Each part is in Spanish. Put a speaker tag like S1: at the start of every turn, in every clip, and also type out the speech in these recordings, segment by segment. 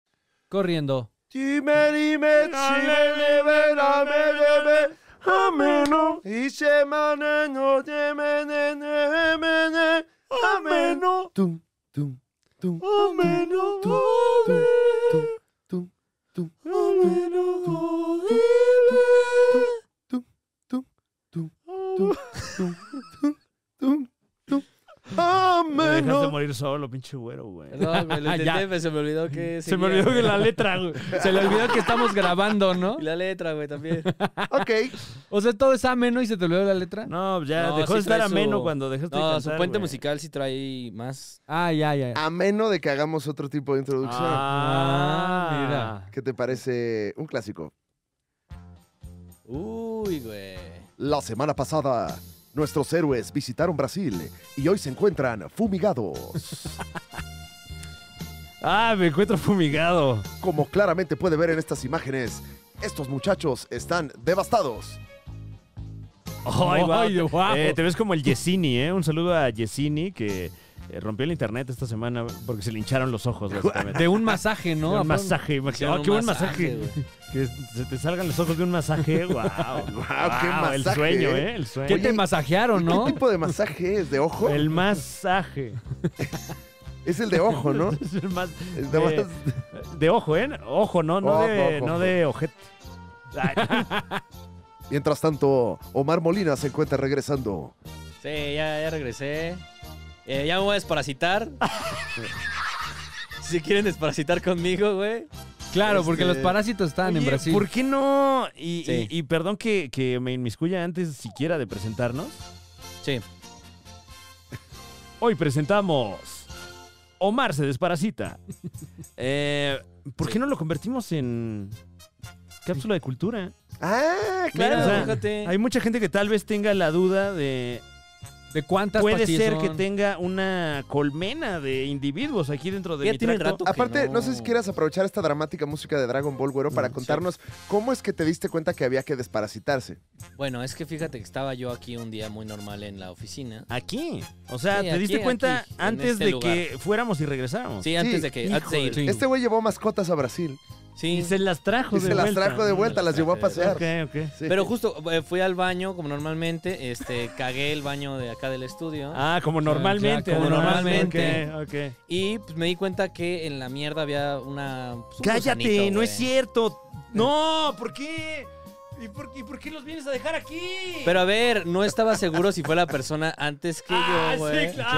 S1: Corriendo.
S2: Dime, dime, dime, dime, dame, dime, ameno. Y se maneno, dime, dime, dime, ameno. Tum, tum, tum, ameno, tum, tum, tum, tum, ameno, tum, tum, tum, tum, tum, tum, tum, tum,
S3: Ah. Me dejaste
S2: ameno.
S3: morir solo, pinche güero, güey.
S1: Perdón, güey, lo
S3: Ah, Ya.
S1: intenté, pero se me olvidó que.
S3: Se
S1: seguía,
S3: me olvidó
S1: güey.
S3: que la letra, güey.
S1: Se le olvidó que estamos grabando, ¿no?
S4: Y la letra, güey, también.
S2: Ok,
S1: O sea, todo es ameno y se te olvidó la letra.
S3: No, pues ya
S4: No,
S3: dejó
S4: sí
S3: de estar
S4: trae su-
S3: ameno cuando dejaste de
S4: No,
S3: cantar,
S4: su puente
S3: güey.
S4: musical sí trae más.
S1: Ah, ya, ya.
S2: ameno de que hagamos otro tipo de introducción.
S3: Ah,
S2: ¿Qué te parece un clásico?
S4: Uy, güey.
S2: La semana pasada, nuestros héroes visitaron Brasil y hoy se encuentran fumigados.
S3: Ah, me encuentro fumigado.
S2: Como claramente puede ver en estas imágenes, estos muchachos están devastados.
S3: Ay, guau.
S1: Ay, guau.
S3: Eh, te ves como el Yesini, ¿eh? Un saludo a Yesini que eh, rompió el internet esta semana porque se le hincharon los ojos, básicamente.
S1: De un masaje, ¿no?
S3: un masaje, imagínate.
S4: Hicieron
S3: Ah, qué
S4: un
S3: buen masaje.
S4: güey.
S3: Que se te salgan los ojos de un masaje. ¡Wow!
S2: qué
S3: El
S2: masaje,
S3: sueño,
S2: ¿eh?
S3: ¿eh? El
S1: ¿Qué
S3: sueño.
S1: te masajearon, no?
S2: ¿Qué tipo de masaje es? ¿De ojo?
S3: El masaje.
S2: Es el de ojo, ¿no?
S3: Es el mas- Eh,
S2: Es de
S3: de,
S2: mas-
S3: de ojo, ¿eh? Ojo, no, no
S2: Ojo,
S3: de,
S2: ojo,
S3: no
S2: ojo.
S3: de ojete. Ay,
S2: Mientras tanto, Omar Molina se encuentra regresando.
S4: Sí, ya, ya regresé. Eh, ya me voy a desparasitar. si quieren desparasitar conmigo, güey.
S1: Claro, porque
S2: Este-
S1: los parásitos estaban en
S3: oye,
S1: Brasil.
S3: ¿Por qué no? Y,
S4: Sí.
S3: y- y perdón que, que me inmiscuya antes siquiera de presentarnos.
S4: Sí.
S3: Hoy presentamos Omar se desparasita. Eh, ¿Por qué no lo convertimos en cápsula de cultura?
S2: Ah,
S4: Mira,
S2: claro.
S3: o sea,
S4: fíjate.
S3: Hay mucha gente que tal vez tenga la duda de
S1: ¿De cuántas
S3: puede
S1: pastillas
S3: ser que
S1: son?
S3: tenga una colmena de individuos aquí dentro de
S4: Ya
S3: mi
S4: tiene
S3: tracto.
S4: rato.
S2: Aparte,
S4: que
S2: no.
S4: no.
S2: sé si quieras aprovechar esta dramática música de Dragon Ball, güero, para contarnos cómo es que te diste cuenta que había que desparasitarse.
S4: Bueno, es que fíjate que estaba yo aquí un día muy normal en la oficina.
S3: Aquí. O sea,
S4: Sí,
S3: te diste
S4: aquí,
S3: cuenta
S4: aquí, en
S3: antes
S4: este
S3: de
S4: lugar.
S3: que fuéramos y regresáramos.
S4: Sí, antes
S2: Sí,
S4: de que. Antes de ir.
S1: híjole.
S2: Este güey llevó mascotas a Brasil
S3: Y
S4: Sí.
S3: se las trajo
S2: y
S3: de
S2: se las
S3: vuelta.
S2: trajo de vuelta, las llevó a pasear.
S3: Ok, ok.
S2: Sí.
S4: Pero justo eh, fui al baño, como normalmente, este, cagué el baño de acá del estudio.
S3: Ah, como normalmente.
S1: ya, como
S3: además.
S1: normalmente.
S3: Ok, ok.
S4: Y pues, me di cuenta que en la mierda había una. pues, un
S3: Cállate,
S4: gusanito,
S3: no
S4: güey.
S3: es cierto. No, ¿por qué? ¿Y por, y por qué los vienes a dejar aquí?
S4: Pero a ver, no estaba seguro si fue la persona antes que
S3: ah,
S4: yo, güey.
S3: sí, claro.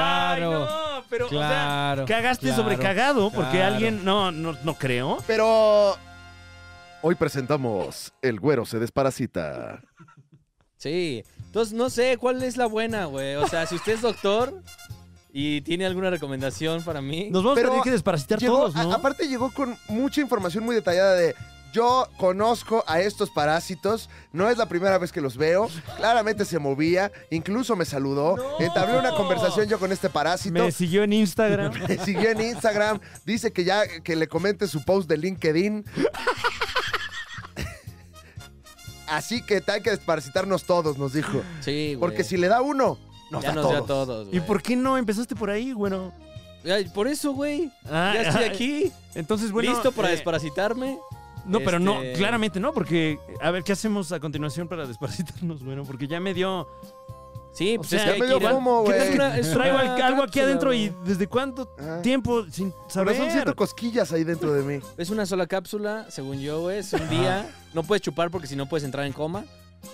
S1: Claro.
S3: Ay, no, pero,
S1: Claro.
S3: o sea, cagaste
S1: claro,
S3: sobre cagado porque
S1: claro.
S3: alguien. No, no, no creo.
S2: Pero hoy presentamos El Güero se desparasita.
S4: Sí. Entonces, no sé cuál es la buena, güey. O sea, si usted es doctor y tiene alguna recomendación para mí.
S3: Nos vamos
S2: Pero
S3: a tener que desparasitar
S2: Llegó-
S3: todos,
S2: a-
S3: ¿no?
S2: aparte llegó con mucha información muy detallada de yo conozco a estos parásitos, no es la primera vez que los veo, claramente se movía, incluso me saludó,
S3: No.
S2: entablé una conversación yo con este parásito.
S3: Me siguió en Instagram.
S2: Me siguió en Instagram, dice que ya que le comente su post de LinkedIn. Así que hay que desparasitarnos todos, nos dijo.
S4: Sí, güey.
S2: Porque si le da uno, nos,
S4: ya
S2: da,
S4: nos
S2: todos.
S4: dio a todos, güey.
S3: ¿Y por qué no empezaste por ahí, bueno?
S4: Ay, por eso, güey.
S3: Ah,
S4: Ya estoy
S3: ah,
S4: aquí,
S3: Entonces, bueno.
S4: listo para
S3: eh,
S4: desparasitarme.
S3: No, pero no,
S4: Este-
S3: claramente no, porque a ver qué hacemos a continuación para desparasitarnos, bueno, porque ya me dio.
S4: Sí,
S3: O
S4: pues
S3: sea,
S4: es
S3: ya
S4: que
S2: me
S4: hay
S2: dio
S4: que ir al-
S2: fomo,
S4: ¿Qué
S2: güey.
S4: es una- es
S3: Traigo
S4: una
S3: al- algo aquí
S4: cápsula,
S3: adentro y
S4: güey.
S3: desde cuánto
S2: Ah.
S3: tiempo sin saber.
S2: Corazón, siento cosquillas ahí dentro de mí.
S4: Es una sola cápsula, según yo, güey. Es un día. No puedes chupar porque si no puedes entrar en coma.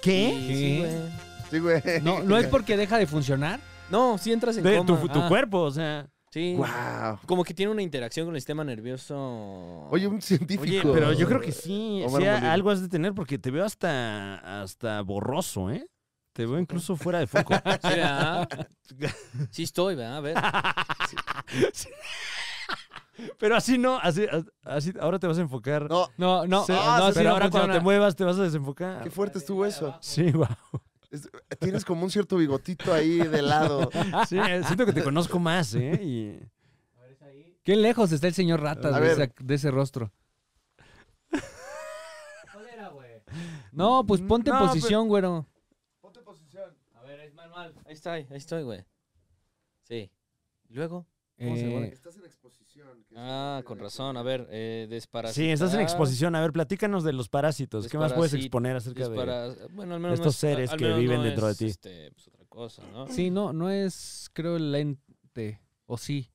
S3: ¿Qué?
S4: Y sí,
S1: ¿Qué?
S4: güey.
S2: Sí, güey.
S1: No, no es porque deja de funcionar.
S4: No, sí entras en
S3: De tu,
S4: coma.
S3: tu
S4: Ah,
S3: cuerpo, o sea.
S4: Sí.
S2: Wow.
S4: Como que tiene una interacción con el sistema nervioso.
S2: Oye, un
S3: Oye,
S2: científico.
S3: pero yo creo que sí.
S2: Omar
S3: sí, a-
S2: Molina.
S3: algo has de tener porque te veo hasta, hasta borroso, ¿eh? Te veo incluso fuera de foco.
S4: Sí, ¿verdad? Sí estoy, ¿verdad? A ver.
S3: pero así no, así, así ahora te vas a enfocar.
S2: No,
S1: No, no,
S3: Sí,
S1: no, así no
S3: pero ahora cuando
S1: funciona.
S3: te muevas te vas a desenfocar.
S2: qué fuerte estuvo eso.
S3: Sí, guau.
S2: Es- tienes como un cierto bigotito ahí de lado.
S3: Sí, eh, siento que te conozco más, ¿eh? Y-
S1: Qué lejos está el señor Ratas de,
S2: A ver.
S1: esa- de ese rostro. No,
S4: Mm,
S1: pues ponte
S3: No,
S1: en posición, güero.
S4: A ver, es manual. Ahí estoy, ahí estoy, güey. Sí. Luego. ¿Cómo se llama?
S1: Eh,
S2: Estás en exposición. que es
S4: Ah,
S2: una
S4: con
S2: materia
S4: razón.
S2: que-
S4: A ver, eh, desparasitar.
S3: Sí, estás en exposición. A ver, platícanos de los parásitos. ¿Qué más puedes
S4: Desparasi-
S3: exponer acerca de...?
S4: dispara- Bueno, al menos no
S3: estos
S4: es-
S3: seres
S4: al
S3: que
S4: menos no
S3: viven dentro de
S4: es,
S3: ti?
S4: este, pues, otra cosa, ¿no?
S1: sí, no, no es, creo, el ente. O sí.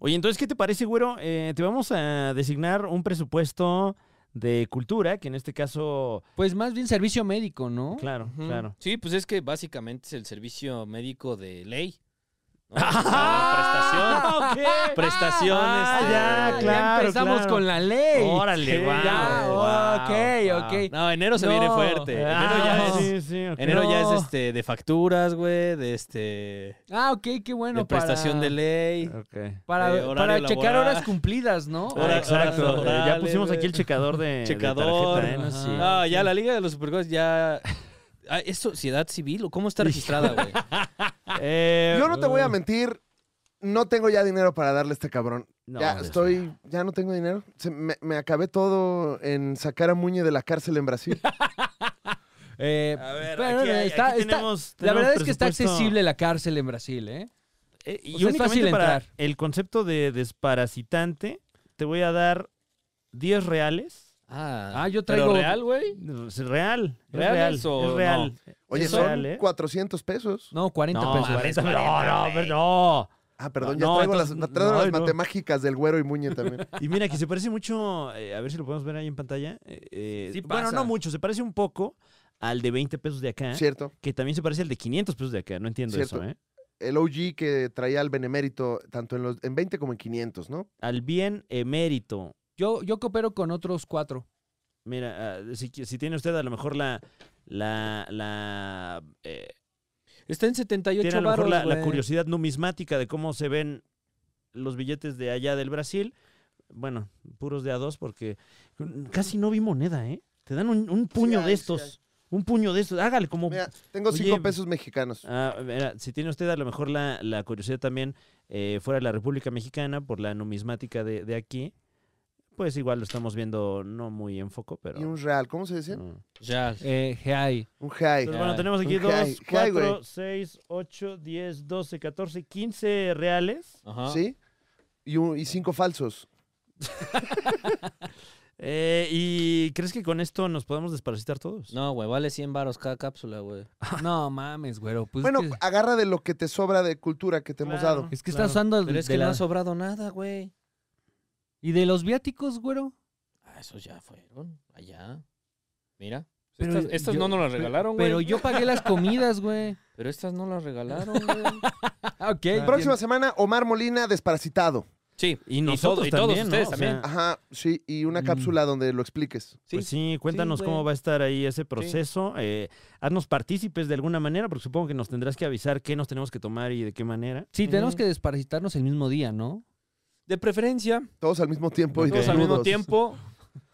S3: Oye, entonces, ¿qué te parece, güero? Eh, te vamos a designar un presupuesto de cultura, que en este caso...
S1: Pues más bien servicio médico, ¿no?
S3: Claro,
S4: Ujú.
S3: claro.
S4: Sí, pues es que básicamente es el servicio médico de ley. ¿no?
S3: Ah,
S4: O sea, prestación.
S3: ok.
S4: Prestación.
S3: Ah,
S4: este,
S3: ya, claro,
S1: empezamos
S3: claro.
S1: con la ley.
S3: Órale,
S1: Sí,
S3: guau,
S1: ya,
S3: guau,
S1: ok,
S3: guau.
S1: ok.
S4: No, enero se
S1: No.
S4: viene fuerte.
S1: Eh,
S4: Enero, ya,
S3: Ah,
S4: es,
S3: sí, sí, ok.
S4: enero ya
S1: No.
S4: es este de facturas, güey, de este
S1: Ah, ok, qué bueno.
S4: de prestación
S1: para-
S4: de ley.
S3: Ok.
S1: Para,
S4: de horario
S1: para checar
S4: laboral.
S1: horas cumplidas, ¿no?
S3: Ah,
S4: Hora-
S3: exacto.
S4: horas
S3: Eh, ya
S4: laborales,
S3: pusimos aquí
S4: güey.
S3: el checador de- de.
S4: Checador.
S3: tarjeta, ¿eh? No sé si-
S1: Ajá.
S4: No, ya la Liga de los Supergods ya Ah, ¿Es sociedad civil o cómo está registrada, güey?
S3: Eh,
S2: Yo no te voy a mentir. No tengo ya dinero para darle a este cabrón.
S3: no,
S2: ya
S3: Dios mío.
S2: estoy, ya no tengo dinero. Se- me, me acabé todo en sacar a Muñe de la cárcel en Brasil.
S1: Eh,
S3: A ver,
S1: Pero,
S3: aquí, hay-
S1: está-
S3: aquí
S1: está-
S3: tenemos,
S1: la
S3: tenemos
S1: verdad es que está
S3: presupuesto.
S1: accesible la cárcel en Brasil, ¿eh?
S3: Eh, y
S1: O sea, es
S3: únicamente
S1: fácil
S3: para
S1: entrar.
S3: el concepto de desparasitante, te voy a dar 10 reales.
S4: Ah,
S1: Ah, yo
S4: ¿pero
S1: traigo-
S4: real, güey.
S3: Es real. es real.
S4: ¿Reales o
S3: Es real.
S2: Oye,
S3: Es
S2: son
S3: real, ¿eh?
S2: 400 pesos.
S1: No, 40
S3: No,
S1: pesos.
S3: mames, no, no, pero no.
S2: Ah, perdón,
S3: No,
S2: ya traigo
S3: entonces,
S2: las, traigo
S3: no,
S2: las
S3: no.
S2: matemágicas del güero y Muñe también.
S3: Y mira, que se parece mucho, eh, a ver si lo podemos ver ahí en pantalla. eh, eh,
S1: Sí
S3: bueno,
S1: pasa.
S3: no mucho, se parece un poco al de 20 pesos de acá,
S2: Cierto.
S3: que también se parece al de 500 pesos de acá. No entiendo eso,
S2: Cierto.
S3: ¿eh?
S2: El OG que traía al benemérito tanto en los en 20 como en 500, ¿no?
S3: Al bien emérito.
S1: Yo, yo coopero con otros cuatro.
S3: Mira, ah, si, qui- si tiene usted a lo mejor la. La. La. eh,
S4: Está en 78
S3: tiene a lo mejor la,
S4: varos,
S3: la
S4: güey.
S3: curiosidad numismática de cómo se ven los billetes de allá del Brasil. Bueno, puros de a dos, porque casi no vi moneda, ¿eh? Te dan un, un puño
S2: hay,
S3: de
S2: sí
S3: estos.
S2: hay.
S3: un puño de estos. Hágale como.
S2: Mira, tengo
S3: Oye,
S2: 5 pesos mexicanos.
S3: Ah, mira, si tiene usted a lo mejor la, la curiosidad también eh, fuera de la República Mexicana por la numismática de, de aquí, pues igual lo estamos viendo no muy en foco, pero.
S2: Y un real, ¿cómo se dice?
S3: no.
S4: Ya.
S1: Eh, GI.
S2: Un high.
S3: Entonces, bueno,
S4: Ay.
S3: tenemos aquí
S2: Un
S3: 2,
S2: high- high,
S3: 4,
S2: güey.
S3: 6, 8, 10, 12, 14, 15 reales.
S4: Ajá.
S2: ¿Sí? Y, un- y cinco falsos.
S3: Eh, ¿Y crees que con esto nos podemos desparasitar todos?
S4: No, güey, vale 100 varos cada cápsula,
S1: Mm,
S4: güey.
S1: No mames, güero. Pues
S2: bueno,
S1: es que,
S2: agarra de lo que te sobra de cultura que te hemos
S3: Claro.
S2: dado.
S1: es que estás
S3: claro.
S1: usando.
S4: Pero es
S1: de
S4: que
S1: la-
S4: no ha sobrado nada, güey.
S1: ¿Y de los viáticos, güero?
S4: Ah, esos ya fueron allá. Mira.
S1: Pero
S4: estas estas
S1: yo-
S4: no nos las regalaron, güey.
S1: Pero
S4: Pero,
S1: yo pagué las comidas, güey.
S4: estas no las regalaron, güey.
S1: ok.
S2: Próxima semana, Omar Molina desparasitado.
S4: Sí,
S3: Y nosotros
S4: y todos
S3: también, ¿no?
S4: ustedes
S3: O sea,
S4: también. Ah,
S2: Ajá, sí, y una
S1: Mm.
S2: cápsula donde lo expliques.
S4: Sí,
S3: Pues sí, cuéntanos
S4: sí, güey.
S3: cómo va a estar ahí ese proceso. eh, haznos partícipes de alguna manera, porque supongo que nos tendrás que avisar qué nos tenemos que tomar y de qué manera.
S1: Sí, tenemos
S4: Ujú.
S1: que desparasitarnos el mismo día, ¿no?
S4: De preferencia,
S2: Todos al mismo tiempo. y
S4: todos al mismo
S2: desnudos.
S4: tiempo.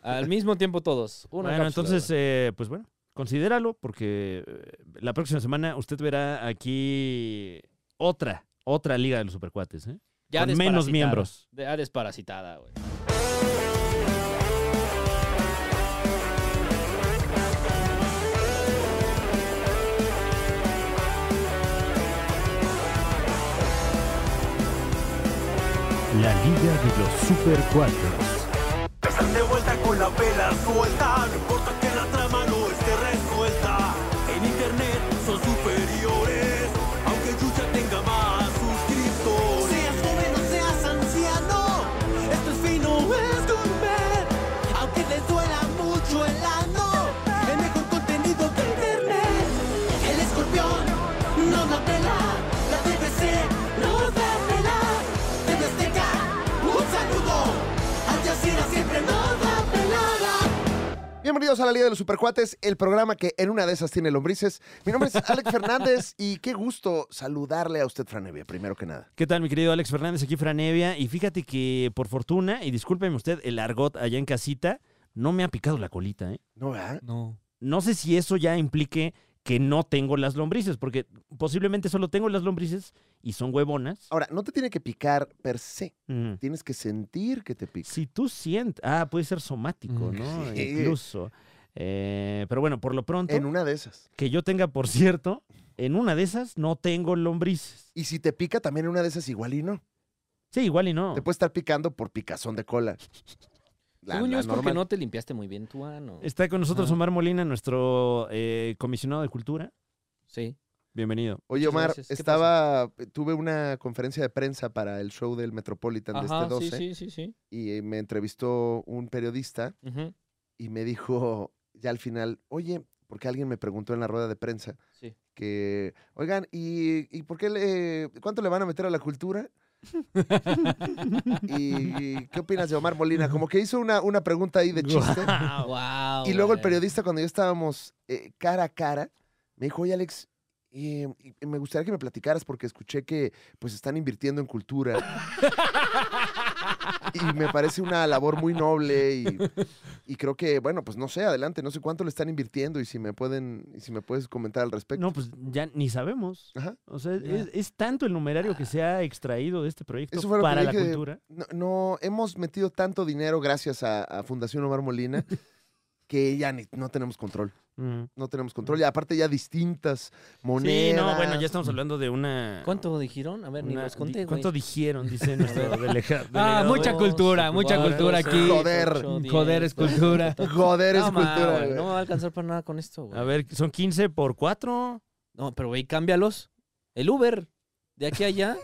S4: Al mismo tiempo todos. Una
S3: bueno,
S4: cápsula,
S3: entonces,
S4: güey.
S3: eh, pues bueno, considéralo, porque eh, la próxima semana usted verá aquí otra, otra Liga de los Supercuates, ¿eh?
S4: Ya
S3: con menos
S4: desparasitada.
S3: miembros.
S4: De- Ya desparasitada, güey.
S3: La Liga de los Super
S5: Están de vuelta con la vela suelta, no importa que la trama no esté resuelta. En internet son superiores, aunque Yuya tenga más suscriptores. Seas joven o seas anciano, esto es fino, es gourmet. Aunque les duela mucho el ano, el mejor contenido de internet. El escorpión no la pela, la TVC no da pela. TV Azteca, un saludo, Al Jazeera siempre no da pelada.
S2: Bienvenidos a la Liga de los Supercuates, el programa que en una de esas tiene lombrices. Mi nombre es Alex Fernández y qué gusto saludarle a usted, Franevia, primero que nada.
S3: ¿Qué tal, mi querido Alex Fernández? Aquí Franevia. Y fíjate que, por fortuna, y discúlpeme usted, el argot allá en casita, no me ha picado la colita, ¿eh?
S2: ¿No, verdad?
S1: No.
S3: No sé si eso ya implique que no tengo las lombrices, porque posiblemente solo tengo las lombrices y son huevonas.
S2: Ahora, no te tiene que picar per se,
S3: Mm.
S2: tienes que sentir que te pica.
S3: Si tú sientes... Ah, puede ser somático,
S1: Mm.
S3: ¿no?
S2: Sí.
S3: Incluso. Eh, pero bueno, por lo pronto,
S2: En una de esas.
S3: que yo tenga, por cierto, en una de esas no tengo lombrices.
S2: Y si te pica también en una de esas, igual y no.
S3: Sí, igual y no.
S2: Te puede estar picando por picazón de cola. La-
S4: Según
S2: la
S4: yo es porque
S2: normal.
S4: no te limpiaste muy bien tu ano.
S3: Está con nosotros
S4: Ajá.
S3: Omar Molina, nuestro eh, comisionado de cultura.
S4: Sí.
S3: Bienvenido.
S2: Oye,
S4: Muchas
S2: Omar,
S4: gracias. ¿Qué
S2: estaba, tuve una conferencia de prensa para el show del Metropolitan de
S4: Ajá,
S2: este 12
S4: sí, sí, sí, sí.
S2: y eh, me entrevistó un periodista
S4: Ujú,
S2: y me dijo ya al final, oye, porque alguien me preguntó en la rueda de prensa
S4: sí.
S2: que, oigan, ¿y, y por qué le, cuánto le van a meter a la cultura? ¿Y, y qué opinas de Omar Molina? Como que hizo una, una pregunta ahí de chiste.
S3: Ah,
S4: Wow.
S2: Y luego el periodista, cuando yo estábamos eh, cara a cara, me dijo, oye, Alex, eh, y- me gustaría que me platicaras porque escuché que pues están invirtiendo en cultura. y me parece una labor muy noble y, y creo que, bueno, pues no sé, adelante, no sé cuánto le están invirtiendo y si me pueden, y si me puedes comentar al respecto.
S3: No, pues ya ni sabemos.
S2: Ajá. Ah.
S3: O sea,
S4: Ya.
S3: es, es tanto el numerario que se ha extraído de este proyecto
S2: Eso fue lo que
S3: para
S2: yo
S3: la
S2: dije de-
S3: cultura.
S2: No, no, hemos metido tanto dinero gracias a, a Fundación Omar Molina que ya ni- no tenemos control.
S3: Mm.
S2: No tenemos control. Y aparte ya distintas monedas.
S3: Sí, no, bueno, ya estamos hablando de una...
S4: ¿Cuánto dijeron? A ver, ni
S3: una-
S4: los
S3: di-
S4: conté, güey.
S3: ¿Cuánto dijeron? Dice nuestro delega-
S1: Ah,
S3: delegado.
S1: mucha cultura, mucha cultura aquí.
S2: Joder.
S1: Joder, es cultura.
S2: Joder, es
S4: No, ma,
S2: cultura,
S4: güey,
S2: güey.
S4: no me va a alcanzar para nada con esto, güey.
S3: A ver, son 15 por 4.
S4: No, pero güey, cámbialos. El Uber, de aquí a allá.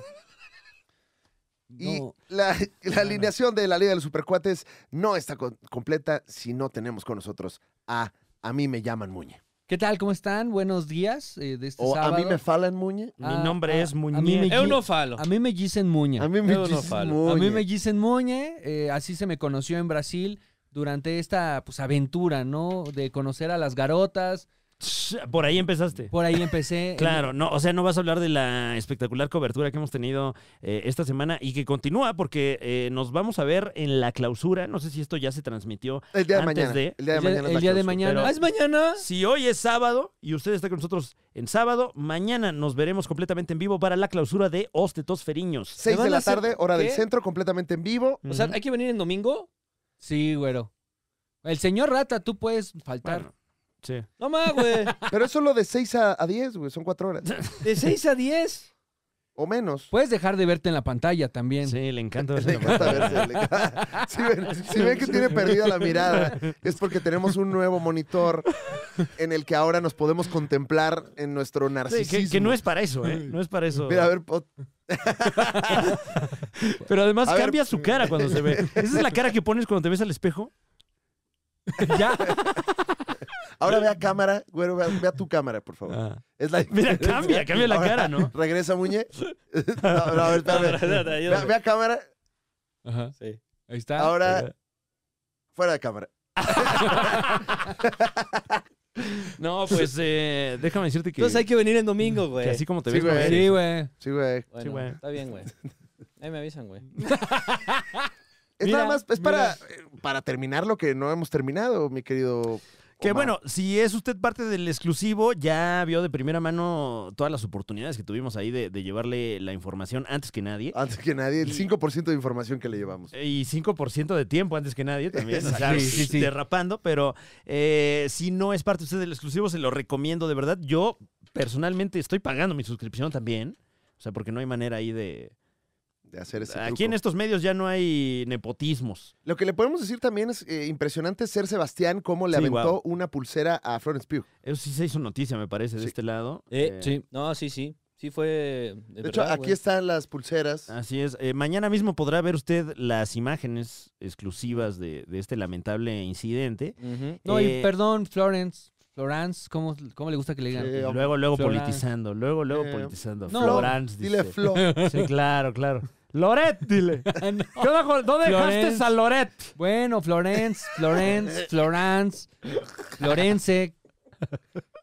S2: Y
S4: No.
S2: la, la alineación de la Liga de los Supercuates no está con- completa si no tenemos con nosotros a A mí me llaman Muñe.
S1: ¿Qué tal? ¿Cómo están? Buenos días eh, de este
S2: O
S1: sábado.
S2: Oh, a mí me falan Muñe.
S1: Ah,
S3: Mi nombre
S1: ah,
S3: es
S1: a mí me
S3: Muñe.
S1: llega-
S4: Eunofalo.
S1: A mí me dicen Muñe.
S2: A mí me
S4: Yo no
S2: llaman
S4: falo.
S2: Muñe.
S1: A mí me dicen Muñe, eh, así se me conoció en Brasil durante esta pues, aventura, ¿no? De conocer a las garotas.
S3: Ch- Por ahí empezaste.
S1: Por ahí empecé.
S3: Claro, no, o sea, no vas a hablar de la espectacular cobertura que hemos tenido eh, esta semana y que continúa porque eh, nos vamos a ver en la clausura. No sé si esto ya se transmitió.
S2: El día de
S3: Antes
S2: mañana.
S3: de-
S2: el día de
S1: el día-
S2: mañana. es
S1: el
S2: la
S1: día de
S2: clausura.
S1: mañana.
S4: ¿Ah, es mañana?
S3: Si hoy es sábado y usted está con nosotros en sábado, mañana nos veremos completamente en vivo para la clausura de Ostetos Feriños.
S2: Seis
S4: ¿Me van
S2: de
S4: a
S2: la
S4: hacer
S2: tarde, hora del
S4: qué?
S2: centro, completamente en vivo.
S4: O sea, ¿hay que venir en domingo?
S1: Sí, güero. El señor Rata, tú puedes faltar.
S3: Bueno, sí.
S4: No más, güey.
S2: Pero es solo de 6 a, a 10, güey. Son 4 horas.
S4: De 6 a 10.
S2: O menos.
S1: Puedes dejar de verte en la pantalla también.
S3: Sí, le encanta.
S2: Le encanta verse, le encanta. Si ven, si ven que tiene perdida la mirada, es porque tenemos un nuevo monitor en el que ahora nos podemos contemplar en nuestro
S3: Sí,
S2: narcisismo.
S3: que, que no es para eso, ¿eh? No es para eso.
S2: Mira, a ver, pot-
S3: Pero además
S2: A ver.
S3: cambia su cara cuando se ve. Esa es la cara que pones cuando te ves al espejo.
S1: Ya.
S2: ahora ve a cámara, güero, ve a, ve a tu cámara, por favor.
S3: Ah.
S2: Es la
S3: Mira, cambia, cambia la
S2: Oh. Ahora,
S3: cara, ¿no?
S2: Regresa, Muñe. No, no, a ver, espérame. Ve, a- ve a cámara,
S1: Ajá.
S4: Sí.
S1: Ahí
S3: Ah,
S1: está.
S2: ahora fuera de cámara.
S3: No, pues eh, déjame decirte que,
S4: Entonces hay que venir en domingo,
S3: que
S4: güey.
S3: así como te
S2: Sí,
S3: ves, no
S2: güey.
S3: eres.
S1: sí, güey.
S2: Sí, güey.
S4: Bueno,
S3: Sí, güey.
S4: Está bien, güey. Ahí me avisan, güey.
S2: Es
S1: Mira,
S2: nada más, es para, eh, para terminar lo que no hemos terminado, mi querido.
S3: Que
S2: Omar.
S3: bueno, si es usted parte del exclusivo, ya vio de primera mano todas las oportunidades que tuvimos ahí de, de llevarle la información antes que nadie.
S2: Antes que nadie, el 5% de información que le llevamos.
S3: Y 5% de tiempo antes que nadie también, o sea,
S1: Sí, sí, sí.
S3: derrapando, pero eh, si no es parte usted del exclusivo, se lo recomiendo de verdad. Yo personalmente estoy pagando mi suscripción también, o sea, porque no hay manera ahí de...
S2: de hacer ese
S3: Aquí
S2: truco.
S3: en estos medios ya no hay nepotismos.
S2: Lo que le podemos decir también es eh, impresionante ser Sebastián cómo le
S3: Sí,
S2: aventó
S3: guau.
S2: una pulsera a Florence Pugh.
S3: Eso sí se hizo noticia, me parece, de
S2: Sí.
S3: este lado.
S4: Eh,
S3: Eh,
S4: sí. No, sí, sí. Sí fue.
S2: De hecho, aquí están las pulseras.
S3: Así es. Eh, mañana mismo podrá ver usted las imágenes exclusivas de, de este lamentable incidente.
S1: No,
S3: Eh,
S1: y perdón, Florence. Florence, ¿cómo, cómo le gusta que le digan?
S2: Sí.
S3: Luego, luego
S1: Florán.
S3: politizando, luego, luego
S2: Eh,
S3: politizando.
S1: no.
S3: Florán,
S2: Dile
S3: dice.
S2: Flo.
S3: Sí, claro, claro. Loret, dile. ¿Qué onda, ¿Dónde
S1: Florence.
S3: dejaste a Loret?
S1: Bueno, Florence, Florence, Florence, Florence.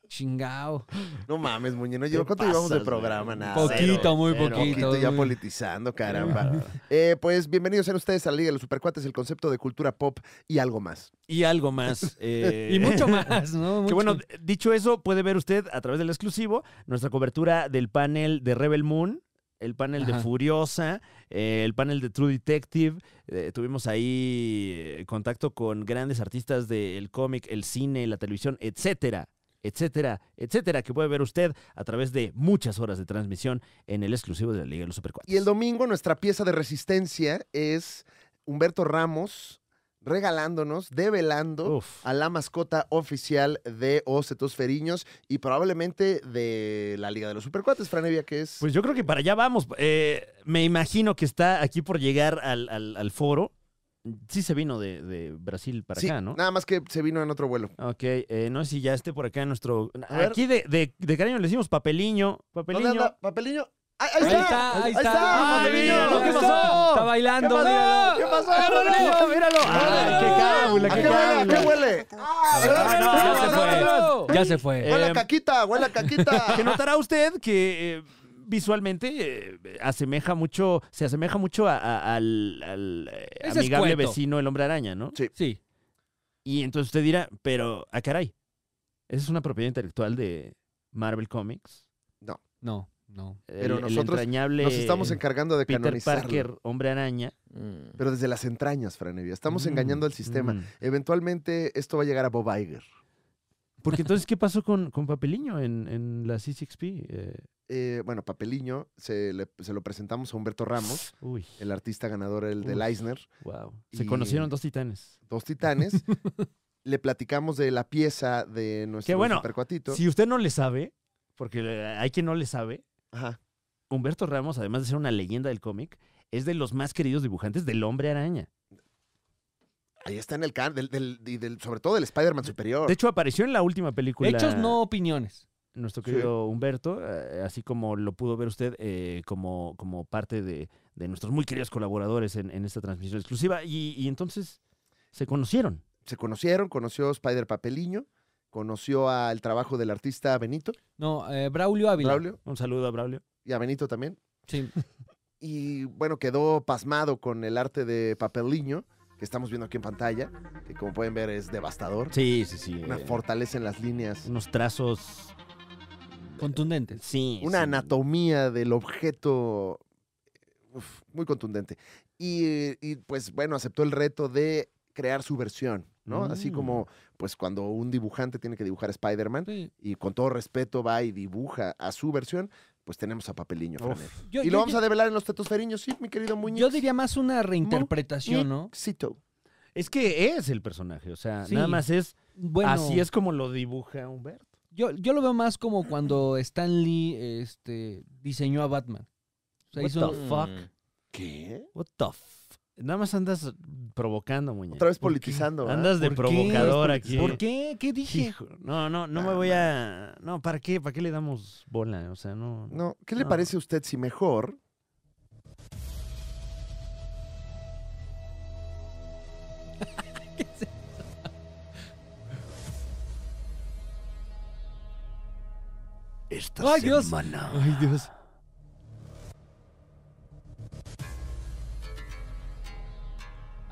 S1: Chingao.
S2: No mames, Muñe, no llevo- ¿Cuánto
S3: pasas,
S2: llevamos de
S3: güey?
S2: programa? Nada.
S1: Poquito,
S2: cero.
S1: muy
S3: cero,
S1: poquito.
S2: Poquito ya
S1: muy-
S2: politizando, caramba. Eh, pues bienvenidos sean ustedes a la Liga de los Supercuates, el concepto de cultura pop y algo más.
S3: Y algo más. eh,
S1: Y mucho más, ¿no?
S3: Que
S1: Mucho.
S3: bueno, dicho eso, puede ver usted a través del exclusivo nuestra cobertura del panel de Rebel Moon, el panel de
S1: Ajá.
S3: Furiosa, eh, el panel de True Detective. Eh, tuvimos ahí eh, contacto con grandes artistas del cómic, el cine, la televisión, etcétera. etcétera, etcétera, que puede ver usted a través de muchas horas de transmisión en el exclusivo de la Liga de los Supercuates.
S2: Y el domingo nuestra pieza de resistencia es Humberto Ramos regalándonos, develando
S3: Uf.
S2: a la mascota oficial de Ocetos Feriños y probablemente de la Liga de los Supercuates, Franevia, que es...
S3: Pues yo creo que para allá vamos. Eh, me imagino que está aquí por llegar al, al- al foro. Sí se vino de, de Brasil para
S2: Sí,
S3: acá, ¿no?
S2: Nada más que se vino en otro vuelo.
S3: Ok, eh, no sé si ya esté por acá nuestro...
S2: A ver.
S3: Aquí de, de, de cariño le decimos papeliño.
S2: ¿Dónde
S3: Papeliño.
S2: anda? ¿Papeliño? ¡Ah, ¡Ahí,
S1: Ahí está, ahí está.
S3: Ay,
S2: ¡Papeliño!
S3: míralo,
S2: ¿Qué
S3: ¿qué
S2: pasó?
S3: pasó?
S1: Está bailando,
S2: ¿Qué pasó?
S1: míralo.
S2: ¿Qué pasó?
S3: ¡Míralo, míralo! ¡Ay, qué cábula,
S2: ¿A
S3: qué
S2: qué huele? ¿A
S3: cábula!
S2: qué huele?
S1: Ah, no, ya se
S4: Ábrelo.
S1: fue. Ya se fue.
S2: Huele a
S3: Em,
S2: caquita, huele a caquita.
S3: que notará usted que eh, visualmente eh, asemeja mucho, se asemeja mucho a- a- al, al, eh,
S1: Es
S3: amigable
S1: escueto.
S3: vecino el hombre araña, ¿no?
S1: Sí.
S3: Y entonces usted dirá, pero a caray, ¿esa es una propiedad intelectual de Marvel Comics?
S1: No, no.
S3: El-
S2: Pero
S3: el
S2: nosotros
S3: entrañable
S2: Nos estamos encargando de
S3: Peter
S2: canonizarlo.
S3: Parker, hombre araña.
S4: Mm.
S2: Pero desde las entrañas, Franevia. Estamos
S3: Mm,
S2: engañando al sistema.
S3: mm.
S2: Eventualmente esto va a llegar a Bob Iger.
S3: Porque entonces, ¿qué pasó con, con Papeliño en, en la C6P? Eh,
S2: Eh, bueno, Papeliño, se, le- se lo presentamos a Humberto Ramos,
S3: uy,
S2: el artista ganador el del
S3: Uf.
S2: Eisner,
S3: wow. Se
S2: y-
S3: conocieron dos titanes.
S2: dos titanes. le platicamos de la pieza de nuestro
S3: Qué bueno.
S2: supercuatito.
S3: Si usted no le sabe, porque eh, hay quien no le sabe,
S2: Ajá.
S3: Humberto Ramos, además de ser una leyenda del cómic, es de los más queridos dibujantes del hombre araña.
S2: Ahí está en el can, del, del- y del- sobre todo del Spider-Man superior.
S3: De hecho, apareció en la última película.
S1: Hechos, no opiniones.
S3: nuestro
S2: Sí.
S3: querido Humberto, eh, así como lo pudo ver usted eh, como, como parte de, de nuestros muy queridos colaboradores en, en esta transmisión exclusiva. Y, y entonces se conocieron.
S2: se conocieron, conoció a Spider Papeliño, conoció al trabajo del artista Benito,
S1: No, eh, Braulio Ávila.
S2: Braulio,
S3: Un saludo a Braulio.
S2: y a Benito también.
S1: Sí.
S2: Y bueno, quedó pasmado con el arte de Papeliño, que estamos viendo aquí en pantalla, que como pueden ver es devastador.
S3: Sí, sí, sí.
S2: Una
S3: eh,
S2: fortaleza en las líneas,
S3: unos trazos.
S1: Contundentes.
S3: Sí.
S2: eh, una
S3: sí.
S2: anatomía del objeto uf, muy contundente. Y, y, pues bueno, aceptó el reto de crear su versión, ¿no? Así
S3: Mm.
S2: como pues cuando un dibujante tiene que dibujar a Spider-Man,
S1: Sí.
S2: y con todo respeto va y dibuja a su versión, pues tenemos a Papeliño.
S3: Uf.
S2: Fran.
S1: Yo,
S2: y
S1: yo-
S2: lo vamos a develar en los tetos feriños, sí, mi querido Muñiz.
S1: yo diría más una reinterpretación, ¿no?
S2: Éxito.
S3: Es que es el personaje, o sea,
S1: Sí.
S3: nada más es.
S1: Bueno,
S3: Así es como lo dibuja Humberto.
S1: Yo, yo lo veo más como cuando Stan Lee este, diseñó a Batman. O sea,
S3: What
S1: hizo-
S3: the
S4: Mm.
S3: fuck?
S5: Mm.
S2: ¿Qué?
S3: What the f- Nada más andas provocando, muñeca.
S2: Otra vez politizando. ¿ah?
S3: Andas de
S1: ¿Por qué?
S3: provocador aquí.
S1: ¿Por qué? ¿Qué dije?
S3: Hijo, no, no, no me
S2: Ah,
S3: voy a. No, ¿para qué? ¿Para qué le damos bola? O sea, no.
S2: No, ¿qué le
S3: No.
S2: parece a usted si mejor?
S5: Esta
S1: ¡Ay, Dios!
S3: Ay, Dios.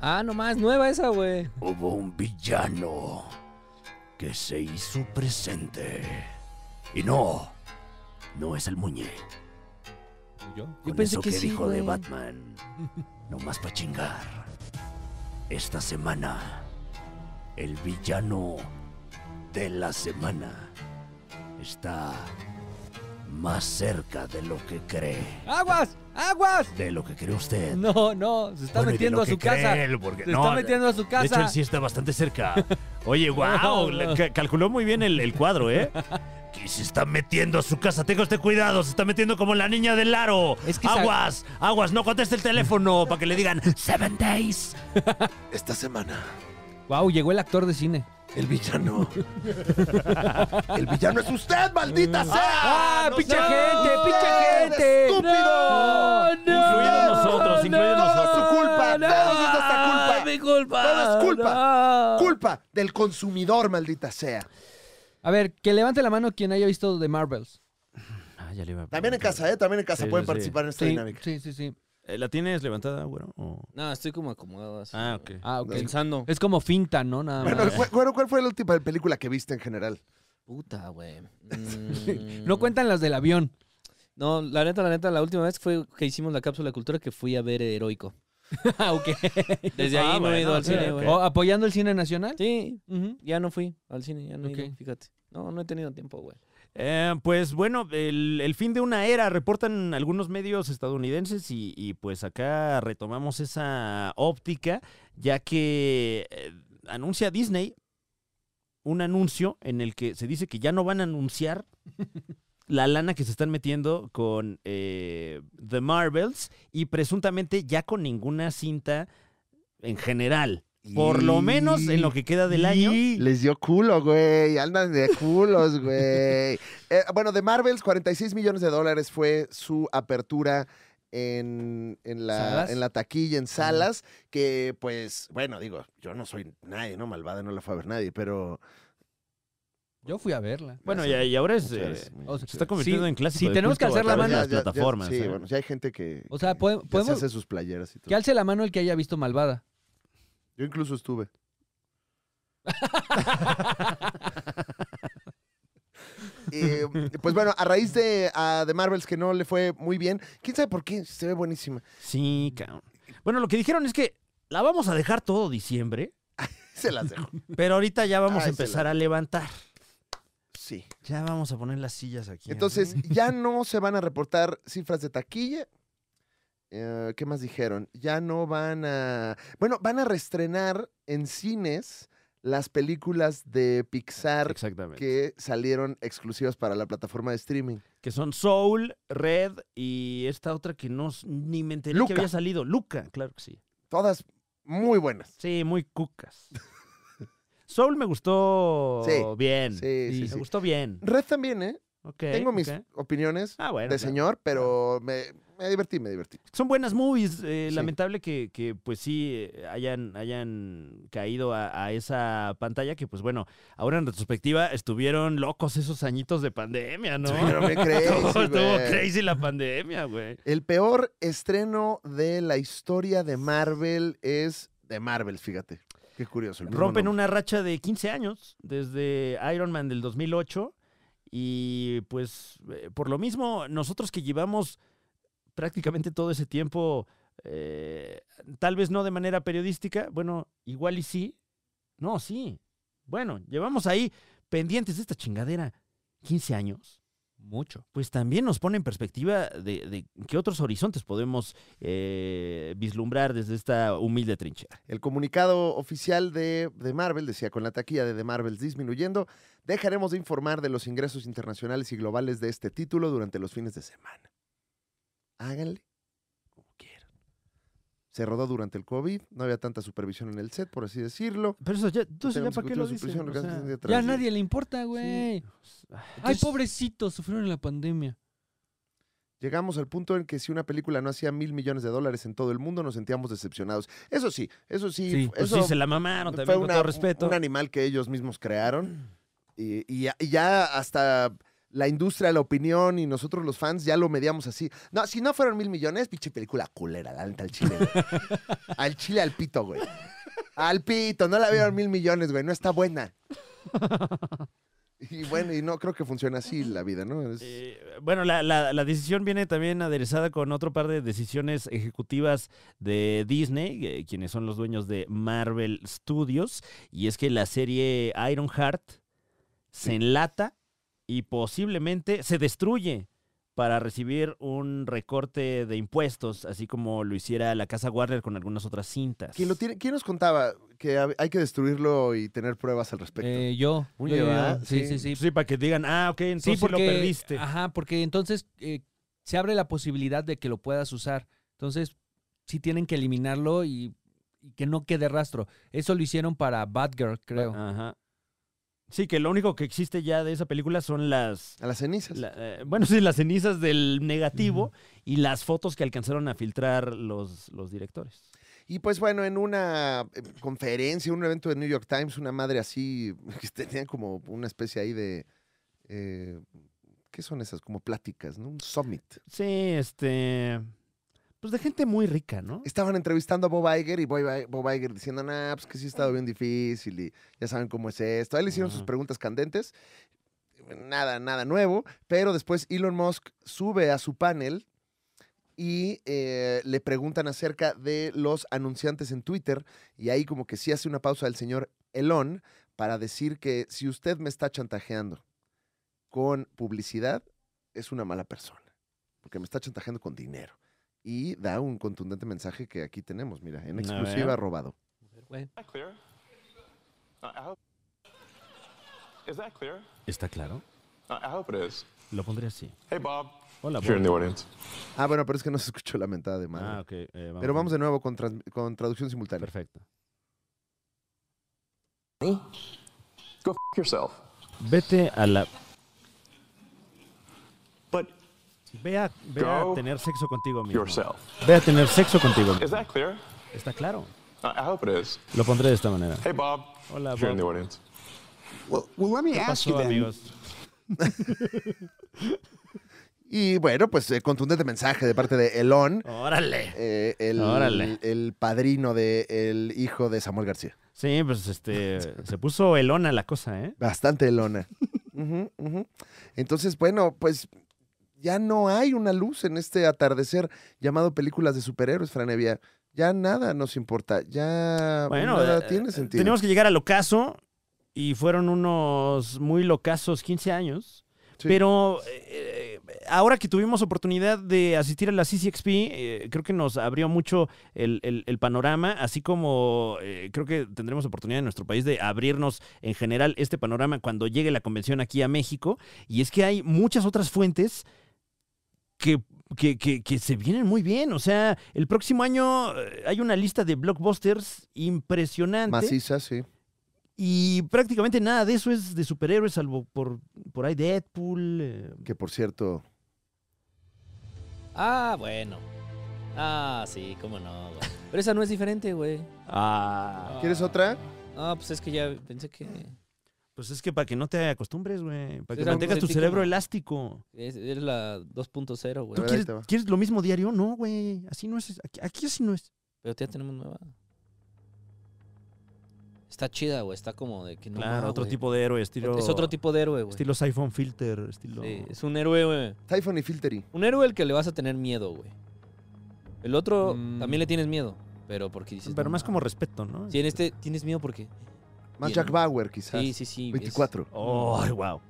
S4: Ah, nomás, nueva esa, güey.
S5: hubo un villano que se hizo presente. Y no, no es el muñe.
S1: Yo,
S5: Con
S1: pensé
S5: eso
S1: que,
S5: que,
S1: sí,
S5: dijo de
S1: güey.
S5: Batman. No más para chingar. Esta semana, el villano de la semana está más cerca de lo que cree.
S1: ¡Aguas! ¡Aguas!
S5: De lo que cree usted.
S1: No, no, se está
S5: Bueno, y de
S1: metiendo
S5: lo
S1: a
S5: que
S1: su casa.
S5: cree él, porque-
S1: Se
S5: no,
S1: está metiendo a su casa.
S5: De hecho, él sí está bastante cerca. Oye,
S1: No,
S5: wow,
S1: no.
S5: calculó muy bien el, el cuadro, ¿eh? Que se está metiendo a su casa. Tenga usted cuidado, se está metiendo como la niña del aro.
S1: Es que sa-
S5: aguas, aguas, no conteste el teléfono para que le digan Seven Days.
S2: Esta semana,
S1: Wow, llegó el actor de cine.
S2: el villano. el villano es usted, maldita sea.
S1: ¡Ah,
S3: no
S1: pinche
S3: sé.
S1: gente! ¡Pinche
S2: ¡Eres
S1: gente!
S2: estúpido!
S1: ¡No!
S5: Incluidos nosotros, incluidos nosotros.
S2: Todo es su culpa,
S1: no,
S2: todo es nuestra culpa.
S1: ¡Es mi culpa!
S2: Todo es culpa.
S1: no.
S2: Culpa del consumidor, maldita sea.
S1: A ver, que levante la mano quien haya visto The Marvels.
S3: Ah, ya le iba a
S2: También en
S3: preguntar.
S2: casa, ¿eh? También en casa
S3: Sí,
S2: pueden
S3: sí, sí.
S2: participar en esta
S1: Sí,
S2: dinámica.
S1: sí, sí, sí.
S3: Eh, ¿La tienes levantada, güero? O-
S4: No, estoy como acomodado así.
S3: Ah, ok.
S1: Ah, ok.
S4: Pensando.
S1: Es como finta, ¿no? Nada más.
S2: Bueno, ¿cu- bueno, ¿cuál fue la última película que viste en general?
S4: Puta, güey.
S1: No
S4: cuenta
S1: cuentan las del avión.
S4: No, la neta, la neta, la última vez fue que hicimos la cápsula de cultura que fui a ver Heroico.
S1: Ah, ok.
S4: Desde
S3: Ah,
S4: ahí no he ido
S3: bueno,
S4: al
S3: sí,
S4: cine,
S3: ok.
S4: güey.
S1: O apoyando el cine nacional.
S4: Sí,
S1: Ujú.
S4: ya no fui al cine, ya no he
S1: Ok.
S4: ido, fíjate. No, no he tenido tiempo, güey.
S3: Eh, pues bueno, el, el fin de una era, reportan algunos medios estadounidenses y, y, pues acá retomamos esa óptica, ya que eh, anuncia Disney un anuncio en el que se dice que ya no van a anunciar la lana que se están metiendo con eh, The Marvels y presuntamente ya con ninguna cinta en general. Por lo menos en lo que queda del año.
S2: Les dio culo, güey. Andan de culos, güey. Eh, bueno, de Marvels, 46 millones de dólares fue su apertura en, en la,
S1: ¿Salas?
S2: en la taquilla, en salas. Que, pues, bueno, digo, yo no soy nadie, ¿no? Malvada, no la fue a ver nadie, pero.
S1: Yo fui a verla.
S3: Bueno, y, y ahora es,
S2: muchas
S3: eh,
S2: gracias, muy
S1: o sea,
S3: se
S2: gracias.
S3: está convirtiendo
S1: Sí,
S3: en clásico.
S1: sí,
S3: de
S1: tenemos que
S3: culto
S1: hacer la
S3: a través
S1: mano.
S3: de
S2: Ya-
S3: las
S2: ya- ya-
S3: plataformas.
S2: sí,
S3: ¿eh?
S2: bueno, ya hay gente que.
S1: O sea,
S2: que
S1: pode-
S2: ya
S1: podemos-
S2: se hace sus playeras y todo.
S1: Que alce la mano el que haya visto Malvada.
S2: Yo incluso estuve. Eh, pues bueno, a raíz de, a- de Marvels que no le fue muy bien, quién sabe por qué, se ve buenísima.
S3: Sí, cabrón. Bueno, lo que dijeron es que la vamos a dejar todo diciembre,
S2: Se las dejo.
S3: pero ahorita ya vamos a
S2: Ay, se
S3: empezar a levantar.
S2: Sí.
S3: Ya vamos a poner las sillas aquí.
S2: Entonces,
S3: ¿no?
S2: ya no se van a reportar cifras de taquilla. Eh, ¿Qué más dijeron? Ya no van a. Bueno, van a reestrenar en cines las películas de Pixar
S3: Exactamente.
S2: que
S3: Que...
S2: salieron exclusivas para la plataforma de streaming.
S3: son Soul, Red y esta otra que no s- ni me enteré
S2: Luca.
S3: que había salido. Luca, claro que sí.
S2: Todas muy buenas.
S3: Sí, muy cucas. Soul me gustó
S2: Sí,
S3: bien.
S2: Sí,
S1: Sí.
S2: sí,
S3: Me
S2: sí.
S3: gustó bien.
S2: Red también, ¿eh?
S3: Ok,
S2: Tengo mis
S3: ok.
S2: opiniones
S3: Ah, bueno.
S2: de
S3: claro.
S2: señor, pero me, me divertí, me divertí.
S3: Son buenas movies. eh,
S2: Sí.
S3: Lamentable que, que, pues sí eh, hayan, hayan caído a, a esa pantalla que, pues bueno, ahora en retrospectiva estuvieron locos esos añitos de pandemia, ¿no?
S2: Pero me
S3: Estuvo-
S2: crazy,
S3: estuvo
S2: güey.
S3: crazy la pandemia, güey.
S2: El peor estreno de la historia de Marvel es de Marvel, fíjate. Qué curioso. el mismo
S3: Rompen
S2: nombre.
S3: una racha de 15 años desde Iron Man del 2008 y pues eh, por lo mismo nosotros que llevamos prácticamente todo ese tiempo, eh, tal vez no de manera periodística, bueno, igual y sí, no, sí, bueno, llevamos ahí pendientes de esta chingadera 15 años.
S1: Mucho.
S3: Pues también nos pone en perspectiva de, de qué otros horizontes podemos eh, vislumbrar desde esta humilde trinchera.
S2: El comunicado oficial de, de Marvel decía, con la taquilla de The Marvels disminuyendo, dejaremos de informar de los ingresos internacionales y globales de este título durante los fines de semana. Háganle como quieran. Se rodó durante el COVID, no había tanta supervisión en el set, por así decirlo.
S3: Pero eso ya,
S2: No
S3: entonces ya
S2: teníamos
S3: para qué
S2: cultura
S3: lo
S2: de
S3: dicen.
S2: supervisión,
S3: O
S2: lo que
S3: sea,
S2: hacen de
S1: Ya a
S2: atrás.
S1: nadie le importa, güey. Ay, pobrecitos, sufrieron la pandemia.
S2: Llegamos al punto en que si una película no hacía mil millones de dólares en todo el mundo, nos sentíamos decepcionados. Eso sí, eso sí,
S1: Sí,
S3: Pues
S2: eso
S3: sí, se la mamaron también,
S2: fue
S3: con
S2: una-
S3: todo respeto.
S2: un animal que ellos mismos crearon. Y, y ya, y ya hasta la industria, la opinión y nosotros los fans ya lo mediamos así. No, si no fueron mil millones, pinche película culera, la neta, al chile. güey. al chile, al pito, güey. Al pito, no la vieron mil millones, güey, no está buena. Y bueno, y no creo que funcione así la vida, ¿no? Es-
S3: Eh, bueno, la, la- la decisión viene también aderezada con otro par de decisiones ejecutivas de Disney, eh, quienes son los dueños de Marvel Studios, y es que la serie Ironheart se enlata y posiblemente se destruye para recibir un recorte de impuestos, así como lo hiciera la casa Warner con algunas otras cintas.
S2: ¿Quién, lo tiene- quién nos contaba que hab- hay que destruirlo y tener pruebas al respecto?
S1: Eh, yo.
S2: Uy,
S1: yo, yo,
S2: ¿verdad?
S1: yo. Sí, sí, sí.
S3: Sí, para que digan, ah, ok, entonces sí, lo perdiste.
S1: Ajá, porque entonces eh, se abre la posibilidad de que lo puedas usar. Entonces, sí tienen que eliminarlo y, y que no quede rastro. Eso lo hicieron para Batgirl, creo.
S3: Ajá. Sí, que lo único que existe ya de esa película son las.
S2: a las cenizas.
S3: la- eh, bueno, sí, las cenizas del negativo y las fotos que alcanzaron a filtrar los, los directores.
S2: Y pues bueno, en una eh, conferencia, un evento de New York Times, una madre así, que tenían como una especie ahí de... eh, ¿Qué son esas? Como pláticas, ¿no? Un summit.
S3: Sí, este. Pues de gente muy rica, ¿no?
S2: Estaban entrevistando a Bob Iger y Bob I- Bob Iger diciendo, nah, pues que sí ha estado bien difícil y ya saben cómo es esto. Ahí le hicieron sus
S3: Ajá.
S2: preguntas candentes. Nada, nada nuevo. Pero después Elon Musk sube a su panel y eh, le preguntan acerca de los anunciantes en Twitter. Y ahí como que sí hace una pausa el señor Elon para decir que si usted me está chantajeando con publicidad, es una mala persona, porque me está chantajeando con dinero. Y da un contundente mensaje que aquí tenemos, mira, en
S3: A
S2: exclusiva
S3: ver.
S2: robado.
S4: Güey.
S6: Is that clear? Uh, I hope. Is that clear?
S3: ¿Está claro?
S6: Uh, I hope it is.
S3: Lo pondré así.
S6: Hey, Bob.
S3: Hola,
S6: If you're in the
S3: Bob.
S6: audience.
S2: Ah, bueno, pero es que no se escuchó la mentada de madre.
S3: Ah, ok. eh, vamos
S2: Pero vamos de nuevo con, trans- con traducción simultánea.
S3: Perfecto.
S6: Go f- yourself.
S3: Vete a la...
S6: But
S3: Ve a, ve a
S6: Go
S3: tener sexo contigo mismo.
S6: yourself.
S3: Ve a tener sexo contigo
S6: Is
S3: mismo.
S6: that clear?
S3: ¿Está claro?
S6: Uh, I hope it is.
S3: Lo pondré de esta manera.
S6: Hey, Bob.
S3: Hola,
S6: If you're in the
S3: Bob.
S6: audience.
S7: Well, well let me ask you
S3: Pasó,
S7: then.
S3: amigos.
S2: Y bueno, pues eh, contundente mensaje de parte de Elon,
S3: ¡Órale!
S2: eh, el,
S3: Órale.
S2: el padrino del hijo de Samuel García.
S3: Sí, pues este... se puso elona la cosa, ¿eh?
S2: Bastante Elona. Ujú, ujú. Entonces, bueno, pues ya no hay una luz en este atardecer llamado películas de superhéroes, Franevia. Ya nada nos importa. Ya
S3: Bueno,
S2: pues, nada
S3: eh,
S2: tiene sentido.
S3: Tenemos que llegar al ocaso y fueron unos muy locazos 15 años.
S2: Sí.
S3: Pero eh, ahora que tuvimos oportunidad de asistir a la CCXP, eh, creo que nos abrió mucho el, el- el panorama, así como eh, creo que tendremos oportunidad en nuestro país de abrirnos en general este panorama cuando llegue la convención aquí a México. Y es que hay muchas otras fuentes que, que, que- que se vienen muy bien. O sea, el próximo año eh, hay una lista de blockbusters impresionante.
S2: Maciza, sí.
S3: Y prácticamente nada de eso es de superhéroes, salvo por, por ahí Deadpool. eh,
S2: Que por cierto,
S4: Ah, bueno. Ah, sí, cómo no, güey. Pero esa no es diferente, güey.
S3: ah,
S2: ¿quieres otra?
S4: Ah, pues es que ya pensé que.
S3: Pues es que para que no te acostumbres, güey. Para que
S4: Era un
S3: mantengas tu
S4: poquitico,
S3: cerebro
S4: ¿no?
S3: elástico.
S4: Es, es la 2.0,
S3: ¿Tú
S2: A
S4: güey.
S2: ver, ahí
S3: quieres,
S2: te va.
S3: quieres lo mismo diario? No, güey. Así no es. Aquí, aquí así no es.
S4: Pero ya tenemos nueva. Está chida, güey. Está como de que no.
S3: claro,
S4: ma,
S3: otro
S4: güey.
S3: tipo de héroe, estilo.
S4: Es otro tipo de héroe, güey.
S3: Estilo iPhone Filter, estilo.
S4: Sí, es un héroe, güey.
S2: Typhon y Filtery.
S4: Un héroe al que le vas a tener miedo, güey. El otro
S1: Mm.
S4: también le tienes miedo. Pero porque dices.
S3: Pero
S4: no,
S3: más
S4: ma.
S3: como respeto, ¿no?
S4: Sí, en este tienes miedo porque.
S2: Más
S4: Bien.
S2: Jack Bauer, quizás.
S4: Sí, sí, sí. es-
S2: 24.
S3: Oh,
S4: Mm.
S3: wow.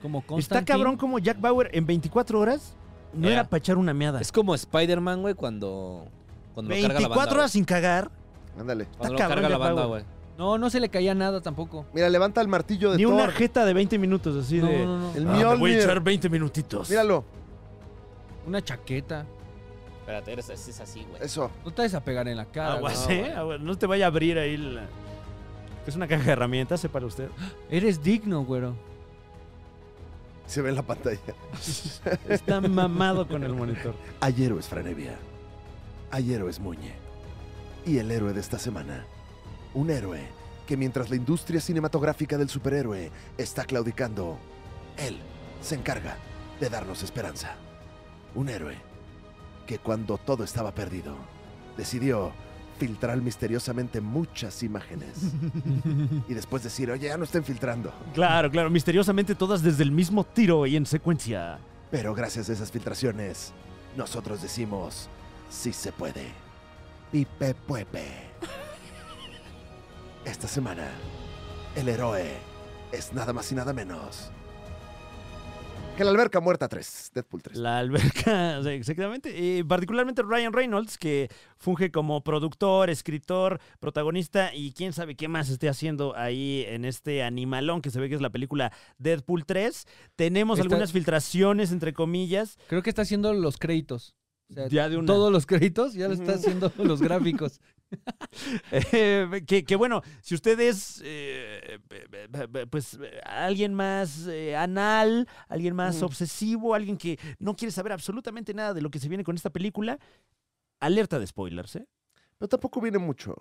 S1: Como
S3: Está
S1: Constantine.
S3: cabrón como Jack Bauer en 24 horas no
S4: Era.
S3: era para echar una meada.
S4: Es como Spider-Man, güey, cuando. Cuando lo carga la
S3: 24
S4: banda.
S3: horas sin cagar.
S2: Ándale.
S4: güey. Cuando lo
S3: Está cabrón
S4: carga la
S3: Jack
S4: banda,
S3: Bauer.
S4: güey.
S1: No, no se le caía nada tampoco.
S2: Mira, levanta el martillo de
S3: Ni una
S2: Thor.
S3: jeta de 20 minutos así
S1: No,
S3: de.
S1: no, no.
S2: El
S3: Ah, me voy a
S2: Mjolnir.
S3: echar 20 minutitos.
S2: Míralo.
S1: Una chaqueta.
S4: Espérate, eres- es así, güey.
S2: Eso.
S1: No te vas a pegar en la cara.
S3: Aguas,
S1: güey.
S3: ¿eh? Aguas, No te vaya a abrir ahí la- Es una caja de herramientas, ¿eh? para usted.
S1: Eres digno, güero.
S2: Se ve en la pantalla.
S3: Está mamado con el monitor.
S2: Hay héroes, Franevia. Hay héroes, Muñe. Y el héroe de esta semana. Un héroe que mientras la industria cinematográfica del superhéroe está claudicando, él se encarga de darnos esperanza. Un héroe que cuando todo estaba perdido, decidió filtrar misteriosamente muchas imágenes. y después decir, oye, ya no estén filtrando.
S3: Claro, claro. Misteriosamente todas desde el mismo tiro y en secuencia.
S2: Pero gracias a esas filtraciones, nosotros decimos, sí se puede. Pipe Puepe. Esta semana, el héroe es nada más y nada menos que la alberca muerta 3, Deadpool 3.
S3: La alberca, o sea, exactamente. Y particularmente Ryan Reynolds, que funge como productor, escritor, protagonista y quién sabe qué más esté haciendo ahí en este animalón que se ve que es la película Deadpool 3. Tenemos
S1: Está-
S3: algunas filtraciones, entre comillas.
S1: Creo que está haciendo los créditos. O sea,
S3: Ya de una.
S1: Todos los créditos ya lo está
S2: Ujú.
S1: haciendo los gráficos.
S3: Eh, que, que bueno, si usted es eh, be- be- be- pues eh, alguien más eh, anal, alguien más
S2: Ujú.
S3: obsesivo, alguien que no quiere saber absolutamente nada de lo que se viene con esta película, alerta de spoilers, ¿eh?
S2: Pero tampoco viene mucho.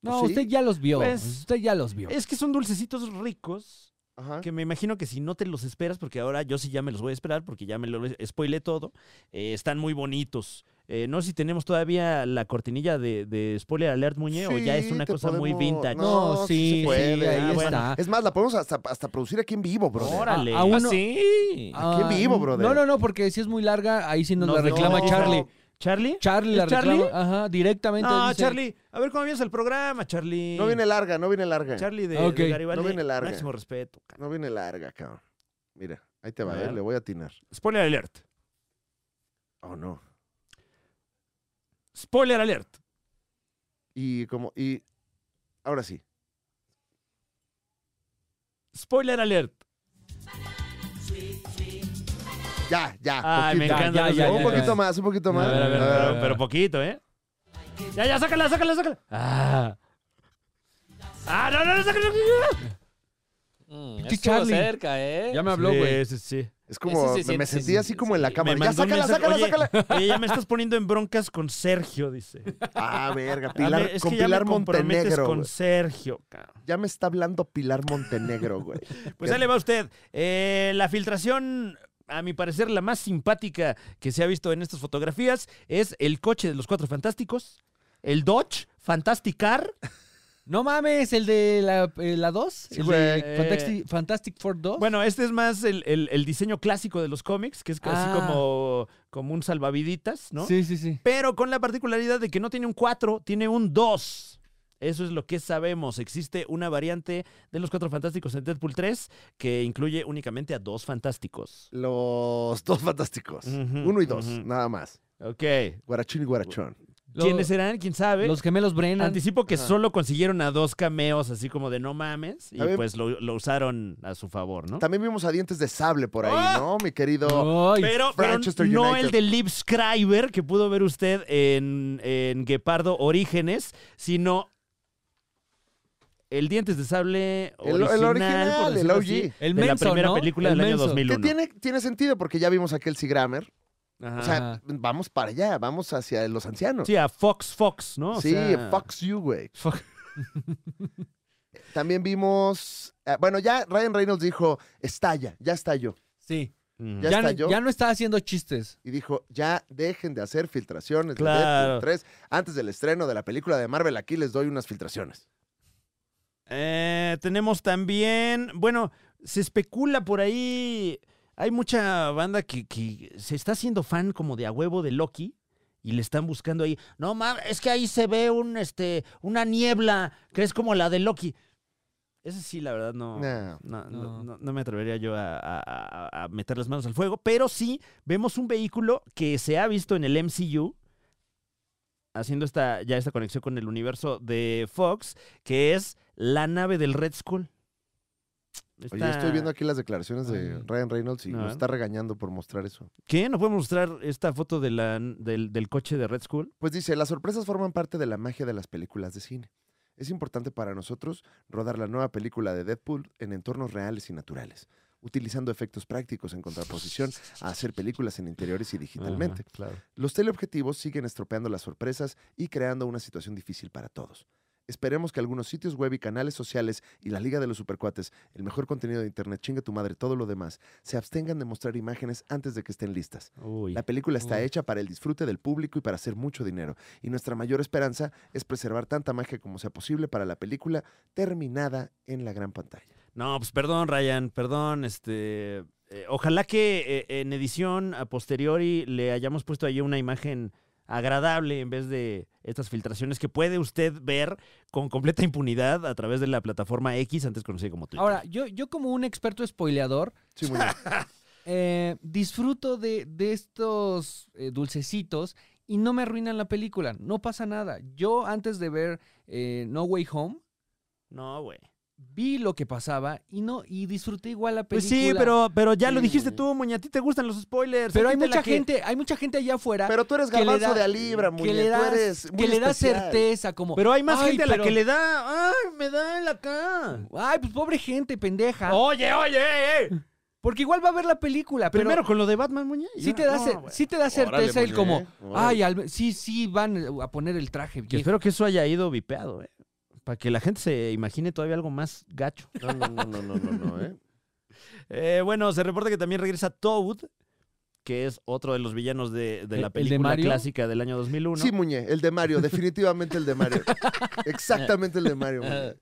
S1: No,
S2: ¿Sí?
S1: usted ya los vio.
S3: Pues-
S1: usted ya los vio.
S3: Es que son dulcecitos ricos
S2: Ajá.
S3: que me imagino que si no te los esperas, porque ahora yo sí ya me los voy a esperar porque ya me lo spoilé todo, eh, están muy bonitos. Eh, no sé si tenemos todavía la cortinilla de, de spoiler alert, Muñe, o ya es
S2: Sí,
S3: una
S2: te
S3: cosa muy
S2: podemos-
S3: vintage.
S1: No,
S2: No, sí
S1: sí,
S2: se
S1: sí,
S2: puede.
S1: ahí
S3: Ah, bueno.
S1: está.
S2: Es más, la podemos hasta, hasta producir aquí en vivo, bro.
S3: Órale.
S1: A- a uno-
S4: sí.
S2: Aquí en
S1: Ah,
S2: vivo, brother.
S1: No, no, no, porque si es muy larga, ahí sí nos
S3: Nos
S1: la reclama
S3: no.
S1: Charlie.
S3: ¿Charlie?
S1: Charlie la
S3: ¿Es Charlie?
S1: reclama. Ajá, directamente.
S3: No,
S1: dice,
S3: Charlie, a ver cómo vienes el programa, Charlie.
S2: No viene larga, no viene larga.
S3: Charlie de,
S1: Ah, ok.
S3: de Garibaldi.
S2: No viene larga.
S3: Máximo respeto. ca-
S2: No viene larga, cabrón. Mira, ahí te va,
S3: A
S2: eh,
S3: ver.
S2: le voy a atinar.
S3: Spoiler alert.
S2: Oh, no.
S3: Spoiler alert.
S2: Y como, y ahora sí.
S3: Spoiler alert.
S2: Ya, ya.
S3: Ay, me
S2: poquito.
S3: encanta.
S1: ya,
S3: los-
S1: ya,
S2: un
S1: ya,
S2: poquito más, un poquito
S3: A
S2: más.
S3: ver, a
S2: A
S3: ver,
S2: ver, a
S3: pero,
S2: ver.
S3: pero poquito, ¿eh? Ya, ya, sácala, sácala, sácala. Ah. Ah, no, no, no, sácala. sácala.
S4: Mm,
S1: Pinche
S4: estuvo
S1: Charlie.
S4: cerca, ¿eh?
S1: Ya me habló, güey.
S3: Sí, sí, sí.
S2: Es como,
S4: Ese se
S2: me
S4: siente-
S2: sentí
S4: sí,
S2: así
S4: sí,
S2: como en la
S3: Me
S2: cámara. Ya,
S3: mandó un
S2: sácala,
S3: mensaje.
S2: sácala,
S3: Oye,
S2: sácala.
S3: oye, ya me estás poniendo en broncas con Sergio, dice.
S2: Ah, verga,
S3: A
S2: Pilar,
S3: ver, es
S2: con
S3: que ya
S2: Pilar
S3: me comprometes
S2: Montenegro.
S3: con
S2: güey.
S3: Sergio, cabrón.
S2: Ya me está hablando Pilar Montenegro, güey.
S3: Pues ahí le va a usted. Eh, la filtración, a mi parecer, la más simpática que se ha visto en estas fotografías es el coche de los Cuatro Fantásticos, el Dodge Fantasticar.
S1: No mames, el de la 2. el
S2: güey.
S1: de Fantastic, Fantastic Four 2.
S3: Bueno, este es más el, el- el diseño clásico de los cómics, que es
S1: Ah.
S3: así como, como un salvaviditas, ¿no?
S1: Sí, sí, sí.
S3: Pero con la particularidad de que no tiene un 4, tiene un 2. Eso es lo que sabemos. Existe una variante de los Cuatro Fantásticos en Deadpool 3 que incluye únicamente a dos fantásticos.
S2: Los dos fantásticos.
S3: Ujú,
S2: Uno y dos,
S3: ujú.
S2: nada más.
S3: Ok.
S2: Guarachín y guarachón.
S1: Lo-
S3: ¿Quiénes serán? ¿Quién sabe?
S1: Los gemelos Brennan.
S3: Anticipo que solo consiguieron a dos cameos así como de no mames y
S2: A ver.
S3: pues lo, lo usaron a su favor, ¿no?
S2: También vimos a dientes de sable por ahí,
S3: ¡Ah!
S2: ¿no? Mi querido.
S1: Ay,
S3: Pero, pero
S2: Manchester
S3: no
S2: United.
S3: el de Liv Schreiber que pudo ver usted en, en Guepardo Orígenes, sino el Dientes de Sable
S2: El- el
S3: original, por
S2: original, el
S3: decirlo
S2: OG.
S3: así,
S1: El
S3: de la
S1: menso,
S3: primera
S1: ¿no?
S3: película
S1: El
S3: del año
S1: menso.
S3: 2001.
S2: que tiene, tiene sentido porque ya vimos a Kelsey Grammer.
S3: Ajá.
S2: O sea,
S1: Ajá.
S2: vamos para allá, vamos hacia los ancianos.
S3: sí, a Fox Fox, ¿no? O
S2: sí,
S3: sea,
S2: fuck you, güey.
S3: Fuck.
S2: También vimos. eh, bueno, ya Ryan Reynolds dijo: estalla, ya estalló.
S1: Sí.
S3: ujú.
S2: Ya
S1: Ya, no-
S2: estalló.
S1: ya no está haciendo chistes.
S2: Y dijo: ya dejen de hacer filtraciones de
S3: Claro.
S2: Deadpool 3. Antes del estreno de la película de Marvel, aquí les doy unas filtraciones.
S3: Eh, tenemos también, bueno, se especula por ahí, hay mucha banda que, que se está haciendo fan como de a huevo de Loki y le están buscando ahí. No mames, es que ahí se ve un, este, una niebla que es como la de Loki. Esa sí, la verdad, no,
S2: No,
S3: no, no,
S1: no.
S3: no- no me atrevería yo a, a- a- a meter las manos al fuego, pero sí vemos un vehículo que se ha visto en el MCU haciendo esta, ya esta conexión con el universo de Fox, que es la nave del Red Skull.
S2: Oye,
S3: Esta-
S2: estoy viendo aquí las declaraciones de
S1: Ay.
S2: Ryan Reynolds y
S3: A
S2: nos
S3: ver.
S2: está regañando por mostrar eso.
S3: ¿Qué? ¿No podemos mostrar esta foto de la, del, del coche de Red Skull?
S2: Pues dice, las sorpresas forman parte de la magia de las películas de cine. Es importante para nosotros rodar la nueva película de Deadpool en entornos reales y naturales, utilizando efectos prácticos en contraposición a hacer películas en interiores y digitalmente.
S3: Ajá, claro.
S2: Los teleobjetivos siguen estropeando las sorpresas y creando una situación difícil para todos. Esperemos que algunos sitios web y canales sociales y la Liga de los Supercuates, el mejor contenido de Internet, chinga tu madre, todo lo demás, se abstengan de mostrar imágenes antes de que estén listas.
S3: Uy.
S2: La película está
S1: Uy.
S2: hecha para el disfrute del público y para hacer mucho dinero. Y nuestra mayor esperanza es preservar tanta magia como sea posible para la película terminada en la gran pantalla.
S3: No, pues perdón, Ryan, perdón, este... eh, ojalá que eh, en edición a posteriori le hayamos puesto ahí una imagen agradable en vez de estas filtraciones que puede usted ver con completa impunidad a través de la plataforma X, antes conocida como Twitter.
S1: Ahora, yo, yo como un experto spoileador,
S2: Sí, muy bien.
S1: eh, disfruto de, de estos eh, dulcecitos y no me arruinan la película. No pasa nada. Yo antes de ver eh, No Way Home,
S3: No, güey.
S1: vi lo que pasaba y no y disfruté igual la
S3: Pues
S1: película.
S3: sí, pero, pero ya lo
S2: Sí,
S3: dijiste
S2: güey.
S3: tú, Muña, a ti te gustan los spoilers.
S1: Pero hay
S3: gente a la
S1: mucha
S3: que-
S1: gente, hay mucha gente allá afuera
S2: Pero tú eres
S1: que le
S2: garbanzo
S1: da-
S2: de a libra,
S1: que
S2: muñe.
S1: le
S2: tú
S1: da,
S2: eres muy
S1: que le da
S2: especial.
S1: certeza, como.
S3: Pero hay más
S1: "Ay,
S3: gente a la
S1: pero-
S3: que le da. ¡Ay, me da en la cara!
S1: Ay, pues pobre gente, pendeja.
S3: Oye, oye, eh, eh.
S1: Porque igual va a ver la película, pero
S3: Primero con lo de Batman, Muña. y
S1: sí
S3: ahora-
S1: te da,
S3: No,
S1: cer-
S3: güey.
S1: sí te da
S2: Órale,
S1: certeza el
S2: muñe,
S1: como.
S2: ¿eh? Órale.
S1: Ay, al- sí, sí, van eh, a poner el traje.
S3: Que
S1: viejo".
S3: espero que eso haya ido vipeado, eh. Para que la gente se imagine todavía algo más gacho.
S2: No, no, no, no, no, no, no, ¿eh?
S3: Eh, bueno, se reporta que también regresa Toad, que es otro de los villanos de, Eh, de
S1: ¿El-
S3: la
S1: el de
S3: película
S1: Mario?
S3: clásica del año 2001.
S2: Sí, muñe, el de Mario, definitivamente el de Mario. Exactamente el de Mario, muñe.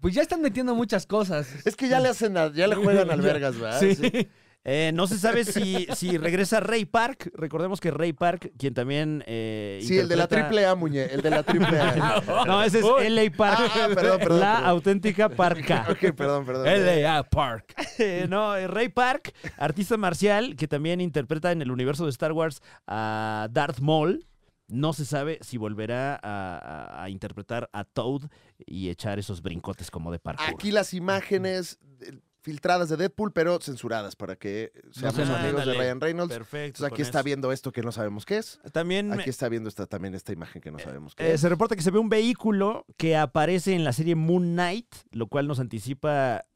S1: Pues ya están metiendo muchas cosas.
S2: Es que ya le hacen, a- ya le juegan al vergas, ¿verdad? Sí.
S3: Eh, no se sabe si, si regresa Ray Park. Recordemos que Ray Park, quien también. eh,
S2: Sí, el de la
S3: interpreta-
S2: triple A, Muñe, el de la triple A.
S3: No, ese es LA Park.
S2: Ah, perdón, perdón,
S3: La
S2: perdón.
S3: auténtica parca.
S2: ok, perdón, perdón.
S3: LA Park. Eh, no, eh, Ray Park, artista marcial que también interpreta en el universo de Star Wars a Darth Maul. No se sabe si volverá a, a- a interpretar a Toad y echar esos brincotes como de parkour.
S2: Aquí las imágenes eh, filtradas de Deadpool, pero censuradas para que seamos
S3: sean-
S2: amigos
S3: Ándale.
S2: de Ryan Reynolds.
S3: Perfecto.
S2: Entonces, aquí
S3: con
S2: está
S3: eso.
S2: viendo esto que no sabemos qué es.
S3: También me-
S2: Aquí está viendo esta, también esta imagen que no sabemos qué
S3: Eh,
S2: es.
S3: se reporta que se ve un vehículo que aparece en la serie Moon Knight, lo cual nos anticipa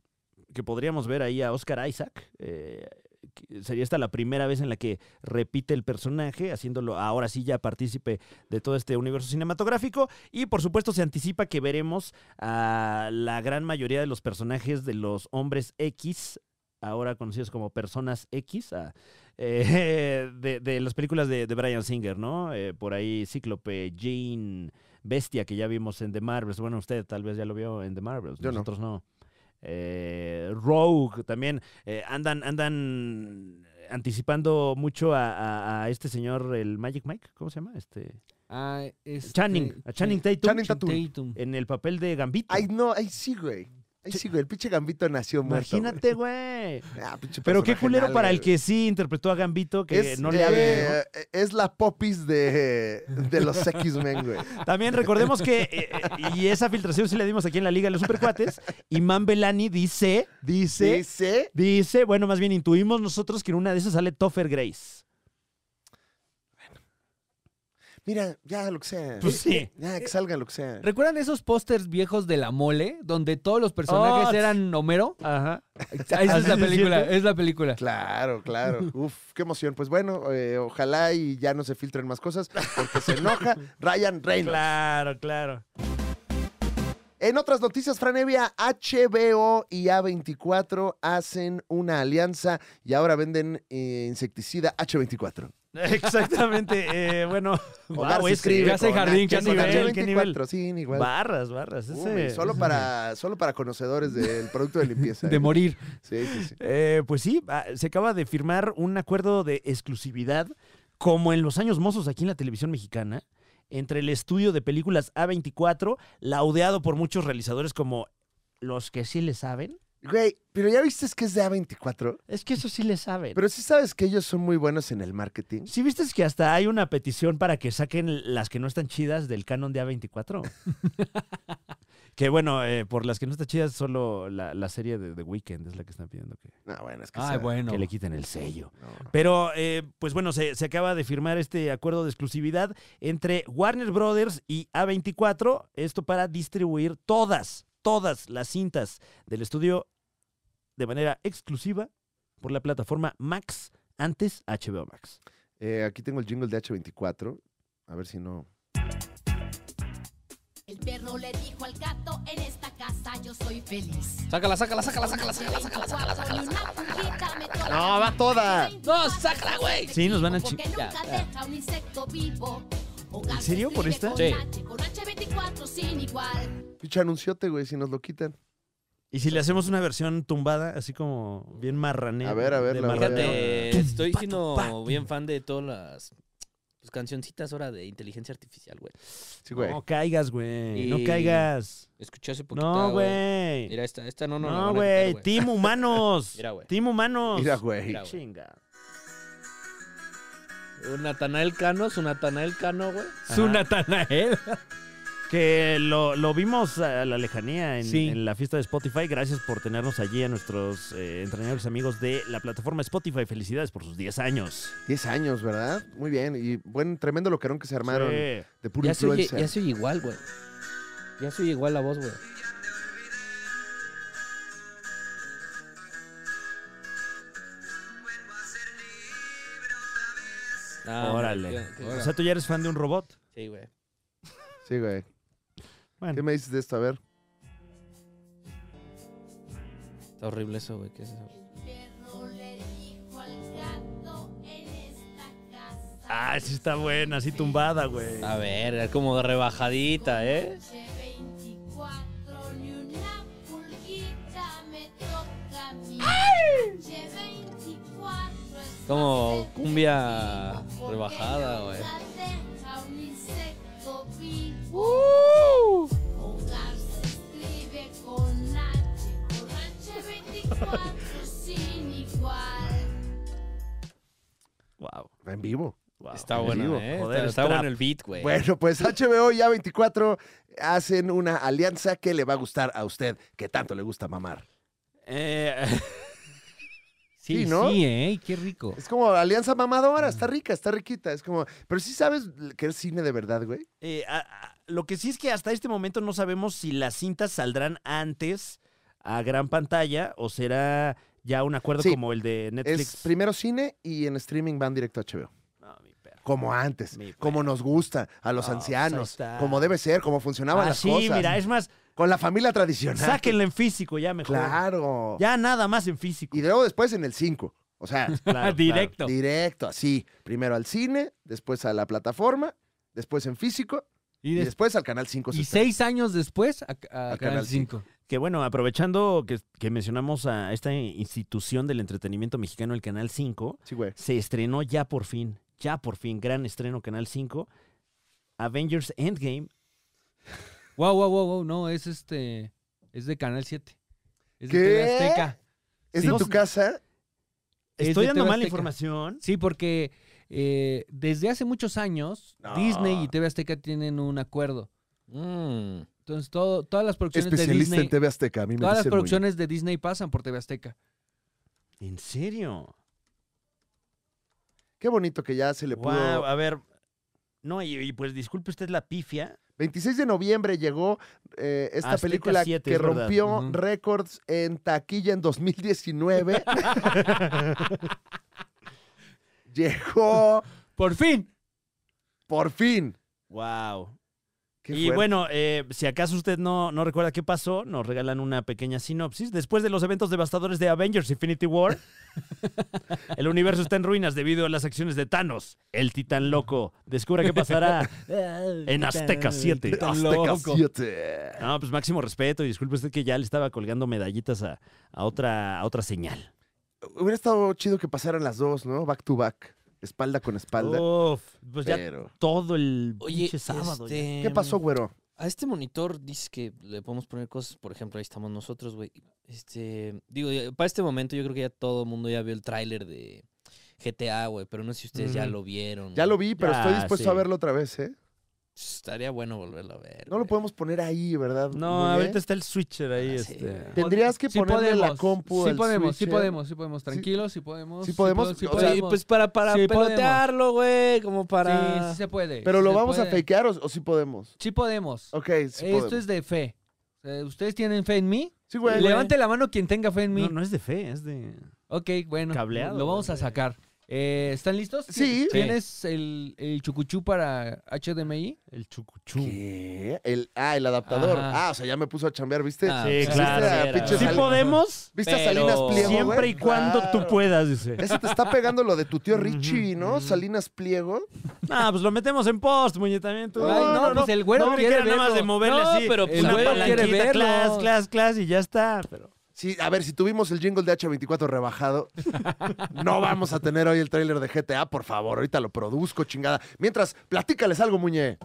S3: que podríamos ver ahí a Oscar Isaac. Eh, que sería esta la primera vez en la que repite el personaje, haciéndolo ahora sí ya partícipe de todo este universo cinematográfico. Y por supuesto se anticipa que veremos a la gran mayoría de los personajes de los hombres X, ahora conocidos como personas X, a- eh, de, de las películas de, de Brian Singer, ¿no? Eh, por ahí Cíclope, Jean, Bestia, que ya vimos en The Marvels. Bueno, usted tal vez ya lo vio en The Marvels,
S2: Yo no.
S3: nosotros no. Eh, Rogue también eh, andan andan anticipando mucho a, a- a este señor el Magic Mike cómo se llama este
S1: Ah, este-
S3: Channing a Channing Tatum
S2: Channing Tatum.
S1: Tatum.
S3: en el papel de Gambito
S2: Ay, no, ahí sí, güey. Ahí sí, güey. El pinche gambito nació muerto. güey.
S3: imagínate güey
S2: Ah, pinche
S3: pero qué
S2: personaje
S3: culero
S2: nalga,
S3: para el
S2: güey.
S3: que sí interpretó a Gambito que
S2: Es,
S3: no le hable ¿no?
S2: eh, Es la popis de, de los X-Men, güey.
S3: También recordemos que, eh, eh, y esa filtración sí la dimos aquí en la Liga de los Supercuates, Imán Belani dice, dice,
S2: Dice.
S3: dice, bueno, más bien intuimos nosotros que en una de esas sale Topher Grace.
S2: Mira, ya lo que sea.
S3: Pues sí.
S2: Ya, que salga lo que sea.
S1: ¿Recuerdan esos pósters viejos de la mole? Donde todos los personajes
S3: Oh,
S1: eran Homero.
S3: Ajá.
S1: Esa es la
S3: ¿Así se
S1: película,
S3: siente?
S1: es la película.
S2: Claro, claro. Uf, qué emoción. Pues bueno, eh, ojalá y ya no se filtren más cosas porque se enoja Ryan Reynolds.
S3: Claro, claro.
S2: En otras noticias, Franevia, HBO y A24 hacen una alianza y ahora venden eh, insecticida H24.
S3: Exactamente. eh, bueno,
S2: Hogar
S3: wow,
S2: se
S3: es que-
S2: escribe
S1: ya sé
S2: con
S1: jardín,
S2: H-
S1: qué
S2: con
S1: nivel,
S2: H24,
S3: qué nivel.
S2: sin igual.
S3: Barras, barras.
S2: Uy,
S3: ese-
S2: solo, para, solo para conocedores del producto de limpieza.
S1: De
S2: ¿eh?
S1: morir.
S2: Sí, sí, sí.
S3: Eh, pues sí, ah, se acaba de firmar un acuerdo de exclusividad, como en los años mozos aquí en la televisión mexicana, entre el estudio de películas A24, laudeado por muchos realizadores como los que sí le saben.
S2: Güey, pero ya viste que es de A24.
S3: Es que eso sí le saben.
S2: Pero sí sabes que ellos son muy buenos en el marketing.
S3: ¿Sí viste que hasta hay una petición para que saquen las que no están chidas del canon de A24? que bueno, eh, por las que no están chidas, solo la, la serie de The Weeknd es la que están pidiendo que,
S2: No, bueno, es que
S1: Ay,
S2: sea-
S1: bueno.
S3: que le quiten el sello.
S2: no.
S3: Pero, eh, pues bueno, se, se acaba de firmar este acuerdo de exclusividad entre Warner Brothers y A24, esto para distribuir todas, todas las cintas del estudio de manera exclusiva por la plataforma Max, antes HBO Max.
S2: Eh, aquí tengo el jingle de H24. A ver si no.
S8: El perro le dijo al gato, en esta casa yo soy feliz.
S4: Sácala, sácala, sácala, sácala, sácala, sácala, sácala, sácala.
S8: No, va toda.
S4: No, sácala, güey.
S3: Sí, nos van a chi-
S8: nunca
S4: Ya, ya.
S8: deja un insecto vivo.
S3: ¿En serio? ¿Por esta?
S8: Sí.
S4: Sí.
S8: Con H24 sin igual.
S2: Picha anunciote, güey, si nos lo quitan.
S3: Y si le hacemos una versión tumbada, así como bien marranera.
S2: A ver, a ver,
S3: de
S2: la
S3: marranero.
S2: verdad.
S4: Fíjate, estoy siendo
S3: pa.
S4: bien fan de todas las pues, cancioncitas ahora de inteligencia artificial, güey.
S2: Sí, güey.
S3: No caigas, güey. No
S4: Y-
S3: caigas.
S4: Escuché hace poquito.
S3: No, güey.
S4: Mira, esta, esta no, no. la van
S3: No,
S4: a
S3: güey.
S4: quitar,
S3: Team Humanos.
S4: Mira, güey.
S3: Team Humanos.
S2: Mira, güey.
S4: Mira, güey.
S3: Chinga.
S4: Un Natanael Cano, su Natanael Cano, güey.
S1: Su Natanael.
S3: Que lo, lo vimos a la lejanía en,
S1: Sí.
S3: en la fiesta de Spotify. Gracias por tenernos allí a nuestros eh, entrañables amigos de la plataforma Spotify. Felicidades por sus 10 años.
S2: 10 años, ¿verdad? Muy bien. Y buen, tremendo loquerón que se armaron
S3: Sí.
S2: de puro
S4: Ya se, oye,
S2: influencer.
S4: ya se oye igual, güey. Ya se oye igual la voz, güey. Ah,
S3: Órale.
S4: qué- qué-
S3: O sea, tú ya eres fan de un robot.
S4: Sí, güey.
S2: Sí, güey.
S3: Bueno.
S2: ¿Qué me dices de esto? A ver.
S4: Está horrible eso, güey. ¿Qué es eso?
S8: El perro le dijo al gato, en esta casa.
S3: Ah, sí está buena, así tumbada, güey.
S4: A ver, era como rebajadita, ¿eh?
S8: H24 ni una pulguita me toca a mí. H24
S4: Como cumbia rebajada, güey.
S8: Uh.
S3: Wow.
S2: En vivo.
S4: Está
S2: les
S4: bueno,
S2: digo,
S4: ¿eh?
S3: joder,
S4: Está,
S3: es
S4: está
S3: trap.
S4: bueno el beat,
S3: Eh.
S4: güey.
S2: Bueno, pues HBO y A24 hacen una alianza que le va a gustar a usted, que tanto le gusta mamar.
S3: Eh,
S1: Sí,
S2: Sí, ¿no?
S1: sí, ¿eh? Y Qué rico.
S2: Es como alianza mamadora,
S3: Mm.
S2: está rica, está riquita. Es como, pero sí sabes que es cine de verdad, güey.
S3: eh, a- a- lo que sí es que hasta este momento no sabemos si las cintas saldrán antes a gran pantalla o será ya un acuerdo
S2: Sí.
S3: como el de Netflix.
S2: Es primero cine y en streaming van directo a HBO.
S3: No, mi perro.
S2: Como antes,
S3: Mi
S2: como nos gusta a los
S3: Ah, pues ahí
S2: ancianos,
S3: está.
S2: como debe ser, como funcionaban
S3: Ah,
S2: las
S3: sí,
S2: cosas.
S3: mira, es más,
S2: Con la familia tradicional.
S3: sáquenla en físico ya mejor.
S2: Claro.
S3: Ya nada más en físico.
S2: Y luego después en el 5. O sea,
S3: Claro,
S1: Directo.
S2: directo, así. Primero al cine, después a la plataforma, después en físico
S1: Y,
S2: y
S1: des-
S2: después al canal 5.
S1: y seis años después a, a
S2: Al
S1: Canal
S2: Canal
S1: 5.
S3: claro. Que bueno, aprovechando que, que mencionamos a esta institución del entretenimiento mexicano, el Canal 5,
S2: Sí, güey.
S3: se estrenó ya por fin, ya por fin, gran estreno Canal 5, Avengers Endgame.
S1: Wow, wow, wow, wow. No, es este. Es de Canal 7. Es de
S2: ¿Qué?
S1: TV Azteca.
S2: Es
S1: Sí.
S2: de tu casa.
S1: Es
S3: Estoy
S1: de
S3: dando
S1: TV
S3: mala
S1: Azteca.
S3: información.
S1: Sí, porque eh, desde hace muchos años
S2: No.
S1: Disney y TV Azteca tienen un acuerdo.
S4: Mm.
S1: Entonces, todo, todas las producciones de
S2: Especialista
S1: Disney.
S2: en TV Azteca. A mí me
S1: todas las
S2: dicen muy bien.
S1: producciones de Disney pasan por TV Azteca.
S3: ¿En serio?
S2: Qué bonito que ya se le pudo.
S3: Guau, a ver. No, y, y pues disculpe usted la pifia.
S2: 26 de noviembre llegó eh, esta
S3: Azteca
S2: película
S3: 7,
S2: que
S3: es verdad.
S2: rompió
S1: Ujú.
S2: récords en taquilla en 2019. llegó
S1: ¡Por fin!
S2: por fin.
S3: Wow.
S2: Qué
S3: Y
S2: fuerte.
S3: bueno, eh, si acaso usted no, no recuerda qué pasó, nos regalan una pequeña sinopsis. Después de los eventos devastadores de Avengers Infinity War, el universo está en ruinas debido a las acciones de Thanos, el titán loco. Descubra qué pasará en Azteca 7.
S2: Azteca
S1: loco.
S2: 7.
S3: No, pues máximo respeto y disculpe usted que ya le estaba colgando medallitas a, a otra, a otra señal.
S2: Hubiera estado chido que pasaran las dos, ¿no? Back to back. Espalda con espalda.
S3: Uf, pues ya
S2: pero-
S3: todo el pinche sábado. ya.
S4: este,
S2: ¿Qué pasó, güero?
S4: A este monitor dice que le podemos poner cosas, por ejemplo, ahí estamos nosotros, güey. Este, digo, ya- para este momento yo creo que ya todo el mundo ya vio el tráiler de GTA, güey, pero no sé si ustedes ya
S3: Ujú.
S4: lo vieron.
S2: Mm. Ya
S4: güey.
S2: lo vi, pero
S3: Ya,
S2: estoy dispuesto
S3: sí.
S2: a verlo otra vez, ¿eh?
S4: Estaría bueno volverlo a ver.
S2: No lo
S4: güey.
S2: podemos poner ahí, ¿verdad?
S3: No,
S2: Muñe?
S3: ahorita está el switcher ahí.
S4: Ah, sí.
S3: este.
S2: Tendrías que
S1: Sí
S2: ponerle la
S1: podemos,
S2: compu
S1: sí
S2: al
S1: podemos, sí
S2: switcher.
S1: podemos, sí podemos, tranquilos, sí podemos.
S2: Sí podemos,
S1: sí
S2: o
S4: Oye,
S2: sea,
S1: podemos.
S4: pues para, para
S1: Sí, podemos.
S4: pelotearlo, güey, como
S1: Sí,
S4: para...
S1: sí se puede.
S2: Pero
S1: sí
S2: lo
S1: se
S2: vamos a
S1: puede.
S2: fakear o, o sí podemos.
S1: Sí podemos.
S2: Ok, sí
S1: Esto
S2: podemos.
S1: es de fe. Eh, ¿Ustedes tienen fe en mí?
S2: Sí, güey.
S1: Levante la mano quien tenga fe en mí.
S3: No, no es de fe, es de.
S1: Ok, bueno.
S3: Cableado,
S1: lo vamos a
S3: güey.
S1: sacar. Eh, ¿Están listos?
S2: Sí.
S1: ¿Tienes el, el chucuchú para HDMI?
S3: El chucuchú.
S2: ¿Qué? El, ah, el adaptador.
S1: Ajá.
S2: Ah, o sea, ya me puso a chambear, ¿viste?
S4: Ah,
S3: Sí,
S4: pues,
S3: claro.
S4: sí era,
S2: pinche
S3: Sí
S4: güey.
S2: sal-
S3: podemos,
S2: ¿Viste a
S4: pero-
S2: Salinas Pliego? güey?
S3: siempre y cuando tú
S2: Claro.
S3: puedas, dice.
S2: Ese te está pegando lo de tu tío
S3: Ujú,
S2: Richie, ¿no?
S3: ujú.
S2: Salinas Pliego.
S3: Ah, pues lo metemos en post, muñetamiento.
S1: Ay, no, pues el güero
S3: no, que
S1: quiere
S3: era nada más de
S1: verlo.
S3: moverle
S4: No,
S3: así.
S4: pero pues
S3: una
S1: el güero quiere
S3: palanquita,
S1: verlo.
S3: Clas, clas, clas y ya está. Pero...
S2: Sí, a ver, si tuvimos el jingle de H24 rebajado, no vamos a tener hoy el tráiler de GTA, por favor. Ahorita lo produzco, chingada. Mientras, platícales algo, Muñe.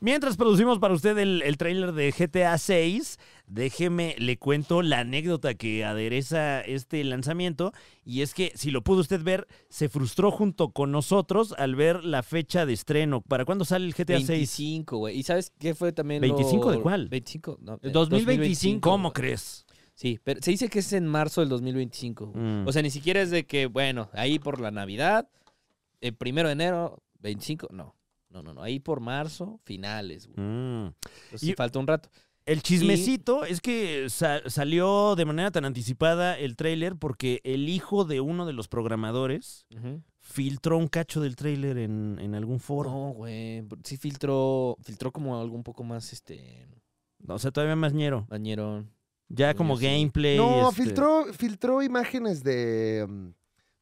S3: Mientras producimos para usted el, el tráiler de GTA 6, déjeme le cuento la anécdota que adereza este lanzamiento. Y es que, si lo pudo usted ver, se frustró junto con nosotros al ver la fecha de estreno. ¿Para cuándo sale el GTA 6?
S4: 25, güey. ¿Y sabes qué fue también lo-
S3: ¿25 de cuál?
S4: 25, no. eh,
S1: 2025.
S3: ¿Cómo
S4: güey.
S3: crees?
S4: Sí, pero se dice que es en marzo del 2025. güey.
S3: Mm.
S4: O sea, ni siquiera es de que, bueno, ahí por la Navidad, el primero de enero, 25, no. No, no, no. Ahí por marzo, finales, güey.
S3: Mm.
S4: Entonces, sí
S3: Y-
S4: falta un rato.
S3: El chismecito es que sa- salió de manera tan anticipada el tráiler porque el hijo de uno de los programadores filtró un cacho del tráiler en, en algún foro.
S4: No, güey. Sí filtró, filtró como algo un poco más, este,
S3: O sea, todavía más ñero.
S4: bañerón.
S3: Ya como
S4: Sí, sí.
S3: gameplay.
S2: No,
S3: este,
S2: filtró, filtró imágenes de... mm,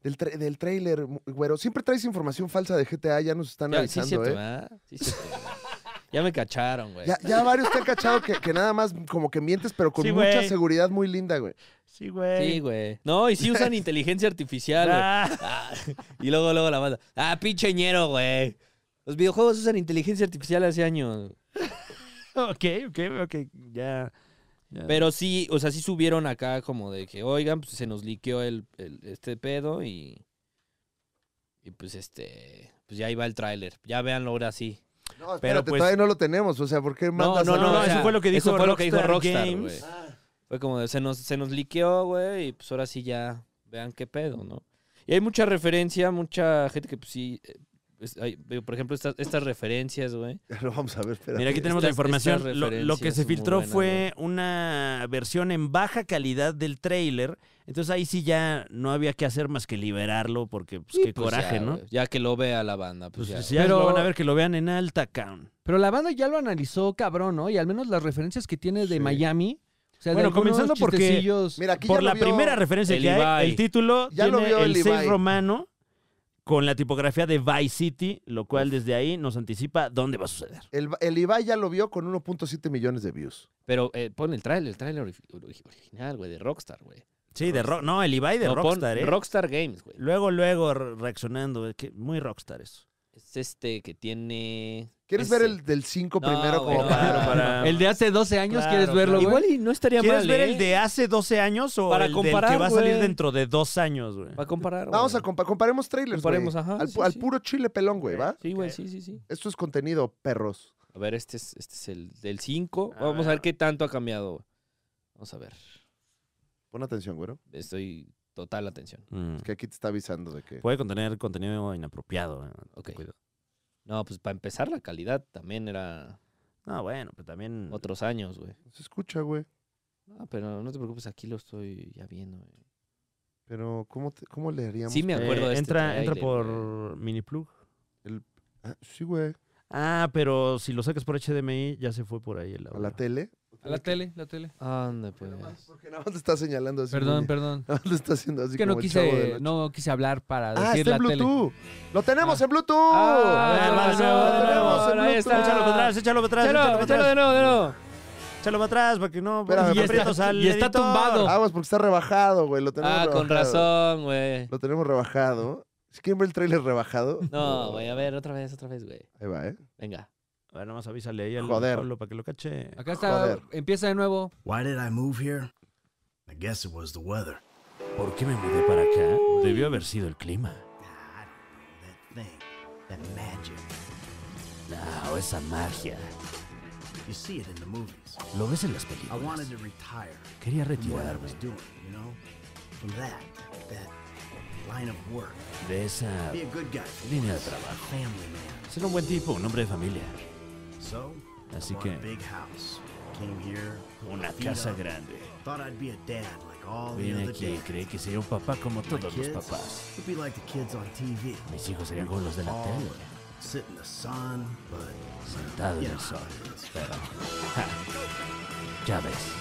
S2: Del, tra- del tráiler, mu- güero. Siempre traes información falsa de GTA, ya nos están
S4: Ya, sí es
S2: avisando,
S4: cierto,
S2: ¿eh?
S4: ¿verdad? Sí es cierto, ¿verdad? Ya me cacharon, güey.
S2: Ya, ya varios te han cachado que, que nada más como que mientes, pero con
S3: Sí,
S2: mucha
S3: güey.
S2: seguridad muy linda, güey.
S3: Sí, güey.
S4: Sí, güey. No, y sí usan inteligencia artificial, güey.
S3: Ah,
S4: Ah, y luego, luego la banda. Ah, pinche ñero, güey. Los videojuegos usan inteligencia artificial hace años.
S3: ok, ok, ok. Ya. ya.
S4: Pero sí, o sea, sí subieron acá como de que, oigan, pues se nos liqueó el, el- este pedo y. Y pues este. Pues ya iba el tráiler. Ya véanlo ahora sí.
S2: No, espérate,
S3: Pero, pues-
S2: todavía no lo tenemos. O sea, ¿por qué mandas
S3: no,
S2: a-
S3: no, eso fue lo que dijo
S4: eso fue lo que dijo
S3: Rockstar
S4: Rockstar, güey.
S3: Games.
S2: Ah.
S4: Fue como de, se nos, se nos liqueó, güey, y pues ahora sí ya vean qué pedo, ¿no? Y hay mucha referencia, mucha gente que pues sí. eh, es- hay- veo, por ejemplo, estas, estas referencias, güey.
S2: Lo vamos a ver, espérate.
S3: Mira, aquí tenemos la
S4: Estas-
S3: información.
S4: estas
S3: Lo, lo que
S4: referencias
S3: se
S4: muy
S3: filtró
S4: buenas,
S3: fue una versión en baja calidad del tráiler. Entonces ahí sí ya no había que hacer más que liberarlo porque pues, qué
S4: Pues
S3: coraje,
S4: ya,
S3: ¿no?
S4: güey, Ya que lo vea la banda, pues,
S3: Pues
S4: ya.
S3: si ya
S4: güey.
S1: Pero-
S3: lo van a ver que lo vean en alta count.
S1: Pero la banda ya lo analizó, cabrón, ¿no? Y al menos las referencias que tiene de
S2: Sí.
S1: Miami. O sea, de
S3: Bueno,
S1: algunos
S3: comenzando porque-
S1: chistecillos-
S2: Mira, aquí ya
S3: Por
S2: lo
S3: la
S2: vio-
S3: primera referencia
S4: el
S3: que hay,
S4: Ibai.
S3: el título
S2: Ya lo
S3: tiene
S2: vio
S3: el
S2: el
S3: 6
S2: Ibai.
S3: romano con la tipografía de Vice City, lo cual desde ahí nos anticipa dónde va a suceder.
S2: El, el Ibai ya lo vio con 1.7 millones de views.
S4: Pero eh, pon el tráiler, el tráiler ori- ori- original, güey, de Rockstar, güey.
S3: Sí,
S2: Pues
S3: de
S4: Rockstar.
S3: rock, no, el Ibai de
S4: No, pon
S3: Rockstar, ¿eh?
S4: Rockstar Games, güey.
S3: Luego, luego re- reaccionando, eh, que muy Rockstar eso.
S4: Es este que tiene...
S2: ¿Quieres
S4: ese.
S2: ver el del 5
S4: No,
S2: primero
S4: güey,
S2: como
S4: no,
S2: para...
S4: no, no.
S3: Ah, para-
S1: El de hace 12 años,
S3: Claro,
S1: ¿quieres verlo,
S3: claro.
S1: güey?
S4: Igual y no estaría
S3: ¿Quieres
S4: mal,
S3: ver
S4: ¿eh?
S3: el de hace 12 años o
S4: Para
S3: el del que
S4: comparar,
S3: va a salir
S4: güey.
S3: dentro de dos años, güey?
S4: Para comparar,
S2: Vamos a
S4: güey.
S2: compa- comparemos trailers, güey.
S4: Comparemos, ajá,
S2: Al,
S4: sí,
S2: pu- al
S4: sí.
S2: puro chile pelón, güey, ¿va?
S4: Sí, güey, sí, sí, sí.
S2: Esto es contenido, perros.
S4: A ver, este es, este es el del 5.
S3: A
S4: Vamos a
S3: ver.
S4: ver qué tanto ha cambiado, güey. Vamos a ver.
S2: Pon atención, güero.
S4: Estoy total atención.
S3: Mm.
S2: Que aquí te está avisando de que...
S3: Puede contener contenido inapropiado. eh.
S4: Ok.
S3: Cuidado.
S4: No, pues para empezar la calidad también era
S3: No, bueno, pero también...
S4: otros años, güey.
S2: Se escucha, güey.
S4: No, pero no te preocupes, aquí lo estoy ya viendo, güey.
S2: Pero, ¿cómo, te- cómo le haríamos?
S4: Sí, me
S3: Eh,
S4: acuerdo de este
S3: entra, entra
S4: tráiler,
S3: por
S4: güey.
S3: mini plug.
S2: Ah, sí, güey.
S3: Ah, pero si lo sacas por HDMI, ya se fue por ahí el
S2: A
S3: audio.
S2: la tele.
S1: A la tele, la tele.
S4: Anda, pues.
S2: Porque nada más te está señalando así.
S1: Perdón,
S2: muñe.
S1: perdón.
S2: Nada más le está haciendo así
S1: Es que no
S2: como el chavo del
S1: quise,
S2: ocho.
S1: no quise hablar para
S2: Ah,
S1: decir
S2: está
S1: la
S2: en
S1: tele.
S2: Bluetooth. ¡Lo tenemos en Bluetooth!
S1: Ah,
S3: A ver, va de nuevo, va de nuevo.
S2: Tenemos en
S4: Ahí está.
S3: Ah, Échalo para atrás, échalo para atrás, échalo
S4: Échalo,
S3: para
S4: échalo
S3: atrás.
S4: de nuevo, de nuevo.
S3: Échalo para atrás para que no
S2: Espérame,
S3: y
S2: espérame.
S3: aprietos al
S1: Y está
S3: editor.
S1: tumbado.
S2: Aguas, porque está rebajado, güey. Lo tenemos
S4: Ah, con
S2: rebajado.
S4: razón, güey.
S2: Lo tenemos rebajado. Si quieren ver el trailer rebajado.
S4: No, güey, a ver, otra vez, otra vez, güey.
S2: Ahí va, ¿eh?
S4: Venga.
S3: A ver, nomás avísale ahí al
S2: Joder.
S3: Pablo para que lo cache.
S1: Acá está,
S2: Joder.
S1: empieza de nuevo.
S9: Why did I move here? I guess it was the weather.
S3: ¿Por qué me mudé para acá? Debió haber sido el clima.
S9: Ah, I don't know, that thing, that magic.
S3: No, esa magia.
S9: You see it in the movies.
S3: Lo ves en las
S9: I wanted
S3: películas.
S9: to retire
S3: Quería
S9: from what I was
S3: retirarme
S9: doing, you know? From that, that line of work.
S3: de esa
S9: Be a good guy. for
S3: línea de
S9: once.
S3: trabajo.
S9: Family man.
S3: Ser un buen tipo, un hombre de familia.
S9: So,
S3: Así
S9: I bought a
S3: que-
S9: big house. Came here. put my
S3: Una
S9: feet
S3: casa
S9: up,
S3: grande.
S9: Thought I'd be a dad like all the
S3: Vine
S9: other
S3: aquí y
S9: dads.
S3: creí que sería un papá como
S9: My
S3: todos los
S9: kids
S3: papás.
S9: would be like the kids on TV.
S3: Mis hijos serían como los de la
S9: All
S3: tele,
S9: sit in the sun, but
S3: sentados en el sol. Pero, ja, ya ves.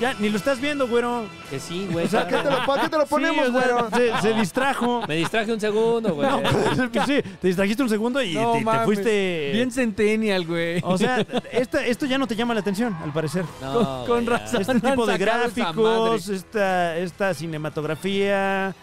S3: Ya, ni lo estás viendo, güero.
S4: Que sí, güey.
S2: ¿Para qué te lo, para qué te lo ponemos,
S3: Sí, o sea,
S2: güero?
S3: se, se distrajo.
S4: Me distraje un segundo, güey.
S3: No, pues sí, te distrajiste un segundo y
S1: No
S3: te- te,
S1: mames,
S3: fuiste. Oh,
S1: Bien centennial, güey.
S3: O sea, esta- esto ya no te llama la atención, al parecer.
S4: No,
S1: con
S4: güey, ya.
S1: razón.
S3: Este
S1: No han
S3: tipo de
S1: sacado esa
S3: gráficos, esta, esta cinematografía,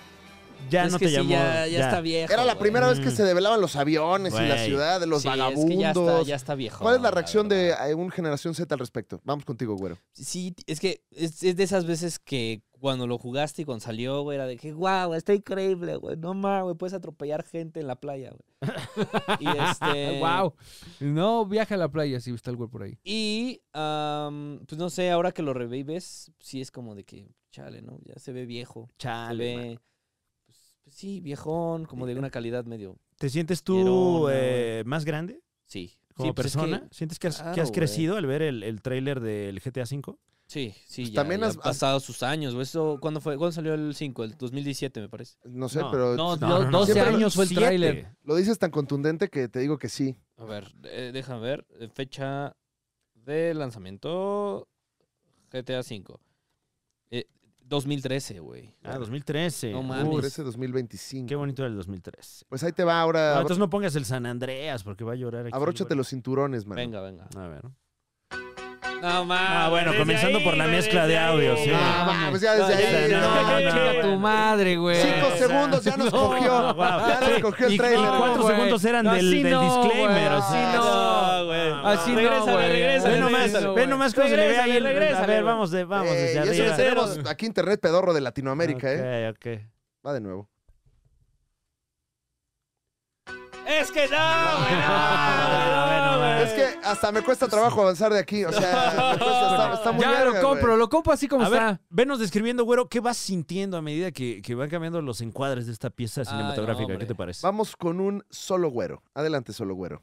S3: ya
S4: Es
S3: no
S4: que
S3: te
S4: sí,
S3: llamó.
S4: ya, ya está viejo.
S2: Era la
S4: güey.
S2: primera vez que
S3: Mm.
S2: se develaban los aviones y la
S3: Güey.
S2: ciudad, los
S4: Sí, es que
S2: vagabundos.
S4: ya, está, ya está viejo.
S2: ¿Cuál es la reacción de
S4: verdad.
S2: eh, un generación Z al respecto? Vamos contigo, güero.
S4: Sí, es que es, es de esas veces que cuando lo jugaste y cuando salió, güey, era de que, wow, está increíble, güey. No mames, güey, puedes atropellar gente en la playa, güey. y este.
S1: Wow. No viaja a la playa si está el güey por ahí.
S4: Y, am, pues no sé, ahora que lo revives, sí es como de que, chale, ¿no? Ya se ve viejo. Se
S3: Chale, man.
S4: ve, pues, pues sí, viejón, como de una calidad medio.
S3: ¿Te sientes tú
S4: Llorona,
S3: eh, más grande
S4: Sí.
S3: como
S4: sí, pues es que-
S3: persona? ¿Sientes que has, que
S4: claro,
S3: has
S4: güey.
S3: crecido al ver el, el tráiler del GTA V?
S4: Sí, sí,
S2: Pues
S4: ya,
S2: también
S4: ya
S2: has-
S4: han pasado sus años. güey. Eso, ¿cuándo fue? ¿Cuándo salió el 5? El 2017, me parece.
S2: No sé,
S3: No,
S2: pero
S1: No,
S4: Pues
S2: lo-
S1: do- 12
S2: Siempre lo-
S1: años fue el
S3: Siete.
S1: tráiler.
S2: lo dices tan contundente que te digo que sí.
S4: A ver, eh, déjame ver. eh, Fecha de lanzamiento GTA 5. 2013, güey.
S3: Ah, 2013.
S4: No
S3: Uh,
S4: mames.
S2: 13, 2025.
S3: Qué bonito era el 2013.
S2: Pues ahí te va
S3: No,
S2: ahora. abro-
S3: entonces no pongas el San Andreas porque va a llorar aquí.
S2: abróchate
S3: güey.
S2: los cinturones, man.
S4: Venga, venga.
S3: A ver.
S4: No mames.
S3: Ah, bueno,
S4: desde
S3: comenzando por la mezcla de audio, sí.
S2: No,
S1: Ah,
S2: mames, pues ya desde
S3: ya,
S2: ahí.
S3: ya,
S2: no,
S3: ya, ya,
S2: no.
S1: Chinga tu madre, güey.
S2: Cinco segundos, ya nos
S3: No,
S2: cogió.
S3: no, guau.
S2: Ya nos cogió el
S3: ¿Y, y
S2: trailer.
S3: cuántos
S1: güey.
S3: segundos eran
S1: No,
S3: del,
S1: así
S3: del
S1: no,
S3: disclaimer?
S1: güey,
S3: o sea,
S1: así no.
S3: güey.
S1: Así no,
S4: Regrésale,
S1: güey.
S4: regrésale,
S3: Ve nomás,
S4: regrésale,
S3: ve nomás cómo se le ve ahí. el-
S4: Regrésale, regrésale,
S3: a ver,
S4: güey.
S3: vamos de, vamos
S2: Eh,
S3: desde
S2: y eso
S3: arriba.
S2: que tenemos aquí internet pedorro de Latinoamérica, ¿eh?
S3: Ok, ok.
S2: Va de nuevo.
S4: Es que no, güey.
S3: Ah,
S4: No,
S3: bueno,
S4: güey.
S3: bueno.
S2: Es que hasta me cuesta trabajo avanzar de aquí. O sea, me cuesta, está, está muy
S1: Ya
S2: verga,
S1: lo compro,
S2: güey.
S1: lo compro así como
S3: a ver,
S1: está.
S3: venos describiendo, güero, ¿qué vas sintiendo a medida que, que van cambiando los encuadres de esta pieza
S4: no,
S3: cinematográfica? ¿Qué
S4: hombre.
S3: te parece?
S2: Vamos con un solo güero. Adelante, solo güero.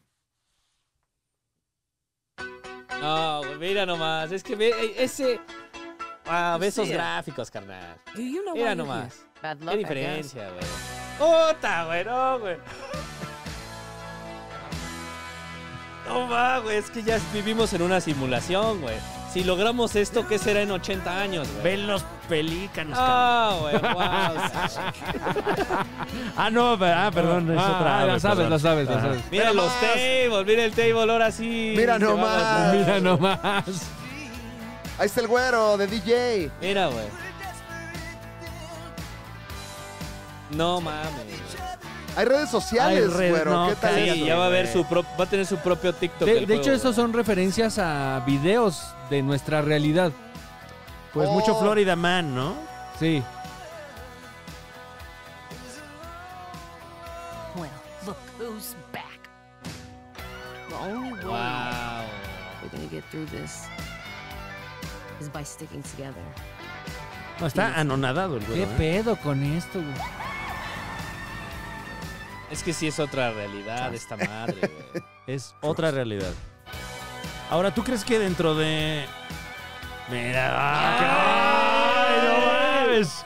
S4: No, güey, mira nomás. Es que ve eh, ese. Ah, ve esos gráficos, carnal.
S10: Do you know
S4: Mira
S10: why
S4: nomás.
S10: Bad
S4: Qué
S10: luck, I guess.
S4: diferencia, güey. Puta, güey, no, güey. No va, güey, es que ya vivimos en una simulación, güey. Si logramos esto, ¿qué será en 80 años, güey?
S3: Ven los pelícanos. cabrón.
S4: Ah, güey, wow.
S3: Ah, no, ah, perdón, es otra.
S1: Ah,
S3: ah,
S1: lo sabes,
S3: perdón.
S1: lo sabes, lo
S3: Ajá.
S1: sabes.
S4: Mira los
S2: nomás.
S4: tables, mira el table ahora sí.
S2: Mira
S4: se va
S2: nomás.
S4: a gozar.
S1: Mira nomás.
S2: Ahí está el güero de DJ.
S4: Mira, güey. No mames.
S2: Hay redes sociales,
S3: Hay redes-
S2: güero.
S3: no,
S2: ¿Qué tal?
S4: Sí,
S3: cállate,
S4: ya va a ver
S3: güey.
S4: su pro- va a tener su propio TikTok.
S1: De,
S4: el
S1: de hecho,
S4: juego,
S1: estos
S4: güey.
S1: son referencias a videos de nuestra realidad.
S3: Pues
S2: Oh.
S3: mucho Florida Man, ¿no?
S1: Sí.
S10: Well, look who's back. The only way
S4: Wow.
S10: we're gonna get through this is by sticking together.
S3: No, está anonadado el güero.
S1: ¿Qué
S3: ¿eh?
S1: pedo con esto, güey?
S4: Es que sí es otra realidad esta madre, güey.
S3: Es otra realidad. Ahora, ¿tú crees que dentro de. Mira, ah, ¡ay, no mames!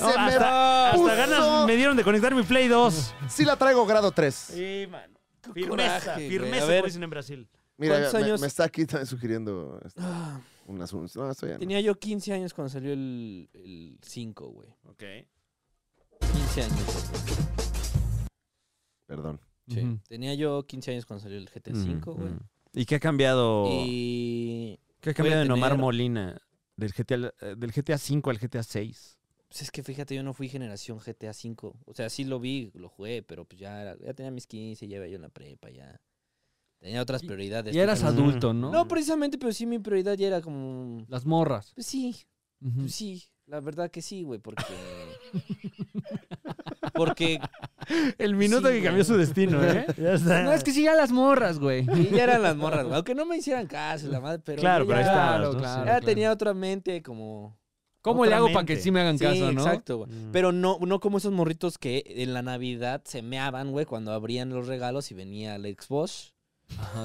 S3: No,
S2: Se me
S3: hasta, hasta
S2: puso.
S3: ganas me dieron de conectar mi Play 2.
S2: Sí la traigo grado 3.
S3: Sí, mano.
S4: coraje,
S3: Firmeza,
S4: güey.
S3: firmeza,
S4: A ver.
S3: como dicen en Brasil.
S2: Mira,
S4: ¿Cuántos
S2: me,
S4: años?
S2: me está aquí también sugiriendo este, un asunto. No, esto ya no.
S4: Tenía yo 15 años cuando salió el, el 5, güey.
S3: Ok.
S4: 15 años.
S2: Perdón.
S4: Sí.
S1: Ujú.
S4: Tenía yo 15 años cuando salió el GT5, güey.
S3: ¿Y qué ha cambiado?
S1: Oh.
S4: Y.
S3: ¿Qué ha cambiado
S4: voy
S3: en
S4: a
S3: Omar
S4: tener-
S3: Molina? Del GTA, eh, del GTA 5 al GTA 6.
S4: Pues es que fíjate, yo no fui generación GTA 5. O sea, sí lo vi, lo jugué, pero pues ya, era- ya tenía mis 15, ya iba yo en la prepa, ya. Tenía otras
S1: Y-
S4: prioridades.
S1: Y eras
S4: Tú-
S3: Ujú.
S1: adulto, ¿no?
S4: No, precisamente, pero sí mi prioridad ya era como.
S1: Las morras.
S4: Pues sí,
S1: Ujú.
S4: Pues sí, la verdad que sí, güey, porque. porque
S3: El minuto
S4: Sí,
S3: que
S4: güey.
S3: cambió su destino, ¿eh? Ya está.
S1: No, es que sí, ya las morras, güey.
S4: y ya eran las morras, güey. Aunque no me hicieran caso, la madre, pero.
S3: Claro,
S4: yo
S3: pero ahí
S4: ya,
S3: está.
S1: Claro,
S4: Ya
S1: claro,
S4: tenía otra mente como.
S1: ¿Cómo
S3: Otra
S1: le hago para
S3: mente.
S1: que sí me hagan
S4: Sí,
S1: caso, no?
S4: exacto, güey.
S3: Mm.
S4: Pero no, no como esos morritos que en la Navidad se meaban, güey, cuando abrían los regalos y venía el Xbox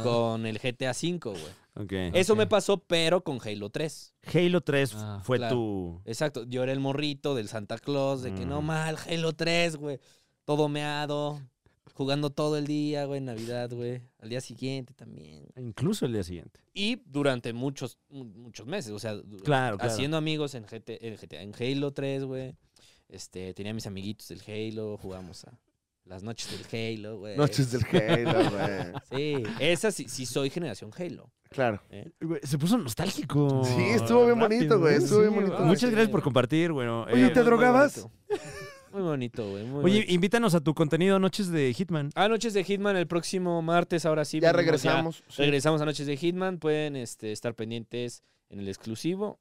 S4: con el GTA V, güey.
S3: Ok.
S4: Eso
S1: Ok.
S4: me pasó, pero con Halo 3.
S3: Halo 3
S1: Ah,
S3: fue
S4: claro.
S3: tu.
S4: Exacto, yo era el morrito del Santa Claus, de que no
S3: Ujú.
S4: mal, Halo 3, güey. Todo meado, jugando todo el día, güey, en Navidad, güey. Al día siguiente también.
S3: Ah, Incluso el día siguiente.
S4: Y durante muchos, mu- muchos meses, o sea, du-
S3: Claro, claro.
S4: haciendo amigos en, GT en, GTA en Halo 3, güey. Este, tenía mis amiguitos del Halo, jugamos a las noches del Halo, güey.
S2: Noches del Halo, güey.
S4: Sí, esa sí, sí soy generación Halo.
S2: Claro.
S3: Güey, Se puso nostálgico.
S2: Sí, estuvo bien bonito, güey, estuvo bien bonito.
S3: Muchas
S4: Sí.
S3: gracias por compartir, bueno.
S2: Oye,
S3: eh,
S2: ¿te drogabas?
S4: Muy bonito. Muy bonito, güey. muy
S3: oye,
S4: bonito.
S3: invítanos a tu contenido Noches de Hitman.
S4: A Noches de Hitman el próximo martes, ahora sí.
S2: Ya
S4: venimos,
S2: regresamos. sí.
S4: Regresamos a Noches de Hitman. Pueden este, estar pendientes en el exclusivo.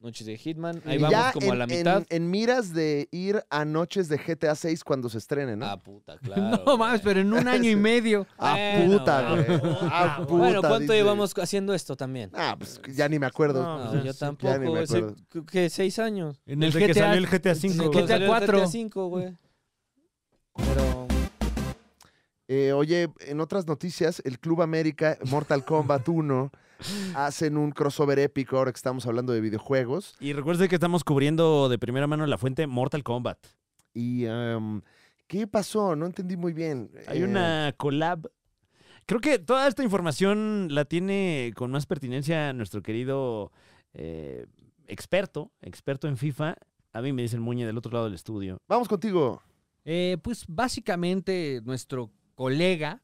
S4: Noches de Hitman. Ahí
S2: Y
S4: vamos
S2: ya
S4: como
S2: en,
S4: a la
S2: en-
S4: mitad.
S2: en miras de ir a noches de GTA 6 cuando se estrene, ¿no?
S4: Ah, puta, claro.
S1: No mames,
S4: güey.
S1: pero en un año y medio.
S2: Ah,
S4: bueno,
S2: puta,
S4: güey.
S2: güey. Ah, puta.
S4: Bueno, ¿cuánto
S2: dice.
S4: llevamos haciendo esto también?
S2: Ah, pues ya ni me acuerdo.
S3: No,
S4: No,
S3: pues ya
S4: yo
S3: sé,
S4: tampoco.
S2: ya ni me
S4: güey. Soy-
S2: acuerdo.
S4: ¿qué- ¿Qué? ¿Seis años?
S1: En el
S3: Desde que
S1: GTA.
S3: salió el GTA 5.
S1: GTA
S4: Cuando salió el
S1: cuatro.
S4: GTA 5, güey. Pero...
S2: Eh, oye, en otras noticias, el Club América, Mortal Kombat 1, hacen un crossover épico ahora que estamos hablando de videojuegos.
S3: Y recuerden que estamos cubriendo de primera mano la fuente Mortal Kombat.
S2: Y, em, ¿qué pasó? No entendí muy bien.
S3: Hay
S2: Eh,
S3: una collab. Creo que toda esta información la tiene con más pertinencia nuestro querido eh, experto, experto en FIFA, a mí me dicen Muñe del otro lado del estudio.
S2: Vamos contigo.
S1: Eh, pues básicamente nuestro colega,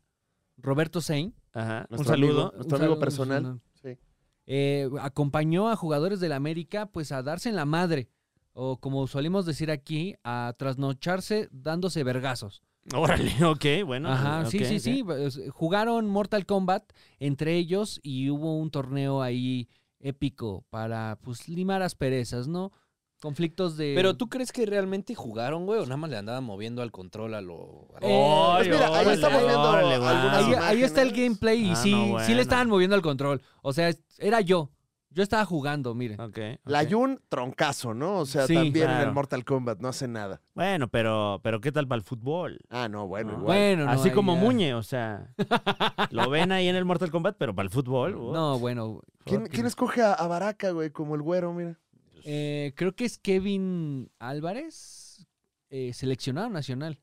S1: Roberto Sein,
S3: Ajá, un
S2: Nuestro amigo,
S3: saludo.
S2: nuestro
S1: Un
S2: amigo
S1: saludo,
S2: personal.
S1: un saludo.
S2: Sí.
S1: eh, acompañó a jugadores del América pues a darse en la madre, o como solimos decir aquí, a trasnocharse dándose vergazos.
S3: Órale, ok, bueno.
S1: Ajá,
S3: ok,
S1: sí,
S3: ok.
S1: sí, sí. eh, Jugaron Mortal Kombat entre ellos y hubo un torneo ahí épico para pues limar asperezas, ¿no? Conflictos de...
S4: Pero tú crees que realmente jugaron, güey, o nada más le andaban moviendo al control a lo. a lo-
S1: Eh,
S3: Ay,
S2: Pues mira, ahí
S3: órale,
S2: estamos viendo
S3: órale,
S2: algunas
S3: guau.
S1: Ahí, ahí está el
S2: imágenes.
S1: gameplay y
S3: Ah,
S1: sí,
S3: no,
S1: sí
S3: bueno.
S1: le estaban moviendo al control. O sea, es- era yo. Yo estaba jugando, miren.
S3: Ok, ok.
S2: La Yun, troncazo, ¿no? O sea,
S1: Sí,
S2: también en
S3: claro.
S2: el Mortal Kombat no hace nada.
S3: Bueno, pero, pero ¿qué tal para el fútbol?
S2: Ah, no, bueno,
S3: No.
S2: igual.
S1: Bueno, no,
S3: Así
S1: ahí
S3: como
S1: ya.
S3: Muñe, o sea, lo ven ahí en el Mortal Kombat, pero para el fútbol. uh, wow.
S1: No, bueno.
S2: ¿Quién,
S1: fuck,
S2: quién
S1: no.
S2: escoge a, a Baraka, güey? Como el güero, mira.
S3: pues.
S1: Eh, creo que es Kevin Álvarez, eh, seleccionado nacional.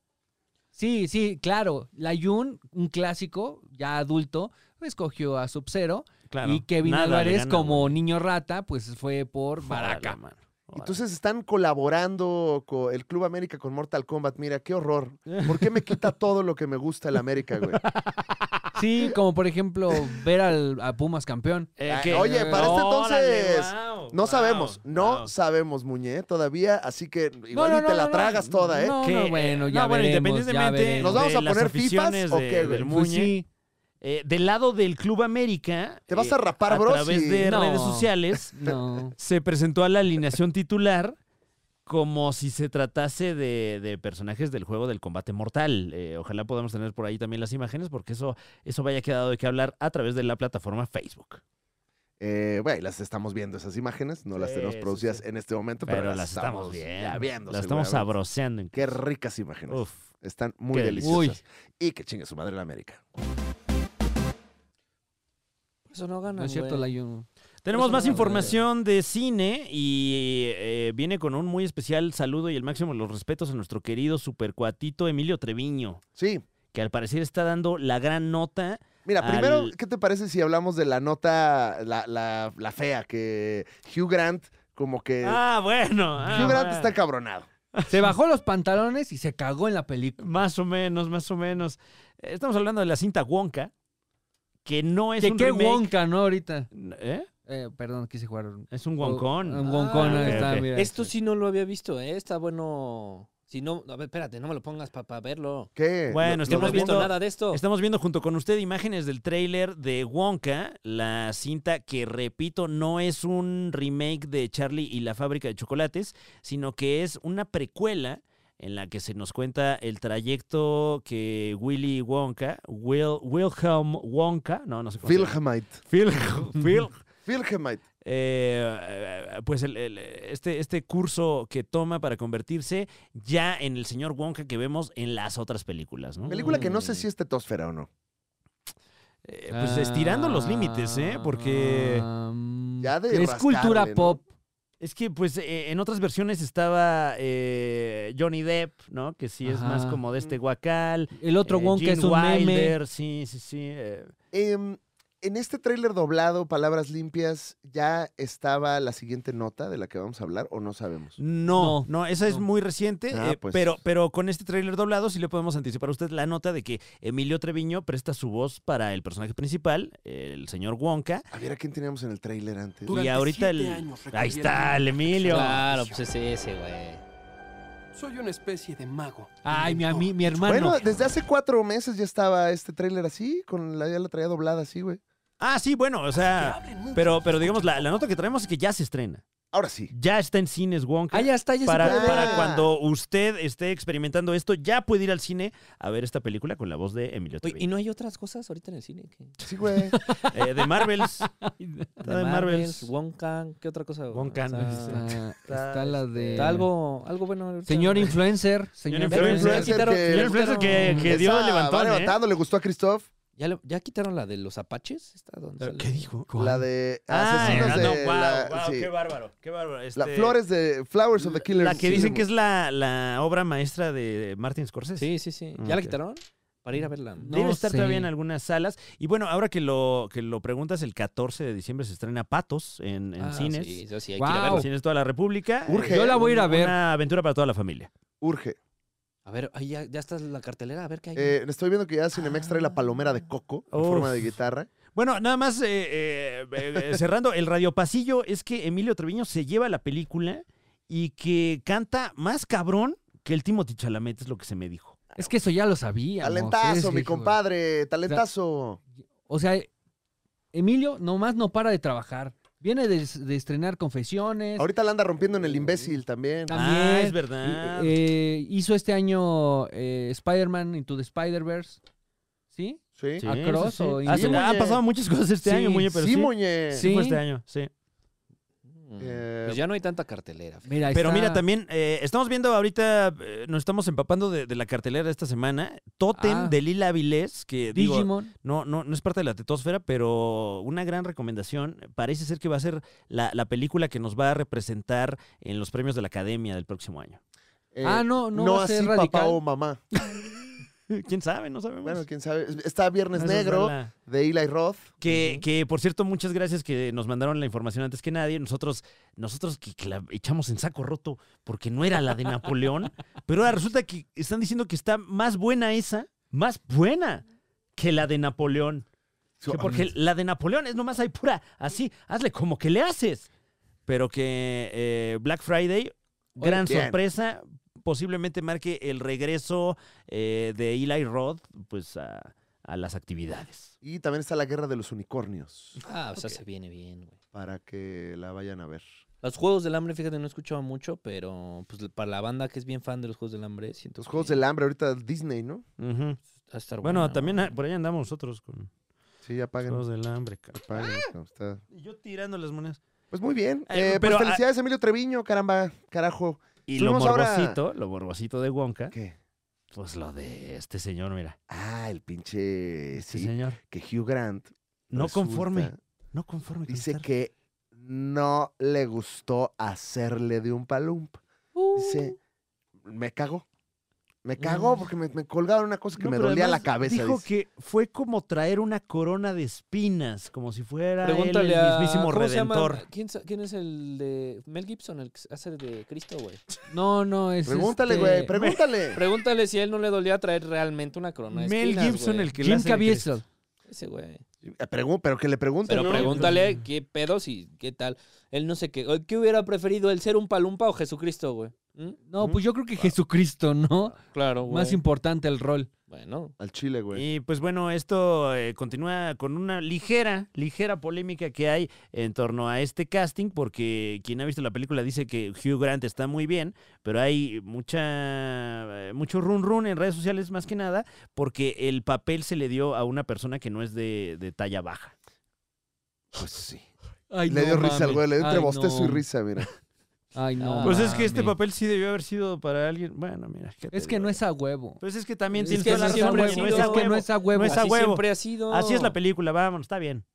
S1: Sí, sí, claro. La Yun, un clásico, ya adulto, escogió a Sub-Zero.
S3: claro.
S1: y Kevin
S3: Nada le
S1: Álvarez,
S3: gana,
S1: como
S3: güey.
S1: niño rata, pues fue por Baraca.
S3: Órale, mano, órale.
S2: Entonces están colaborando con el Club América con Mortal Kombat. Mira, qué horror. ¿Por qué me quita todo lo que me gusta el América, güey?
S1: Sí, como por ejemplo ver al, a Pumas campeón.
S3: Eh,
S2: Ay,
S3: que-
S2: oye, para este
S3: Órale,
S2: entonces,
S3: guau,
S2: No
S3: guau,
S2: sabemos, no
S3: guau.
S2: sabemos, Muñe, ¿eh? todavía, así que igual
S1: no,
S2: y
S1: no,
S2: te
S1: no,
S2: la
S1: no.
S2: tragas toda, ¿eh?
S1: No,
S3: Que,
S1: no,
S3: eh,
S1: bueno,
S3: no,
S1: ya
S3: bueno,
S1: veremos, ya
S3: independientemente
S1: veremos.
S2: ¿Nos vamos
S3: de
S2: a
S3: las
S2: poner fifas
S3: aficiones
S2: o
S3: de-
S2: qué, güey?
S3: del
S1: Pues
S3: Muñe.
S1: sí.
S3: Eh, del lado del Club América.
S2: Te vas a
S3: eh,
S2: rapar, bro,
S3: A través
S2: si-
S3: de
S1: No.
S3: redes sociales,
S1: No.
S3: se presentó a la alineación titular como si se tratase de, de personajes del juego del combate mortal. Eh, ojalá podamos tener por ahí también las imágenes, porque eso, eso vaya quedado de qué hablar a través de la plataforma Facebook.
S2: Eh, güey, las estamos viendo esas imágenes, no las
S3: Sí,
S2: tenemos
S3: sí,
S2: producidas
S3: sí.
S2: en este momento,
S3: Pero,
S2: pero,
S3: las estamos
S2: ya
S3: viendo.
S2: viendo
S3: las estamos
S2: seguramente.
S3: sabroseando.
S2: Qué
S3: incluso.
S2: ricas imágenes.
S3: Uf.
S2: Están muy
S3: qué
S2: deliciosas.
S1: Uy.
S2: Y que chingue su madre la América.
S4: Por Eso no gana.
S1: No es cierto, la Yun.
S3: Tenemos
S4: Eso
S3: más
S4: no,
S3: información de cine y eh, viene con un muy especial saludo y el máximo de los respetos a nuestro querido supercuatito Emilio Treviño,
S2: Sí.
S3: que al parecer está dando la gran nota.
S2: Mira,
S3: Al-
S2: primero, ¿qué te parece si hablamos de la nota, la, la- la fea, que Hugh Grant, como que...
S3: Ah, bueno. ah,
S2: Hugh Grant
S3: bueno.
S2: Eh, está cabronado.
S1: Se bajó los pantalones y se cagó en la película.
S3: Más o menos, más o menos. Eh, Estamos hablando de la cinta Wonka, que no es
S1: Que
S3: un
S1: qué
S3: remake.
S1: Wonka, ¿no? Ahorita.
S3: ¿Eh?
S1: Eh, perdón, quise jugar. un-
S3: Es un Wonkón.
S1: Un Wonkón,
S3: Ah,
S1: ahí
S3: ok,
S1: está,
S3: ok.
S1: mira.
S4: Esto sí no lo había visto, ¿eh? Está bueno. Si no. A ver, espérate, no me lo pongas para verlo.
S2: ¿Qué?
S3: Bueno,
S2: ¿Lo-
S3: es que
S2: lo
S4: Yo no he
S3: hemos
S2: ves
S4: visto
S3: viendo-
S4: nada de esto.
S3: Estamos viendo junto con usted imágenes del tráiler de Wonka, la cinta que, repito, no es un remake de Charlie y la fábrica de chocolates, sino que es una precuela en la que se nos cuenta el trayecto que Willy Wonka, Will, Wilhelm Wonka, no, no sé cómo se llama.
S2: Wilhelmite.
S3: Phil- Phil-
S2: Wilhelmite.
S3: eh, eh, pues el- el- este, este curso que toma para convertirse ya en el señor Wonka que vemos en las otras películas, ¿no?
S2: Película que no sé si es tetosfera o no.
S3: Eh, pues estirando los límites, ¿eh? Porque
S1: Ah.
S4: Ah,
S1: Am,
S2: Ya de
S1: es cultura
S2: rascarle, ¿no?
S1: pop.
S3: es que, pues, eh, en otras versiones estaba eh, Johnny Depp, ¿no? Que sí es más
S1: Ajá.
S3: como de este guacal.
S1: El otro
S3: eh,
S1: Wonka
S3: Gene
S1: es un meme.
S3: Wilder, Sí, sí, sí. eh,
S2: Em, en este tráiler doblado, palabras limpias, ¿ya estaba la siguiente nota de la que vamos a hablar o no sabemos?
S3: No, no,
S1: No,
S3: esa es
S1: no.
S3: muy reciente,
S2: Ah,
S3: eh,
S2: pues.
S3: pero, pero con este tráiler doblado sí le podemos anticipar a usted la nota de que Emilio Treviño presta su voz para el personaje principal, el señor Wonka.
S2: A ver, ¿a quién teníamos en el tráiler antes?
S3: y ahorita el... Ahí está, el Emilio.
S4: Claro, pues es ese, güey.
S9: Soy una especie de mago.
S1: Ay, mi, ami-
S9: amigo.
S1: mi hermano.
S2: Bueno, desde hace cuatro meses ya estaba este tráiler así, con la, ya la traía doblada así, güey.
S3: Ah, sí, bueno, o sea... Pero, pero digamos, la, la nota que traemos es que ya se estrena.
S2: Ahora sí.
S3: Ya está en cines Wonka.
S1: Ah, ya está, ya se
S3: para,
S2: puede ver.
S3: para cuando usted esté experimentando esto, ya puede ir al cine a ver esta película con la voz de Emilio
S4: Oye, ¿y
S3: Treviño.
S4: no hay otras cosas ahorita en el cine? ¿Qué?
S2: Sí, güey.
S3: Eh, de Marvels.
S4: De
S3: de Marvels.
S4: Marvels, Wonka, ¿qué otra cosa? güey?
S3: Wonka, no, sí,
S4: está,
S1: Está,
S3: Está,
S1: Ah, está la
S2: este,
S1: de.
S4: está algo, algo bueno. ahorita.
S1: Señor influencer. Señor
S3: Señor
S1: influencer.
S2: influencer. que-
S3: Señor influencer que, que dio
S2: Esa
S3: el levantón,
S2: va
S3: ¿eh?
S2: levantando, le gustó a Christoph.
S4: ¿Ya, le- ya quitaron la de los apaches? ¿Está donde sale?
S3: ¿Qué dijo?
S2: La de
S3: Ah,
S2: Asesinos
S3: no,
S2: de...
S3: wow,
S2: la,
S3: wow,
S2: sí.
S3: qué bárbaro, qué bárbaro.
S2: La
S3: Este,
S2: Flores de... Flowers of the Killers.
S3: La que dicen que es la, la obra maestra de Martin Scorsese.
S4: Sí, sí, sí. ¿Ya
S3: Ah, Ok.
S4: la quitaron? para ir a verla.
S1: No
S3: Debe estar todavía
S1: sé.
S3: en algunas salas. Y bueno, ahora que lo, que lo preguntas, el 14 de diciembre se estrena Patos en, en
S4: Ah,
S3: cines.
S4: Sí, eso sí, hay que ir a
S3: En
S1: Guau.
S4: verla.
S3: cines toda la República.
S2: Urge.
S1: Yo la voy a ir a ver.
S3: Una aventura para toda la familia.
S2: Urge.
S4: A ver, ahí ya, ya está la cartelera, a ver qué hay.
S2: Eh, estoy viendo que ya Cinemex trae la palomera de coco en
S3: Ah. Uf.
S2: forma de guitarra.
S3: Bueno, nada más eh, eh, eh, cerrando, el radiopasillo es que Emilio Treviño se lleva la película y que canta más cabrón que el Timothy Chalamet, es lo que se me dijo.
S1: Es que eso ya lo sabía.
S2: Talentazo, mi compadre, talentazo.
S1: O sea, Emilio nomás no para de trabajar. Viene de, de estrenar Confesiones.
S2: Ahorita la anda rompiendo en el imbécil también.
S1: También.
S3: Ah, es verdad.
S1: Eh, hizo este año eh, Spider-Man Into the Spider-Verse. ¿Sí?
S2: Sí.
S3: Sí,
S1: a
S3: sí,
S1: Cross
S3: sí.
S1: o
S3: Ah,
S1: Ingrid.
S3: sí, Han pasado muchas cosas este
S1: Sí,
S3: año, Muñe, pero
S2: sí,
S3: sí.
S2: Muñe.
S3: sí fue
S1: Sí.
S3: este año, sí.
S4: Mm,
S2: eh,
S4: pues ya no hay tanta cartelera. fíjate.
S1: Mira, ahí
S3: Pero
S1: está.
S3: mira, también eh, estamos viendo ahorita, eh, nos estamos empapando de, de la cartelera de esta semana, Totem
S1: Ah.
S3: de Lila Avilés, que digo,
S1: Digimon.
S3: no, no, no es parte de la tetosfera, pero una gran recomendación. Parece ser que va a ser la, la película que nos va a representar en los premios de la Academia del próximo año.
S2: eh,
S1: ah, no, no, va a
S2: así
S1: ser
S2: papá
S1: radical.
S2: o mamá.
S3: ¿Quién sabe? No sabemos.
S2: Bueno, quién sabe. Está Viernes
S3: Vamos a
S2: Negro
S3: verla.
S2: de Eli Roth.
S3: Que, que, por cierto, muchas gracias que nos mandaron la información antes que nadie. Nosotros, nosotros que, que la echamos en saco roto porque no era la de Napoleón. pero ahora resulta que están diciendo que está más buena esa, más buena que la de Napoleón. Que porque la de Napoleón es nomás ahí pura, así, hazle como que le haces. Pero que eh, Black Friday, gran
S2: bien.
S3: sorpresa, posiblemente marque el regreso eh, de Eli Roth pues, a- a las actividades.
S2: Y también está La Guerra de los Unicornios,
S4: Ah, o sea, se viene bien, güey.
S2: para que la vayan a ver.
S4: Los Juegos del Hambre, fíjate, no he escuchado mucho, pero pues para la banda que es bien fan de los Juegos del Hambre, siento
S2: Los
S4: que
S2: Juegos del Hambre, ahorita Disney, ¿no?
S3: Ujú.
S4: va a estar
S3: Bueno,
S4: buena,
S3: también
S4: güey.
S3: ah, por ahí andamos nosotros con
S2: Sí, apaguen.
S3: los del hambre. cabrón.
S2: apaguen, cabrón, está-
S3: Y yo tirando las monedas.
S2: Pues muy bien.
S3: Eh,
S2: Eh,
S3: pero, ah-
S2: pues felicidades, Emilio Treviño, caramba, carajo.
S3: Y lo
S2: Estuvimos ahora-
S3: morbosito, lo morbosito de Wonka,
S2: ¿Qué?
S3: pues lo de este señor, mira.
S2: Ah, el pinche.
S3: Este
S2: sí,
S3: señor.
S2: que Hugh Grant.
S3: No
S2: resulta-
S3: conforme, no conforme. con
S2: Dice
S3: estar-
S2: que no le gustó hacerle de un palumpa. Dice,
S3: Uh.
S2: me cago. Me cago porque me, me colgaron una cosa que
S3: No,
S2: me
S3: pero
S2: dolía la
S3: además
S2: cabeza.
S3: Dijo
S2: dice.
S3: que fue como traer una corona de espinas, como si fuera él
S4: Pregúntale
S3: el
S4: a-
S3: mismísimo
S4: ¿cómo se llama?
S3: redentor.
S4: ¿Quién, sa- quién es el de Mel Gibson, el que hace de Cristo, güey?
S1: No, no, es.
S2: Pregúntale,
S1: este,
S2: güey, pregúntale.
S4: Pregúntale si a él no le dolía traer realmente una corona de
S3: Mel
S4: espinas,
S3: Gibson,
S4: güey.
S3: el que le
S1: Jim
S3: hace de
S1: Caviezel.
S4: Ese güey.
S2: Eh, pregú- pero que le pregunte.
S4: Pero
S2: ¿no?
S4: pregúntale qué pedos y qué tal. Él no sé qué. ¿Qué hubiera preferido, el ser un palumpa o Jesucristo, güey? ¿Mm?
S1: No, pues yo creo que Jesucristo, ¿no?
S4: Claro, güey.
S1: Más importante el rol.
S4: Bueno,
S2: Al chile, güey.
S3: Y pues bueno, esto eh, continúa con una ligera, ligera polémica que hay en torno a este casting, porque quien ha visto la película dice que Hugh Grant está muy bien, pero hay mucha, eh, mucho run run en redes sociales más que nada, porque el papel se le dio a una persona que no es de, de talla baja.
S2: Pues sí.
S1: Ay,
S2: le
S1: no
S2: dio risa al
S1: mames.
S2: güey, le dio entre
S1: Ay,
S2: bostezo
S1: no.
S2: y risa, mira.
S1: Ay, no.
S4: Ah,
S3: Pues es que este
S1: mames.
S3: papel sí debió haber sido para alguien. Bueno, mira. ¿qué te
S1: Es que
S3: digo?
S1: no es a huevo.
S3: Pues es que también
S4: Es
S3: tienes
S4: que
S3: toda la
S4: así
S3: razón,
S4: siempre
S3: güey,
S4: ha
S3: no es
S4: sido.
S3: a
S1: Es que
S3: huevo.
S1: no es a huevo.
S3: No es a
S4: así
S3: huevo.
S4: siempre ha sido.
S3: Así es la película, vamos, está bien.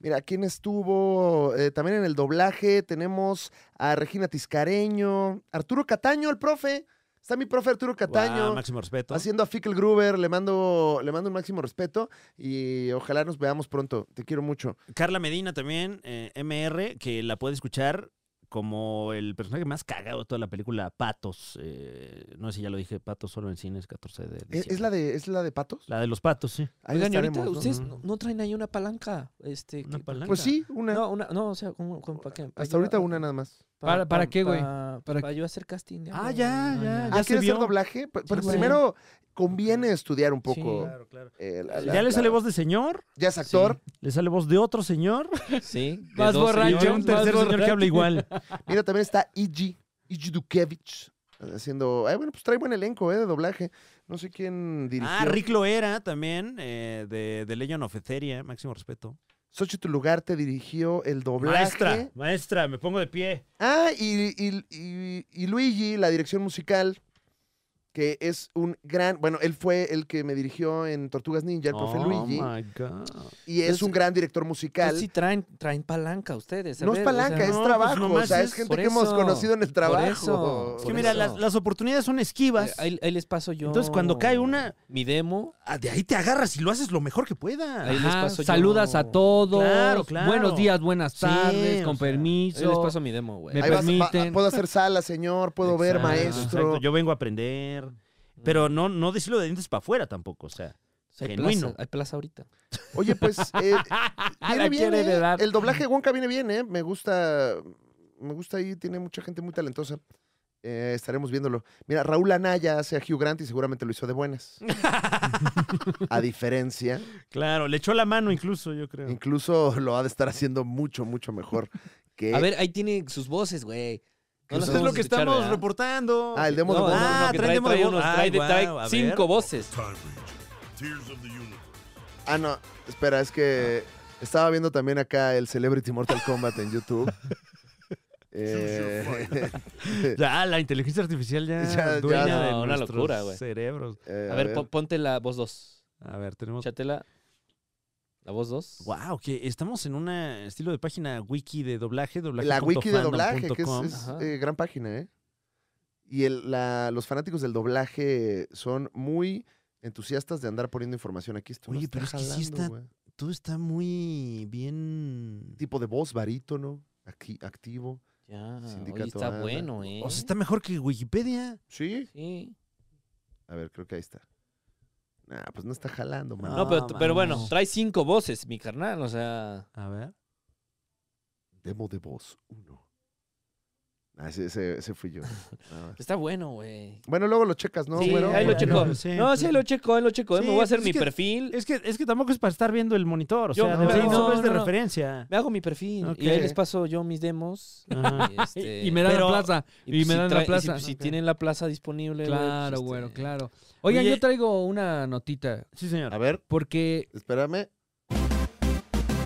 S2: Mira, ¿quién estuvo? Eh, también en el doblaje tenemos a Regina Tiscareño, Arturo Cataño, el profe. Está mi profe Arturo Cataño.
S3: Guau, máximo respeto.
S2: Haciendo a Fickle Gruber, le mando, le mando un máximo respeto y ojalá nos veamos pronto. Te quiero mucho.
S3: Carla Medina también, eh, MR, que la puede escuchar como el personaje más cagado de toda la película, Patos. eh, no sé si ya lo dije, Patos solo en cines, 14 de
S2: ¿Es,
S3: diciembre.
S2: es la, de, ¿Es la de patos?
S3: La de los patos, sí.
S2: Ahí
S4: Oigan, y ahorita
S2: estaremos, ¿no?
S4: ustedes no, no traen ahí una palanca. Este,
S3: ¿Una
S4: ¿qué-
S3: palanca?
S2: Pues sí, una.
S4: No, una, no, o sea, como- como para qué, para
S2: Hasta
S4: yo-
S2: ahorita una nada más.
S1: ¿Para- para qué, güey?
S4: Para,
S1: ¿Para
S4: para yo hacer casting. de
S3: Ah,
S4: algo,
S3: ya,
S4: güey.
S3: ya,
S4: Ah,
S3: ya.
S2: Ah,
S3: se
S2: ¿quieres
S3: vio.
S2: hacer doblaje? P- Pero
S4: güey.
S2: primero conviene estudiar un poco.
S4: claro,
S2: eh, la- la-
S3: Ya le
S2: la-
S3: sale voz de señor,
S2: Ya es actor.
S3: le sale voz de otro señor
S4: Sí. de
S1: Más
S4: dos
S3: y
S1: borracho,
S3: de
S1: Yo,
S3: un
S1: más
S4: señores.
S3: tercer señor que
S1: borracho.
S3: habla igual.
S2: Mira, también está Iji, Iji Dukevich. Haciendo. Ay, bueno, pues trae buen elenco, ¿eh? De doblaje. No sé quién dirigió.
S3: Ah, Rick Loera también, eh, de, de Legend of Etheria, máximo respeto.
S2: Xochitl Lugarte dirigió el doblaje.
S3: Maestra, maestra, me pongo de pie.
S2: Ah, y, y- y- y Luigi, la dirección musical, que es un gran, bueno, él fue el que me dirigió en Tortugas Ninja, el profe Luigi,
S3: Oh, my God.
S2: y es
S3: Pues
S4: Entonces-
S2: un gran director musical.
S4: Entonces Pues sí traen, traen palanca ustedes. a
S2: no es
S4: ver, o sea,
S2: palanca, es
S3: no, pues
S2: trabajo, o
S3: nomás
S2: sea, es
S3: es-
S2: gente
S4: por
S2: que hemos
S4: eso,
S2: conocido en el
S4: por
S2: trabajo.
S4: eso,
S3: Es
S4: por
S3: que mira,
S4: eso.
S3: las, las oportunidades son
S4: eh,
S3: esquivas.
S4: Ahí, ahí les paso yo.
S3: Entonces, cuando cae una-
S4: Mi demo.
S3: Ah, De ahí te agarras y lo haces lo mejor que puedas.
S4: Ahí les
S1: Ajá,
S4: paso yo.
S1: saludas a todos.
S3: Claro, claro.
S1: Buenos días, buenas
S3: Sí,
S1: tardes,
S3: o
S1: con
S3: sea,
S1: permiso.
S4: Ahí les paso mi demo, güey.
S1: Me
S2: Ahí vas, va-
S1: permiten.
S2: puedo hacer sala, señor, puedo ver,
S3: Exacto,
S2: maestro.
S3: exacto, Yo vengo a aprender. Pero no, no decirlo de dientes para afuera tampoco, o sea.
S4: Hay
S3: Genuino.
S4: plaza, hay plaza ahorita.
S2: Oye, pues eh, viene
S1: La
S2: bien,
S1: quiere
S2: eh.
S1: heredar.
S2: el doblaje de Wonka viene bien, ¿eh? Me gusta, me gusta ahí, tiene mucha gente muy talentosa. Eh, estaremos viéndolo. Mira, Raúl Anaya hace a Hugh Grant y seguramente lo hizo de buenas. a diferencia,
S3: Claro, le echó la mano incluso, yo creo.
S2: incluso lo ha de estar haciendo mucho, mucho mejor que...
S4: A ver, ahí tiene sus voces, güey. No las
S3: Eso es lo
S4: podemos
S3: que
S4: escuchar,
S3: estamos
S4: ¿verdad?
S3: reportando.
S2: Ah, el demo de
S4: No, no,
S2: Wonka.
S3: Ah,
S4: no, que
S3: trae
S4: trae,
S3: demo de
S4: trae
S3: Wonka.
S4: unos- ah, trae de-
S3: Ay,
S4: trae
S3: guau, a ver.
S4: cinco voces.
S5: Time region. Tears of the Universe.
S2: Ah, no, espera, es que estaba viendo también acá el Celebrity Mortal Kombat en YouTube. Eh,
S3: Ya, la inteligencia artificial ya,
S2: Ya- ya-
S3: dueña de
S4: No, una
S3: nuestros
S4: locura, güey.
S3: cerebros.
S2: eh,
S4: A ver, po- ponte la voz 2.
S3: A ver, tenemos...
S4: Chatela. La voz 2.
S3: Wow, que estamos en un estilo de página wiki de doblaje, doblaje.
S2: La wiki de doblaje, que es, es,
S4: Ajá.
S2: eh, gran página, ¿eh? Y el- la- los fanáticos del doblaje son muy entusiastas de andar poniendo información aquí. Esto no
S3: Oye,
S2: está
S3: pero es que sí
S2: jalando,
S3: está-
S2: güey.
S3: Todo está muy bien.
S2: Tipo de voz barítono, aquí, activo.
S4: Ya, oye,
S2: Sindicato
S4: está
S2: Ana.
S4: bueno, ¿eh?
S3: O sea, está mejor que Wikipedia.
S2: Sí.
S4: Sí.
S2: A ver, creo que ahí está. Nah, pues no está jalando, man.
S4: No, pero, pero bueno,
S3: vamos.
S4: trae cinco voces, mi carnal. O sea,
S3: A ver.
S2: Demo de voz 1. Ah, ese, ese- ese fui yo. Nada más.
S4: está bueno, güey.
S2: Bueno, luego lo checas, ¿no?
S4: sí,
S2: Bueno,
S4: ahí lo
S2: bueno.
S4: checo.
S3: bueno, sí,
S4: no,
S3: sí.
S4: sí, ahí lo checo, ahí lo checo. ¿eh?
S3: Sí,
S4: Me voy a hacer
S3: pues
S4: mi
S3: es que-
S4: perfil.
S3: Es que, es que tampoco es para estar viendo el monitor, o
S4: Yo
S3: sea,
S4: no,
S3: de verdad
S1: no,
S3: solo es de
S1: no, no.
S3: referencia.
S4: Me hago mi perfil. Y
S3: Ok.
S4: ahí les paso yo mis demos.
S3: Ajá.
S4: Y, este,
S1: y me dan
S3: pero-
S1: la plaza. Y,
S4: pues
S1: me
S4: si
S1: dan
S4: trae-
S1: la
S4: y
S1: plaza.
S4: Si, si
S1: Ok.
S4: tienen la plaza disponible, güey, pues,
S1: Claro,
S4: este,
S1: bueno, claro. Oigan,
S3: Oye-
S1: yo traigo una notita.
S3: Sí, señor.
S2: A ver,
S1: Porque,
S2: espérame.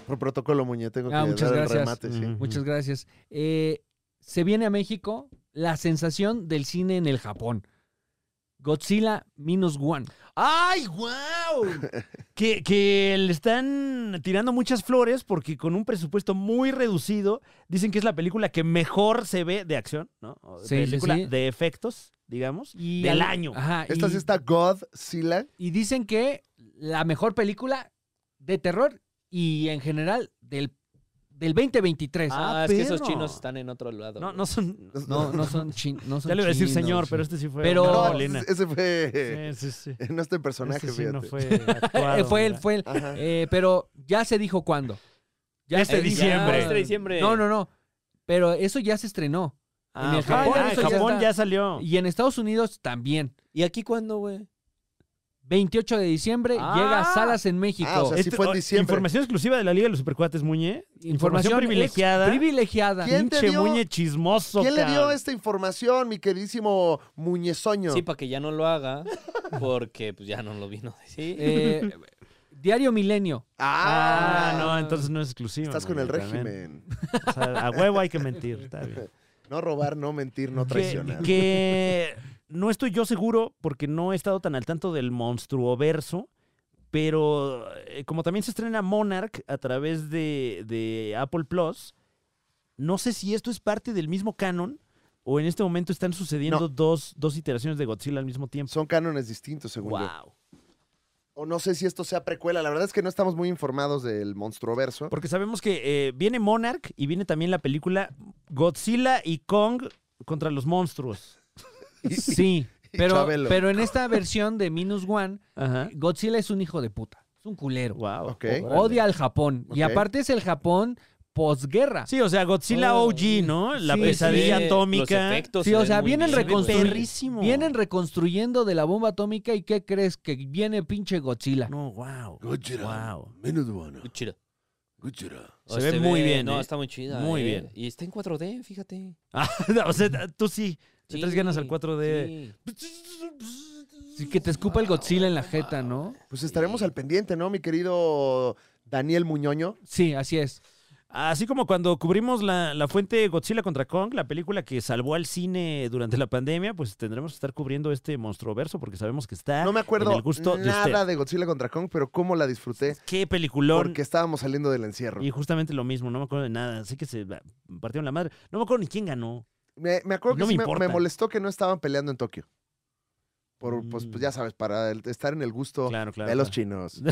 S2: Por protocolo, Muñe, tengo
S1: Ah,
S2: que
S1: muchas
S2: dar el
S1: gracias.
S2: remate, sí.
S3: Ujú.
S1: muchas gracias, eh, se viene a México la sensación del cine en el Japón. Godzilla Minus One.
S3: ¡Ay, wow! que, que le están tirando muchas flores porque con un presupuesto muy reducido dicen que es la película que mejor se ve de acción, ¿no? O
S1: Sí, sí,
S3: película
S1: sí.
S3: de efectos, digamos.
S1: Y
S3: Del
S1: al-
S3: año.
S1: Ajá,
S2: Esta
S1: y,
S2: sí está Godzilla.
S1: y dicen que la mejor película de terror y en general del, del 2023.
S4: Ah,
S3: Ah,
S4: es que esos
S3: perro.
S4: chinos están en otro lado.
S3: No,
S4: güey.
S3: no son.
S1: No, no son chinos. No son
S3: ya le iba a decir
S1: chinos,
S3: señor,
S1: sí.
S3: pero este sí fue.
S1: Pero-
S3: una
S2: No,
S3: bolina.
S2: ese- ese fue.
S3: Sí, sí, sí.
S2: No está en personaje,
S3: Este sí no
S2: fíjate.
S3: fue actuado,
S1: Eh, fue él,
S3: mira.
S1: fue él.
S2: Ajá.
S1: Eh, pero ya se dijo cuándo.
S3: Este
S1: se-
S3: diciembre.
S4: Este diciembre.
S1: No, no, no. Pero eso ya se estrenó.
S3: Ah,
S1: en el
S3: ok.
S1: Japón,
S3: Ah, en
S1: eso ya
S3: Japón ya,
S1: está.
S3: salió.
S1: Y en Estados Unidos también.
S4: pues, ¿Y aquí cuándo, güey?
S1: 28 de diciembre
S3: Ah.
S1: llega a salas en México.
S2: Ah, o sea, sí fue en
S3: Este, o-
S2: diciembre.
S3: Información exclusiva de la Liga de los Supercuates, Muñe. Información, privilegiada.
S1: ex- privilegiada.
S2: ¿Quién te
S3: Pinche
S2: dio-
S3: Muñe chismoso.
S2: ¿Quién le dio
S3: cabrón.
S2: esta información, mi queridísimo Muñezoño?
S4: Sí, para que ya no lo haga, porque pues ya no lo vino a decir.
S1: Eh, Diario Milenio.
S3: Ah,
S2: ah,
S3: no, entonces no es exclusiva.
S2: Estás con el
S3: Muñe, también.
S2: régimen.
S3: O sea, a huevo hay que mentir, está bien.
S2: No robar, no mentir, no
S3: Que,
S2: traicionar.
S3: que no estoy yo seguro porque no he estado tan al tanto del monstruoverso, pero eh, como también se estrena Monarch a través de, de Apple Plus, no sé si esto es parte del mismo canon o en este momento están sucediendo
S2: No.
S3: dos, dos iteraciones de Godzilla al mismo tiempo.
S2: Son cánones distintos, según yo.
S3: Wow.
S2: O no sé si esto sea precuela. La verdad es que no estamos muy informados del monstruoverso.
S3: Porque sabemos que eh, viene Monarch y viene también la película Godzilla y Kong contra los monstruos.
S1: Sí. Pero,
S2: Chabelo.
S1: pero en esta versión de Minus One,
S3: Ajá.
S1: Godzilla es un hijo de puta. Es un culero.
S3: Wow.
S2: Ok.
S1: Odia al Japón. Y
S2: Ok.
S1: aparte es el Japón posguerra.
S3: Sí, o sea, Godzilla
S1: Oh,
S3: OG, ¿no? La
S1: sí,
S3: pesadilla
S4: Sí,
S3: atómica.
S4: Pues, los efectos
S1: Sí,
S4: se
S1: o
S4: ven
S1: sea,
S4: muy
S1: vienen
S4: bien, güey.
S1: reconstruidos.
S3: Perrísimo.
S1: Vienen reconstruyendo de la bomba atómica y ¿qué crees? Que viene pinche Godzilla.
S3: No, wow.
S2: Godzilla.
S3: Wow.
S2: Menos bueno.
S4: Muy chido. Oh,
S2: Godzilla.
S3: Se ve muy bien,
S4: No,
S3: ¿eh?
S4: está muy chida.
S3: Muy
S4: eh.
S3: bien.
S4: Y está en 4D, fíjate.
S3: Ah, o sea, tú sí. Te
S4: Sí,
S3: traes ganas al 4D.
S4: sí.
S1: Sí, que te escupa el Godzilla en la jeta, ¿no?
S2: Pues estaremos al pendiente, ¿no, mi querido Daniel Muñoño?
S1: Sí, así es.
S3: Así como cuando cubrimos la, la fuente Godzilla contra Kong, la película que salvó al cine durante la pandemia, pues tendremos que estar cubriendo este monstruoverso porque sabemos que está
S2: No me acuerdo
S3: en el gusto de
S2: nada
S3: usted.
S2: de Godzilla contra Kong, pero cómo la disfruté
S3: Qué peliculón.
S2: porque estábamos saliendo del encierro.
S3: Y justamente lo mismo, no me acuerdo de nada. Así que se la- partieron la madre. No me acuerdo ni quién ganó.
S2: Me, me acuerdo que
S3: No me
S2: sí me,
S3: importa.
S2: me molestó que no estaban peleando en Tokio. Por, pues, pues,
S3: Mm.
S2: ya sabes, para el- estar en el gusto
S3: Claro, claro.
S2: de los
S3: claro.
S2: chinos.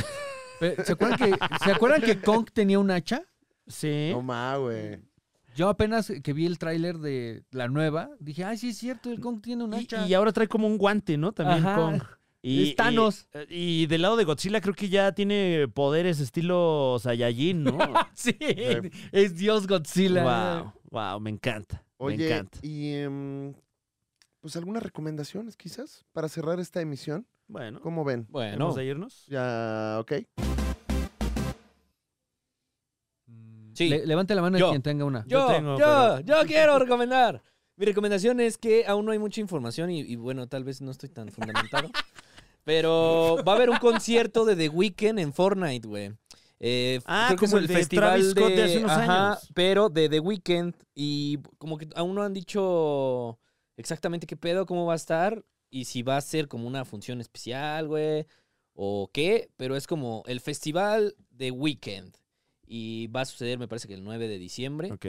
S1: Pero, ¿se, acuerdan que, ¿Se acuerdan que Kong tenía un hacha?
S3: Sí.
S2: No ma, güey.
S1: Yo apenas que vi el tráiler de la nueva, dije, ay, sí es cierto, el Kong tiene un
S3: Y,
S1: hacha.
S3: y ahora trae como un guante, ¿no? También
S1: Ajá.
S3: Kong. Y, eh,
S1: Es Thanos.
S3: Y, y del lado de Godzilla creo que ya tiene poderes estilo Saiyajin, ¿no?
S1: Sí, es Dios Godzilla.
S3: wow, wow, me encanta. me
S2: Oye,
S3: encanta.
S2: y em, pues algunas recomendaciones quizás para cerrar esta emisión.
S3: Bueno,
S2: ¿Cómo ven?
S4: Bueno,
S3: ¿vamos a irnos?
S2: Ya, ok.
S3: Pues,
S4: sí.
S1: Mm. Le- levante la mano
S4: Yo.
S1: quien tenga una.
S4: Yo,
S3: Yo tengo,
S4: yo, yo quiero recomendar. Mi recomendación es que aún no hay mucha información y, y bueno, tal vez no estoy tan fundamentado. pero va a haber un concierto de The Weeknd en Fortnite, güey. Eh,
S3: Ah,
S4: creo que es
S3: como el de Travis Scott de hace unos
S4: ajá,
S3: años.
S4: Pero de The Weeknd y como que aún no han dicho exactamente qué pedo, cómo va a estar y si va a ser como una función especial, güey, o qué, pero es como el festival de Weekend y va a suceder, me parece que el 9 de diciembre.
S3: Ok.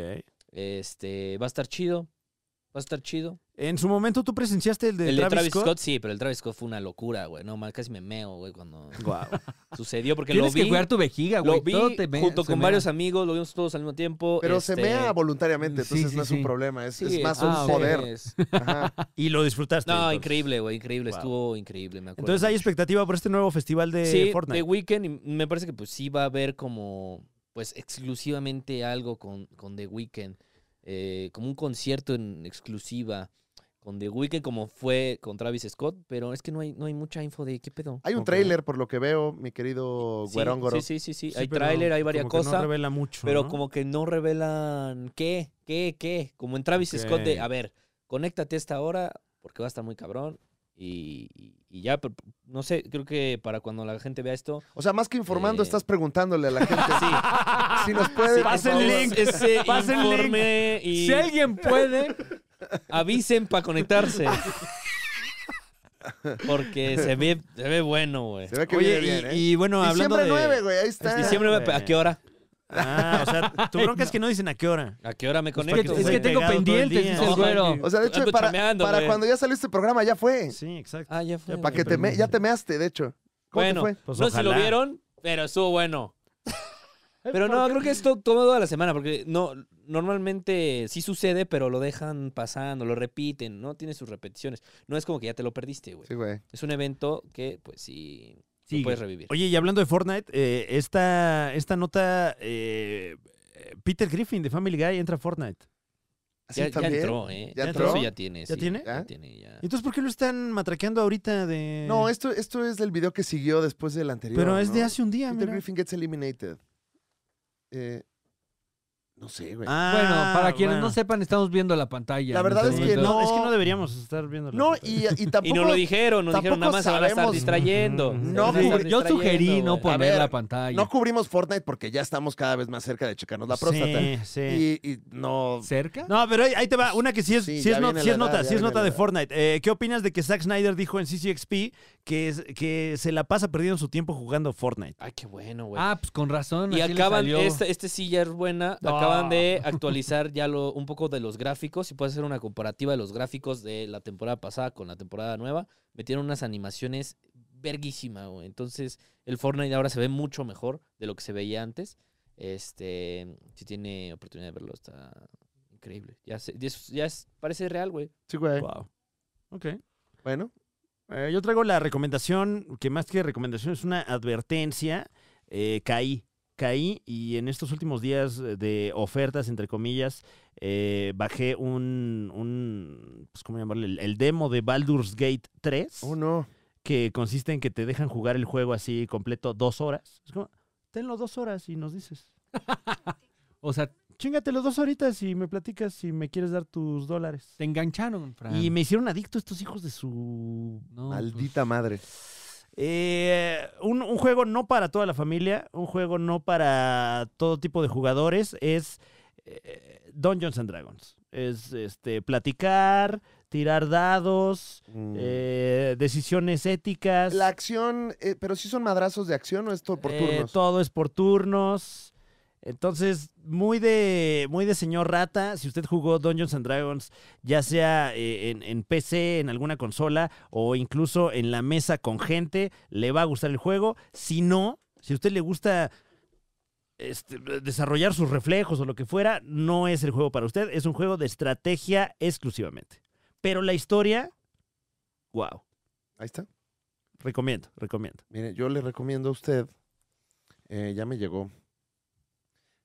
S4: Este, va a estar chido. Va a estar chido.
S3: En su momento tú presenciaste el de,
S4: el de
S3: Travis,
S4: Travis Scott?
S3: Scott.
S4: sí, pero el Travis Scott fue una locura, güey. No, más casi me meo, güey, cuando
S3: Wow.
S4: sucedió porque lo
S1: Tienes
S4: vi.
S1: que cuidar tu vejiga, güey.
S4: lo vi
S1: Todo te me-
S4: junto
S1: se
S4: con
S1: mea.
S4: varios amigos, lo vimos todos al mismo tiempo.
S2: Pero se
S4: este,
S2: mea
S3: mm,
S2: voluntariamente,
S1: Sí,
S2: entonces
S1: sí,
S2: no es
S1: sí.
S2: un problema, es, es
S4: sí,
S2: más
S3: ah,
S2: un
S4: entonces-
S2: poder. Ajá.
S3: y lo disfrutaste.
S4: No,
S3: entonces.
S4: increíble, güey, increíble.
S3: Wow.
S4: Estuvo increíble, me acuerdo.
S3: Entonces hay expectativa por este nuevo festival de
S4: sí,
S3: Fortnite.
S4: The Weeknd, y me parece que pues sí va a haber como, pues exclusivamente algo con, con The Weeknd, eh, como un concierto en exclusiva con The Weeknd, como fue con Travis Scott, pero es que no hay, no hay mucha info de qué pedo.
S2: Hay un
S3: Ok.
S2: tráiler, por lo que veo, mi querido
S4: Sí,
S2: Guerongoro.
S4: Sí, sí, sí, sí,
S3: Sí,
S4: hay
S3: pero
S4: tráiler, hay
S3: como
S4: varias
S3: que
S4: cosas.
S3: No revela mucho.
S4: Pero
S3: ¿no?
S4: como que no revelan qué, qué, qué. Como en Travis Scott de,
S3: Ok.
S4: a ver, conéctate a esta hora porque va a estar muy cabrón. Y, y- y ya, pero, no sé, creo que para cuando la gente vea esto...
S2: O sea, más que informando,
S4: Eh.
S2: estás preguntándole a la gente.
S4: Sí,
S2: Si nos puede. por
S3: Pasa el
S2: favor.
S3: link.
S4: Ese
S3: Pasa el
S4: informe y
S1: Si alguien puede,
S4: avisen para conectarse. Porque se ve, se ve bueno, güey.
S2: Se ve que
S3: Oye,
S2: viene bien,
S3: y,
S2: ¿eh?
S3: y bueno, hablando
S2: Diciembre
S3: de...
S2: 9, güey, ahí está.
S4: Diciembre,
S3: güey.
S4: ¿a qué hora?
S3: Ah, o sea, tu bronca es que no dicen a qué hora.
S4: ¿A qué hora me
S3: Pues,
S4: conecto?
S1: es que
S3: para que te
S4: güey?
S3: esté
S1: tengo
S3: pegado todo el
S1: pendientes, dice
S4: día.
S1: el güero.
S2: O sea, de hecho,
S4: Ando
S2: para,
S4: chameando,
S2: para
S4: güey.
S2: cuando ya salió este programa, ya fue.
S3: Sí, exacto.
S4: Ah, ya fue.
S3: Ya
S2: Para que te me- ya te measte, de hecho. ¿Cómo te
S4: Bueno,
S2: fue?
S3: Pues
S4: no sé si
S3: ojalá.
S4: lo vieron, pero estuvo bueno. Pero no, creo que esto todo toda la semana, porque no normalmente sí sucede, pero lo dejan pasando, lo repiten, ¿no? Tiene sus repeticiones. No es como que ya te lo perdiste, güey.
S2: Sí, güey.
S4: Es un evento que, pues sí, lo
S3: Sigue.
S4: puedes revivir.
S3: Oye, y hablando de Fortnite, eh, esta, esta nota... eh, Peter Griffin de Family Guy entra a Fortnite.
S2: Así
S4: ya, ya
S2: también.
S4: entró, ¿eh?
S2: ¿Ya
S4: Eso
S2: entró?
S4: ya tiene.
S3: ¿Ya
S4: sí,
S3: tiene?
S2: ¿Ah?
S4: Ya tiene, ya.
S3: Entonces, ¿por qué lo están matraqueando ahorita de...?
S2: No, esto, esto es del video que siguió después del anterior.
S3: Pero es de
S2: ¿no?
S3: hace un día,
S2: Peter
S3: mira.
S2: Griffin gets eliminated. Eh, no sé, güey.
S3: Ah,
S1: bueno, para quienes
S3: bueno.
S1: no sepan, estamos viendo la pantalla.
S2: La
S1: en
S2: verdad
S1: este
S2: es que
S1: momento.
S2: no.
S3: es que no deberíamos estar viendo. la
S2: no,
S3: nota.
S2: y, y tampoco.
S4: Y no lo dijeron, nos dijeron nada
S2: tampoco
S4: más se van a estar
S2: sabemos-
S4: distrayendo.
S3: No
S4: Se van a
S2: cubrí-
S4: estar
S1: Yo sugerí
S4: distrayendo,
S1: no
S4: güey.
S1: poner
S2: ver,
S1: la pantalla.
S2: No cubrimos Fortnite porque ya estamos cada vez más cerca de checarnos la
S3: Sí,
S2: próstata.
S3: sí.
S2: Y, y no.
S1: ¿Cerca?
S3: No, pero ahí, ahí te va. Una que sí es,
S2: Sí,
S3: sí es,
S2: ya
S3: no-
S2: viene
S3: sí
S2: la
S3: es nota,
S2: edad,
S3: sí
S2: ya
S3: es
S2: viene
S3: nota
S2: la
S3: de
S2: edad.
S3: Fortnite. Eh, ¿Qué opinas de que Zack Snyder dijo en CCXP que, es- que se la pasa perdiendo su tiempo jugando Fortnite?
S4: Ay, qué bueno, güey.
S1: Ah, pues con razón.
S4: Y
S1: así le
S4: acaban,
S1: salió.
S4: esta, este sí ya es buena,
S3: No.
S4: acaban de actualizar ya lo, un poco de los gráficos y puedes hacer una comparativa de los gráficos de la temporada pasada con la temporada nueva. Metieron unas animaciones verguísima, güey. Entonces, el Fortnite ahora se ve mucho mejor de lo que se veía antes. Este, si tiene oportunidad de verlo, está increíble. Ya, se- ya es- ya es- parece real, güey.
S2: Sí, güey.
S3: Wow. Ok.
S2: Bueno.
S3: Eh, yo traigo la recomendación, que más que recomendación es una advertencia. Eh, caí, caí y en estos últimos días eh, de ofertas, entre comillas, eh, bajé un, un pues, ¿cómo llamarle? El, el demo de Baldur's Gate 3.
S2: Oh, no.
S3: que consiste en que te dejan jugar el juego así completo dos horas. Es como, tenlo dos horas y nos dices.
S1: O sea,
S3: Chingatelo dos horitas y me platicas si me quieres dar tus dólares.
S1: te engancharon, Fran.
S3: Y me hicieron adicto estos hijos de su...
S1: No, pues.
S2: Maldita madre.
S3: Eh, un, un juego no para toda la familia, un juego no para todo tipo de jugadores, es eh, Dungeons and Dragons. Es este platicar, tirar dados,
S2: Mm.
S3: eh, decisiones éticas.
S2: La acción, eh, pero sí son madrazos de acción o es todo por
S3: Eh,
S2: turnos.
S3: todo es por turnos. Entonces, muy de, muy de señor rata, si usted jugó Dungeons and Dragons, ya sea eh, en, en PC, en alguna consola o incluso en la mesa con gente, le va a gustar el juego. Si no, si a usted le gusta este, desarrollar sus reflejos o lo que fuera, no es el juego para usted. Es un juego de estrategia exclusivamente. Pero la historia, wow,
S2: Ahí está.
S3: recomiendo, recomiendo.
S2: Mire, yo le recomiendo a usted. eh, ya me llegó.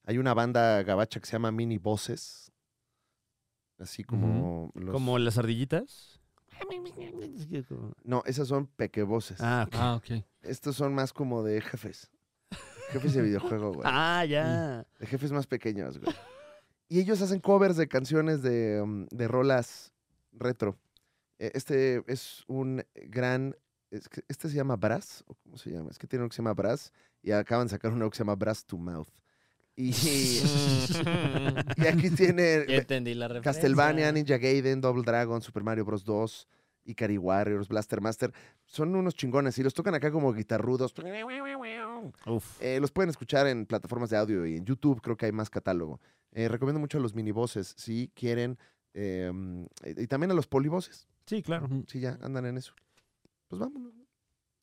S2: Hay una banda gabacha que se llama Mini Voces. Así como. los-
S3: Como las ardillitas.
S2: No, esas son pequevoces.
S3: Ah, ok.
S1: Ah, ok.
S2: Estos son más como de jefes. Jefes de videojuego, güey.
S3: Ah, ya.
S2: De jefes más pequeños, güey. Y ellos hacen covers de canciones de, um, de rolas retro. Eh, Este es un gran. es que- Este se llama Brass, o cómo se llama. Es que tiene uno que se llama Brass y acaban de sacar uno que se llama Brass to Mouth. Y, y aquí
S4: Ya
S2: tiene
S4: entendí la referencia.
S2: Castlevania, Ninja Gaiden, Double Dragon, Super Mario Bros. 2, Ikari Warriors, Blaster Master. Son unos chingones y los tocan acá como guitarrudos.
S1: Mm.
S3: Uf.
S2: Eh, los pueden escuchar en plataformas de audio y en YouTube, creo que hay más catálogo. Eh, recomiendo mucho a los minivoces, si quieren, eh, y también a los polivoces,
S3: Sí, claro.
S2: si ya andan en eso. Pues vámonos.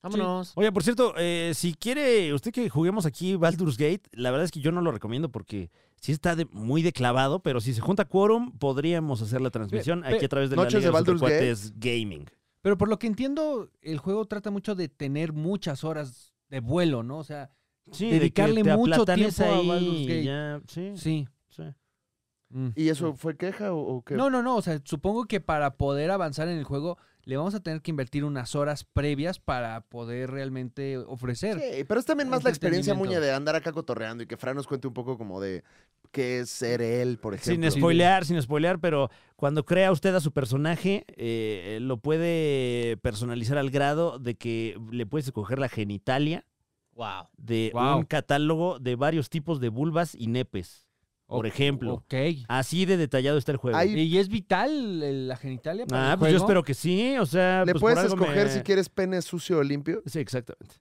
S4: Vámonos.
S3: Oye, por cierto, eh, si quiere usted que juguemos aquí Baldur's Gate, la verdad es que yo no lo recomiendo porque sí está de- muy de clavado, pero si se junta quórum, podríamos hacer la transmisión
S1: Pe- pe-
S3: aquí a través de
S2: Noches
S3: la
S2: de
S3: Liga los
S2: Baldur's
S3: Supercuates Gaming.
S1: Pero por lo que entiendo, el juego trata mucho de tener muchas horas de vuelo, ¿no? O sea,
S3: Sí,
S1: de Dedicarle que te mucho aplatanes tiempo a ahí Baldur's y Gate.
S3: sí,
S1: sí. Mm.
S2: ¿Y eso fue queja o, o qué?
S1: No, no, no. O sea, supongo que para poder avanzar en el juego le vamos a tener que invertir unas horas previas para poder realmente ofrecer.
S2: Sí, pero es también más
S1: Es
S2: la experiencia muña
S1: entretenimiento.
S2: de andar acá cotorreando y que Fran nos cuente un poco como de qué es ser él, por ejemplo.
S3: Sin spoilear, sin spoilear, pero cuando crea usted a su personaje, eh, lo puede personalizar al grado de que le puedes escoger la genitalia
S4: Wow.
S3: de
S1: Wow.
S3: un catálogo de varios tipos de vulvas y nepes. Por
S1: O-
S3: ejemplo.
S1: Ok.
S3: Así de detallado está el juego.
S2: Hay-
S1: ¿Y es vital el- la genitalia? Para
S3: Ah,
S1: el
S3: pues yo
S1: juego?
S3: espero que sí, o sea...
S2: Le
S3: pues, por
S2: puedes
S3: algo
S2: escoger
S3: me-
S2: si quieres pene sucio o limpio.
S3: Sí, exactamente.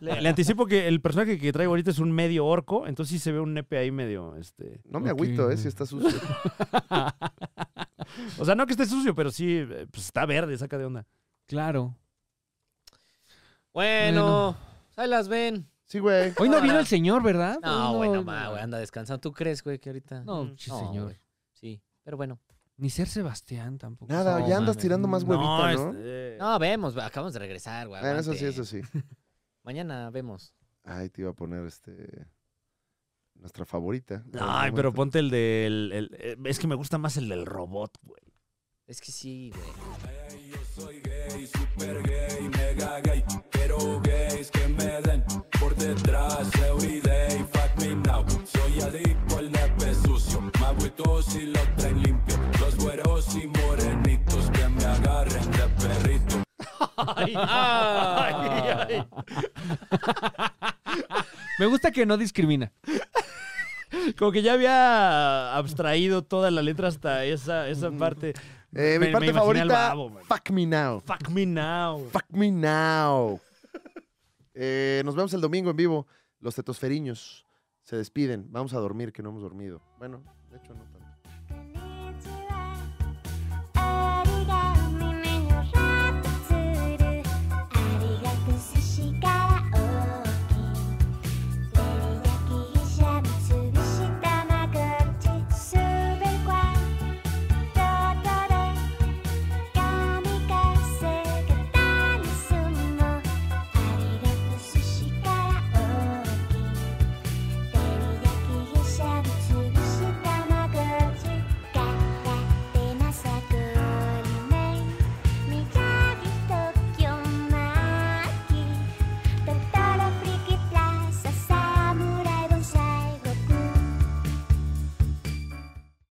S3: le, le anticipo que el personaje que traigo ahorita es un medio orco, entonces sí se ve un nepe ahí medio, este...
S2: No me
S1: Ok.
S2: agüito, eh, si está sucio.
S3: O sea, no que esté sucio, pero sí, eh, pues está verde, saca de onda.
S1: Claro.
S4: Bueno, ahí las ven.
S2: Sí, güey.
S1: Hoy no vino el señor, ¿verdad?
S4: No,
S1: Hoy
S4: bueno, ma, güey, anda descansando. ¿Tú crees, güey, que ahorita?
S1: No, che,
S4: No,
S1: señor.
S4: güey. Sí, pero bueno.
S1: Ni ser Sebastián tampoco.
S2: Nada,
S4: No,
S2: ya andas
S4: mames.
S2: tirando más huevita, ¿no?
S3: este,
S4: No, vemos, güey, acabamos de regresar, güey.
S2: Ah, eso sí,
S4: aguante.
S2: eso sí.
S4: Mañana vemos.
S2: Ay, te iba a poner este. Nuestra favorita.
S3: eh, Ay, pero ponte el del... el- eh, es que me gusta más el del robot, güey.
S4: Es que sí, güey.
S3: Ay,
S1: Me gusta que no discrimina.
S3: ay. Como que ya había abstraído toda la letra hasta esa, esa parte.
S2: Mm. Eh, mi
S3: pues, Me- me
S2: parte
S3: imaginé al
S2: favorita.
S3: babo, man.
S2: fuck me now.
S3: Fuck me now.
S2: Fuck me now. Eh, nos vemos el domingo en vivo. Los tetosferiños se despiden. Vamos a dormir, que no hemos dormido. Bueno, de hecho, no tanto.